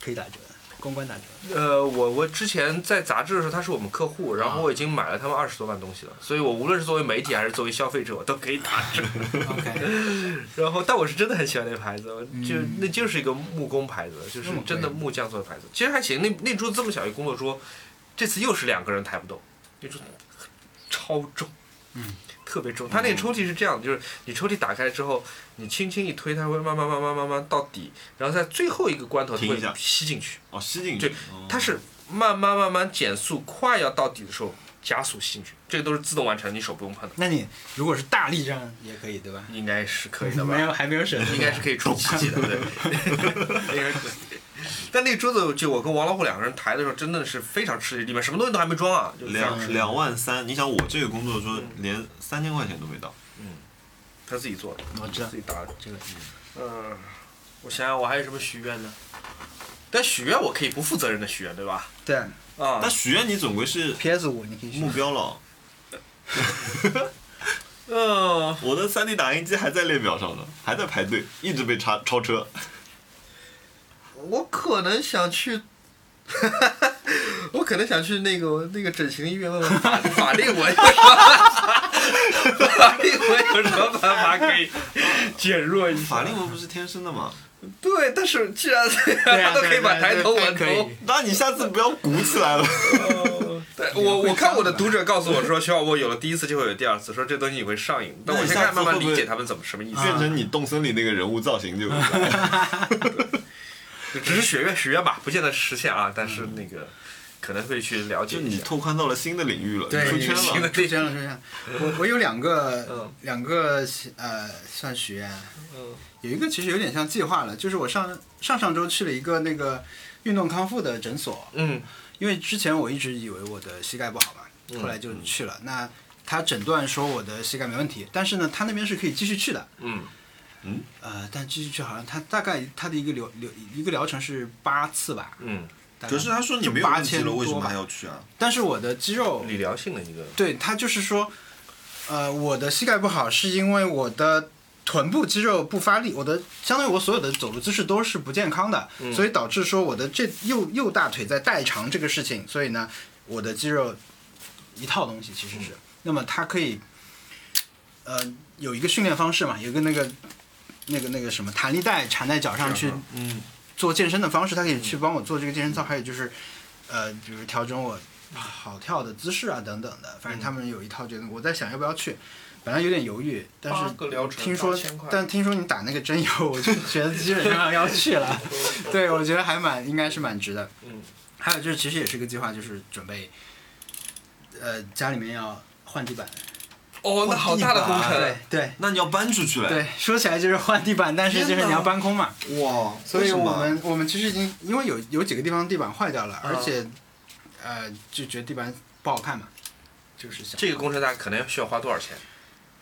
C: 可以打折？公关打 *laughs* 折？
B: 呃，我我之前在杂志的时候，他是我们客户，然
C: 啊
B: 后我已经买了他们二十多万东西了，所以我无论是作为媒体还是作为消费者，我都可以打折。
C: *laughs* OK，
B: 然后，但我是真的很喜欢那个牌子，我就、
C: 嗯
B: 那就是一个木工牌子，就是
C: 那么贵
B: 真的木匠做的牌子。其实还行，那那桌这么小一个工作桌，这次又是两个人抬不动，那桌超重，
C: 嗯，
B: 特别重。它那个抽屉是这样的，就是你抽屉打开之后，你轻轻一推，它会慢慢慢慢慢慢到底，然后在最后一个关头它
A: 停
B: 会
A: 一下
B: 吸进去。
A: 哦，吸进去
B: 对。
A: 哦
B: 它是慢慢慢慢减速，快要到底的时候加速吸进去，这个都是自动完成，你手不用碰的，
C: 那你如果是大力这样也可以对吧？
B: 应该是可以的吧？
C: 没有，还没有审，
B: 应该是可以出奇迹的，对，应该是可以。 *laughs* 但那个桌子，就我跟王老虎两个人抬的时候，真的是非常吃力，里面什么东西都还没装啊，就非常吃
A: 两
B: 力。
A: 两万三，你想我这个工作说连三千块钱都没到，
B: 他自己做的，
C: *laughs* 我知道
B: 自己打的。
C: 这个。
B: 嗯，我想想，我还有什么许愿呢？但许愿我可以不负责任的许愿，对吧？
C: 对
B: 啊、
A: 但许愿你总归是
C: ，PS 五你可以选
A: 目标了。
B: 嗯，
A: 我的 3D 打印机还在列表上呢，还在排队，一直被超超车。
B: 我可能想去， *laughs* 我可能想去那个那个整形医院问问法法令纹有什么，法令纹有什么办法可以减弱一
A: 法
B: 下？
A: 令纹不是天生的吗？
B: 对，但是既然这
C: 对
B: 样，*laughs*
C: 啊
B: 他都可以把抬头纹
C: 可
B: 头
C: 以。。
A: *laughs* 那你下次不要鼓起来了。
B: 对我我看我的读者告诉我说，徐小波有了第一次就会有第二次，说这东西你会上瘾。但我现在慢慢理解他们怎么什么
C: 啊
B: 意思，
A: 变 *laughs* 成你动森里那个人物造型就可以 *laughs* 了。
B: 就只是许愿许愿吧，不见得实现啊，但是
C: 嗯
B: 那个可能会去了解
A: 就
B: 一
A: 你
B: 下。
A: 拓宽到了新的领域了，
C: 对，
A: 你出圈
B: 新
A: 了
B: 的。
C: 出圈了，出圈了。我我有两个
B: 嗯，
C: 两个呃，算许愿，
B: 嗯
C: 有一个其实有点像计划了，就是我上上上周去了一个那个运动康复的诊所，
B: 嗯
C: 因为之前我一直以为我的膝盖不好
A: 嗯
C: 嘛，后来就去了。那他诊断说我的膝盖没问题，但是呢，他那边是可以继续去的。
B: 嗯，
C: 呃，但继续去好像他大概他的一个疗疗一个疗程是八次吧。
B: 嗯，
C: 大概
A: 可是他说你没有
C: 就
A: 问题
C: 8000
A: 了，为什
C: 多
A: 么
C: 吧
A: 还要去啊？
C: 但是我的肌肉
B: 理疗性的一个。
C: 对他就是说，呃，我的膝盖不好是因为我的臀部肌肉不发力，我的相当于我所有的走路姿势都是不健康的，所以导致说我的这右右大腿在代偿这个事情，所以呢，我的肌肉一套东西其实是，那么它可以，呃，有一个训练方式嘛，有一个那个那个那个什么弹力带缠在脚上去
B: 嗯，
C: 做健身的方式，它可以去帮我做这个健身操，还有就是，呃，比如调整我跑跳的姿势啊等等的，反正
B: 嗯
C: 他们有一套这个，我在想要不要去。本来有点犹豫，但
B: 八个疗
C: 是
B: 程
C: 听说
B: 8000块，
C: 但听说你打那个针以后，我就觉得基本上要去
B: *laughs*
C: 了。 *laughs* 对，我觉得还蛮应该是蛮值的。
B: 嗯，
C: 还有就是，其实也是个计划，就是准备，呃，家里面要换地板，
B: 哦，那好大的工
C: 对
B: 程，
C: 对
A: 那你要搬出去嘞？
C: 对，说起来就是换地板，但是就是你要搬空嘛，
A: 哇，
C: 所以
A: 为什么啊
C: 我们我们其实已经因为有有几个地方地板坏掉了，
B: 嗯
C: 而且呃就觉得地板不好看嘛，就是想
B: 这个工程大概可能需要花多少钱？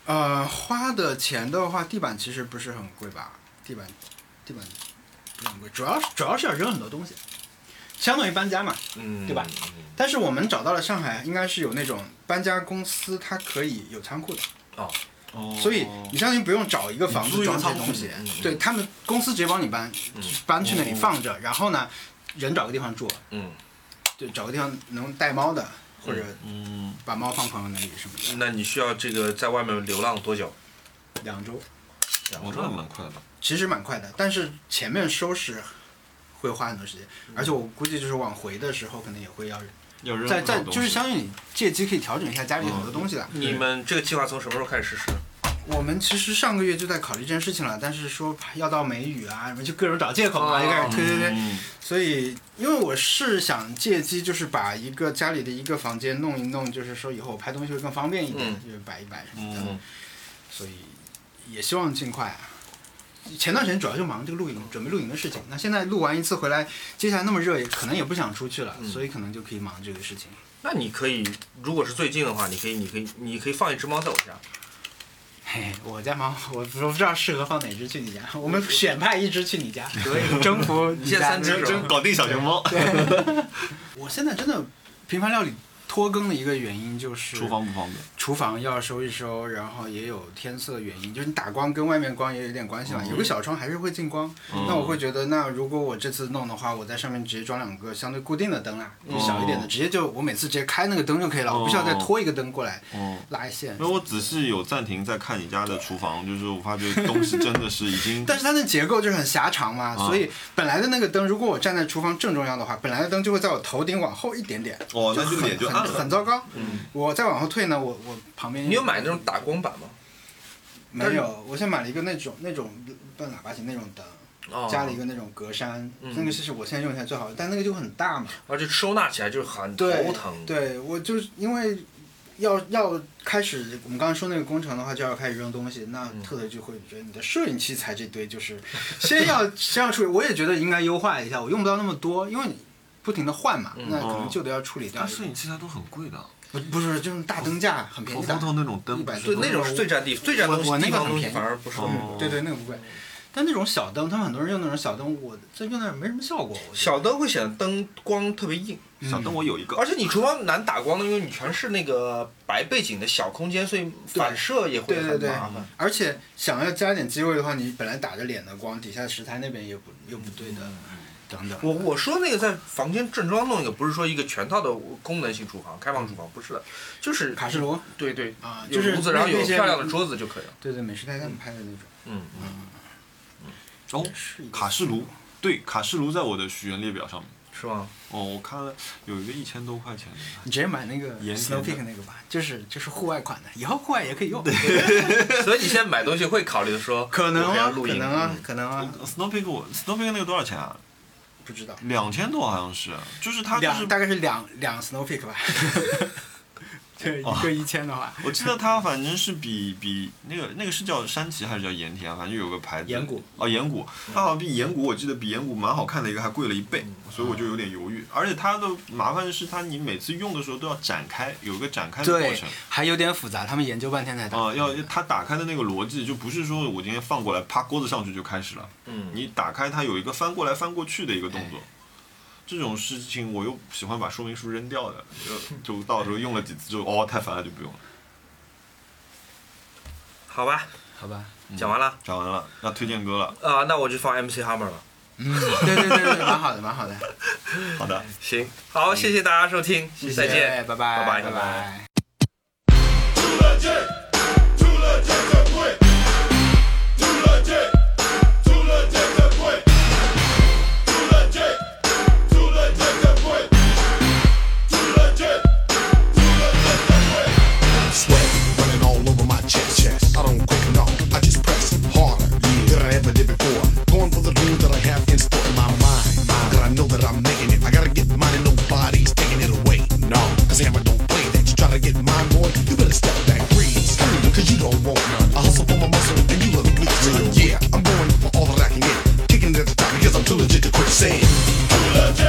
C: 呃花的钱的话，地板其实不是很贵吧，地板地板不是很贵，主要主要是要扔很多东西，相当于搬家嘛，
B: 嗯，
C: 对吧？但是我们找到了上海，应该是有那种搬家公司，它可以有仓库的，
A: 哦
C: 所以你相当于不用找一个房
A: 你租
C: 子
A: 一个
C: 装这
A: 仓
C: 些
A: 库嗯
C: 东西
B: 嗯嗯，
C: 对他们公司直接帮你搬，搬去那里放着，然后呢，人找个地方住，
B: 嗯，
C: 就找个地方能带猫的，或者
A: 嗯，
C: 把猫放朋友那里什么的，
B: 那你需要这个在外面流浪多久？
C: 两周
A: 我这蛮快的。
C: 其实蛮快的，但是前面收拾会花很多时间，而且我估计就是往回的时候可能也会要
A: 要嗯扔
C: 在在
A: 很多东西嗯
C: 就是相当于你借机可以调整一下家里很多东西的。
B: 你们这个计划从什么时候开始实施？
C: 我们其实上个月就在考虑这件事情了，但是说要到梅雨啊，什么就各种找借口嘛，
B: 哦
C: 就开始推推推。
A: 嗯
C: 所以，因为我是想借机，就是把一个家里的一个房间弄一弄，就是说以后我拍东西会更方便一点，
B: 嗯
C: 就是摆一摆什么的。
A: 嗯，
C: 所以也希望尽快啊。前段时间主要就忙这个露营，准备露营的事情。那现在录完一次回来，接下来那么热，也可能也不想出去了，
B: 嗯
C: 所以可能就可以忙这个事情。
B: 那你可以，如果是最近的话，你可以，你可以，你可以放一只猫在我家。
C: 嘿嘿，我家忙，我不知道适合放哪只去你家，我们选派一只去你家，
B: 可以。
C: 征服你
B: 现在
C: 家
B: 三只
C: 那种
B: 是吧
A: 搞定小熊猫，
C: 我现在真的频繁料理拖更的一个原因就是
A: *laughs* 厨房不方便。
C: 厨房要收一收，然后也有天色原因，就是你打光跟外面光也有点关系嘛。
A: 嗯
C: 有个小窗还是会进光，
A: 嗯
C: 那我会觉得，那如果我这次弄的话，我在上面直接装两个相对固定的灯啦，啊
A: 哦
C: 小一点的，直接就我每次直接开那个灯就可以了，
A: 哦
C: 我不需要再拖一个灯过来
A: 哦，
C: 拉一线
A: 因为。我仔细有暂停在看你家的厨房，就是我发觉东西真的是已经
C: 但是它的结构就是很狭长嘛，
A: 哦
C: 所以本来的那个灯，如果我站在厨房正中央的话，本来的灯就会在我头顶往后一点点，
A: 哦，那就脸就
C: 很
A: 暗
C: 很
A: 了。嗯
C: 糟糕。我再往后退呢，我我旁边
B: 你有买那种打光板吗？但
C: 没
B: 是
C: 有，我先买了一个那种那种半喇叭型那种灯，
B: 哦
C: 加了一个那种格栅，
B: 嗯
C: 那个是我现在用起来最好的，但那个就很大嘛，
B: 而且收纳起来就是很
C: 对
B: 头疼。，
C: 对，我就是因为要要开始我们刚刚说那个工程的话，就要开始扔东西，那
B: 嗯
C: 特特就会觉得你的摄影器材这堆就是 *laughs* 先要先要处理，我也觉得应该优化一下，我用不到那么多，因为你不停的换嘛，
B: 嗯
C: 那可
A: 哦
C: 能旧的要处理掉
A: 但。摄影器材都很贵的，啊
C: 不不是，就是大灯架很便
A: 普
C: 宜的
A: 通，的那种灯不是
B: 对，
A: 都
B: 那种是最占地，最占东西
C: 我那
B: 地
C: 个
B: 方
C: 很
B: 东西
C: 便宜嗯
B: 反而不是很
A: 哦
C: 对对，那个不贵。但那种小灯，他们很多人用那种小灯，我这用那没什么效果。我觉得
B: 小灯会显得灯光特别硬，
A: 小灯我有一个，
B: 而且你厨房难打光的，因为你全是那个白背景的小空间，所以反射也会
C: 对对
B: 很
C: 对
B: 麻烦。
C: 而且想要加点机会的话，你本来打着脸的光，底下食材那边也不又不对的，
B: 嗯
C: 等等。
B: 我我说那个在房间正装弄一个，不是说一个全套的功能性厨房、开放厨
C: 嗯
B: 房，不是的，就是
C: 卡式炉
B: 对对，
C: 啊，
B: 有
C: 就是
B: 炉子，然后有
C: 那些
B: 漂亮的桌子就可以了。
C: 对对，美食台他们拍的那种。
B: 嗯，
A: 哦，
C: 是一个
A: 卡式炉，对，卡式炉在我的许愿列表上面。
B: 是
C: *laughs*
B: 吗？
A: 哦，我看了有一个一千多块钱的，
C: 你直接买那个
A: 盐
C: Snow
A: 田
C: Peak 那个吧，就是就是户外款的，以后户外也可以用。
B: 所以你现在买东西会考虑说，
C: 可能
B: 我要
C: 啊，
B: 露
C: 可
B: 营
C: 能啊，可能
B: 嗯
C: 啊，
A: Snow Peak 呃我 Snow Peak 那个多少钱啊？
C: 不知道。
A: 两千多好像是，就是它就
C: 两
A: 是
C: 大概是两两 Snow Peak
B: *laughs*
C: 吧。 *laughs* 对，一个一千的话，
A: *laughs* 我记得它反正是比比那个那个是叫山崎还是叫盐田啊，反正有个牌子。
C: 盐谷
A: 哦，盐谷，它好像比盐谷，我记得比盐谷蛮好看的一个还贵了一倍，所以我就有点犹豫。而且它的麻烦是它你每次用的时候都要展开，有一个展开的过
C: 对
A: 程。，
C: 还有点复杂，他们研究半天才打。
B: 哦
A: 啊、要它打开的那个逻辑就不是说我今天放过来，啪锅子上去就开始了。
B: 嗯
A: 你打开它有一个翻过来翻过去的一个动作。这种事情我又喜欢把说明书扔掉的，
B: 嗯
A: 就就到时候用了几次就哦太烦了就不用了。
B: 好吧，
C: 好吧。
B: 讲完了
A: 讲完了，要推荐歌了。
B: 啊、那我就放 MC Hammer 了。
C: 嗯，对对对对，蛮好的，蛮好的。
A: 好的。
B: 行，好，谢嗯谢大家收听， *laughs* 再见。
C: 拜拜，
B: 拜拜
C: 拜拜。
D: Too legit, too legit to quit. Too legit, too legit to quit. Too
E: won't none. I hustle for my muscle, and you look weak. So yeah, I'm going for all that I can get. Kicking it at the top because I'm too legit to quit saying.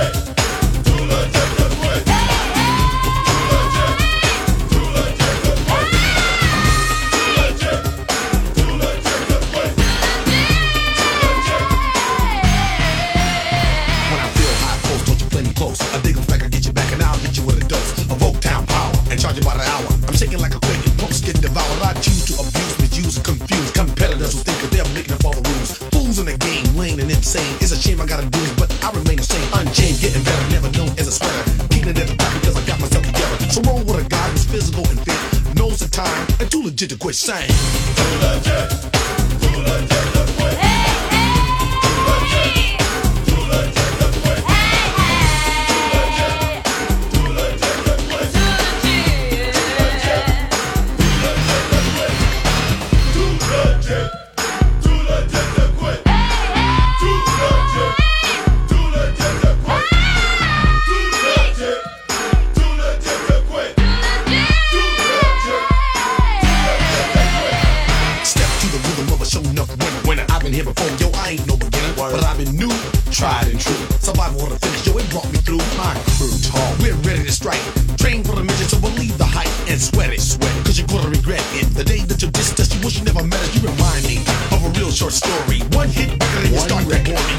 E: When I feel high close, don't you play me close. I dig 'em back, I get you back, and I'll hit you with a dose of Oak Town power and charge you by the hour. I'm shaking like a quake, punks get devoured. I choose to abuse, misuse, confuse competitors who think that they're making up all the rules. Fools in the game, lame and insane. It's a shame I gotta do it, but I remain the same. Unchained, getting better, never known as a spreader. Keeping it at the top because I got myself together. So roll with a guy who's physical and fit, knows the time, and too legit to quit saying. Step to the rhythm of a show enough winner. winner. I've been here before, yo, I ain't no beginner. But I've been new, tried and true. Survival of the finish, yo, it brought me through. My crew tall, we're ready to strike. Train for the mission, so believe the hype and sweat it. Sweat it, cause you're gonna regret it. The day that you dissed us, you wish you never met us. You remind me of a real short story. One hit record and you start to bore me.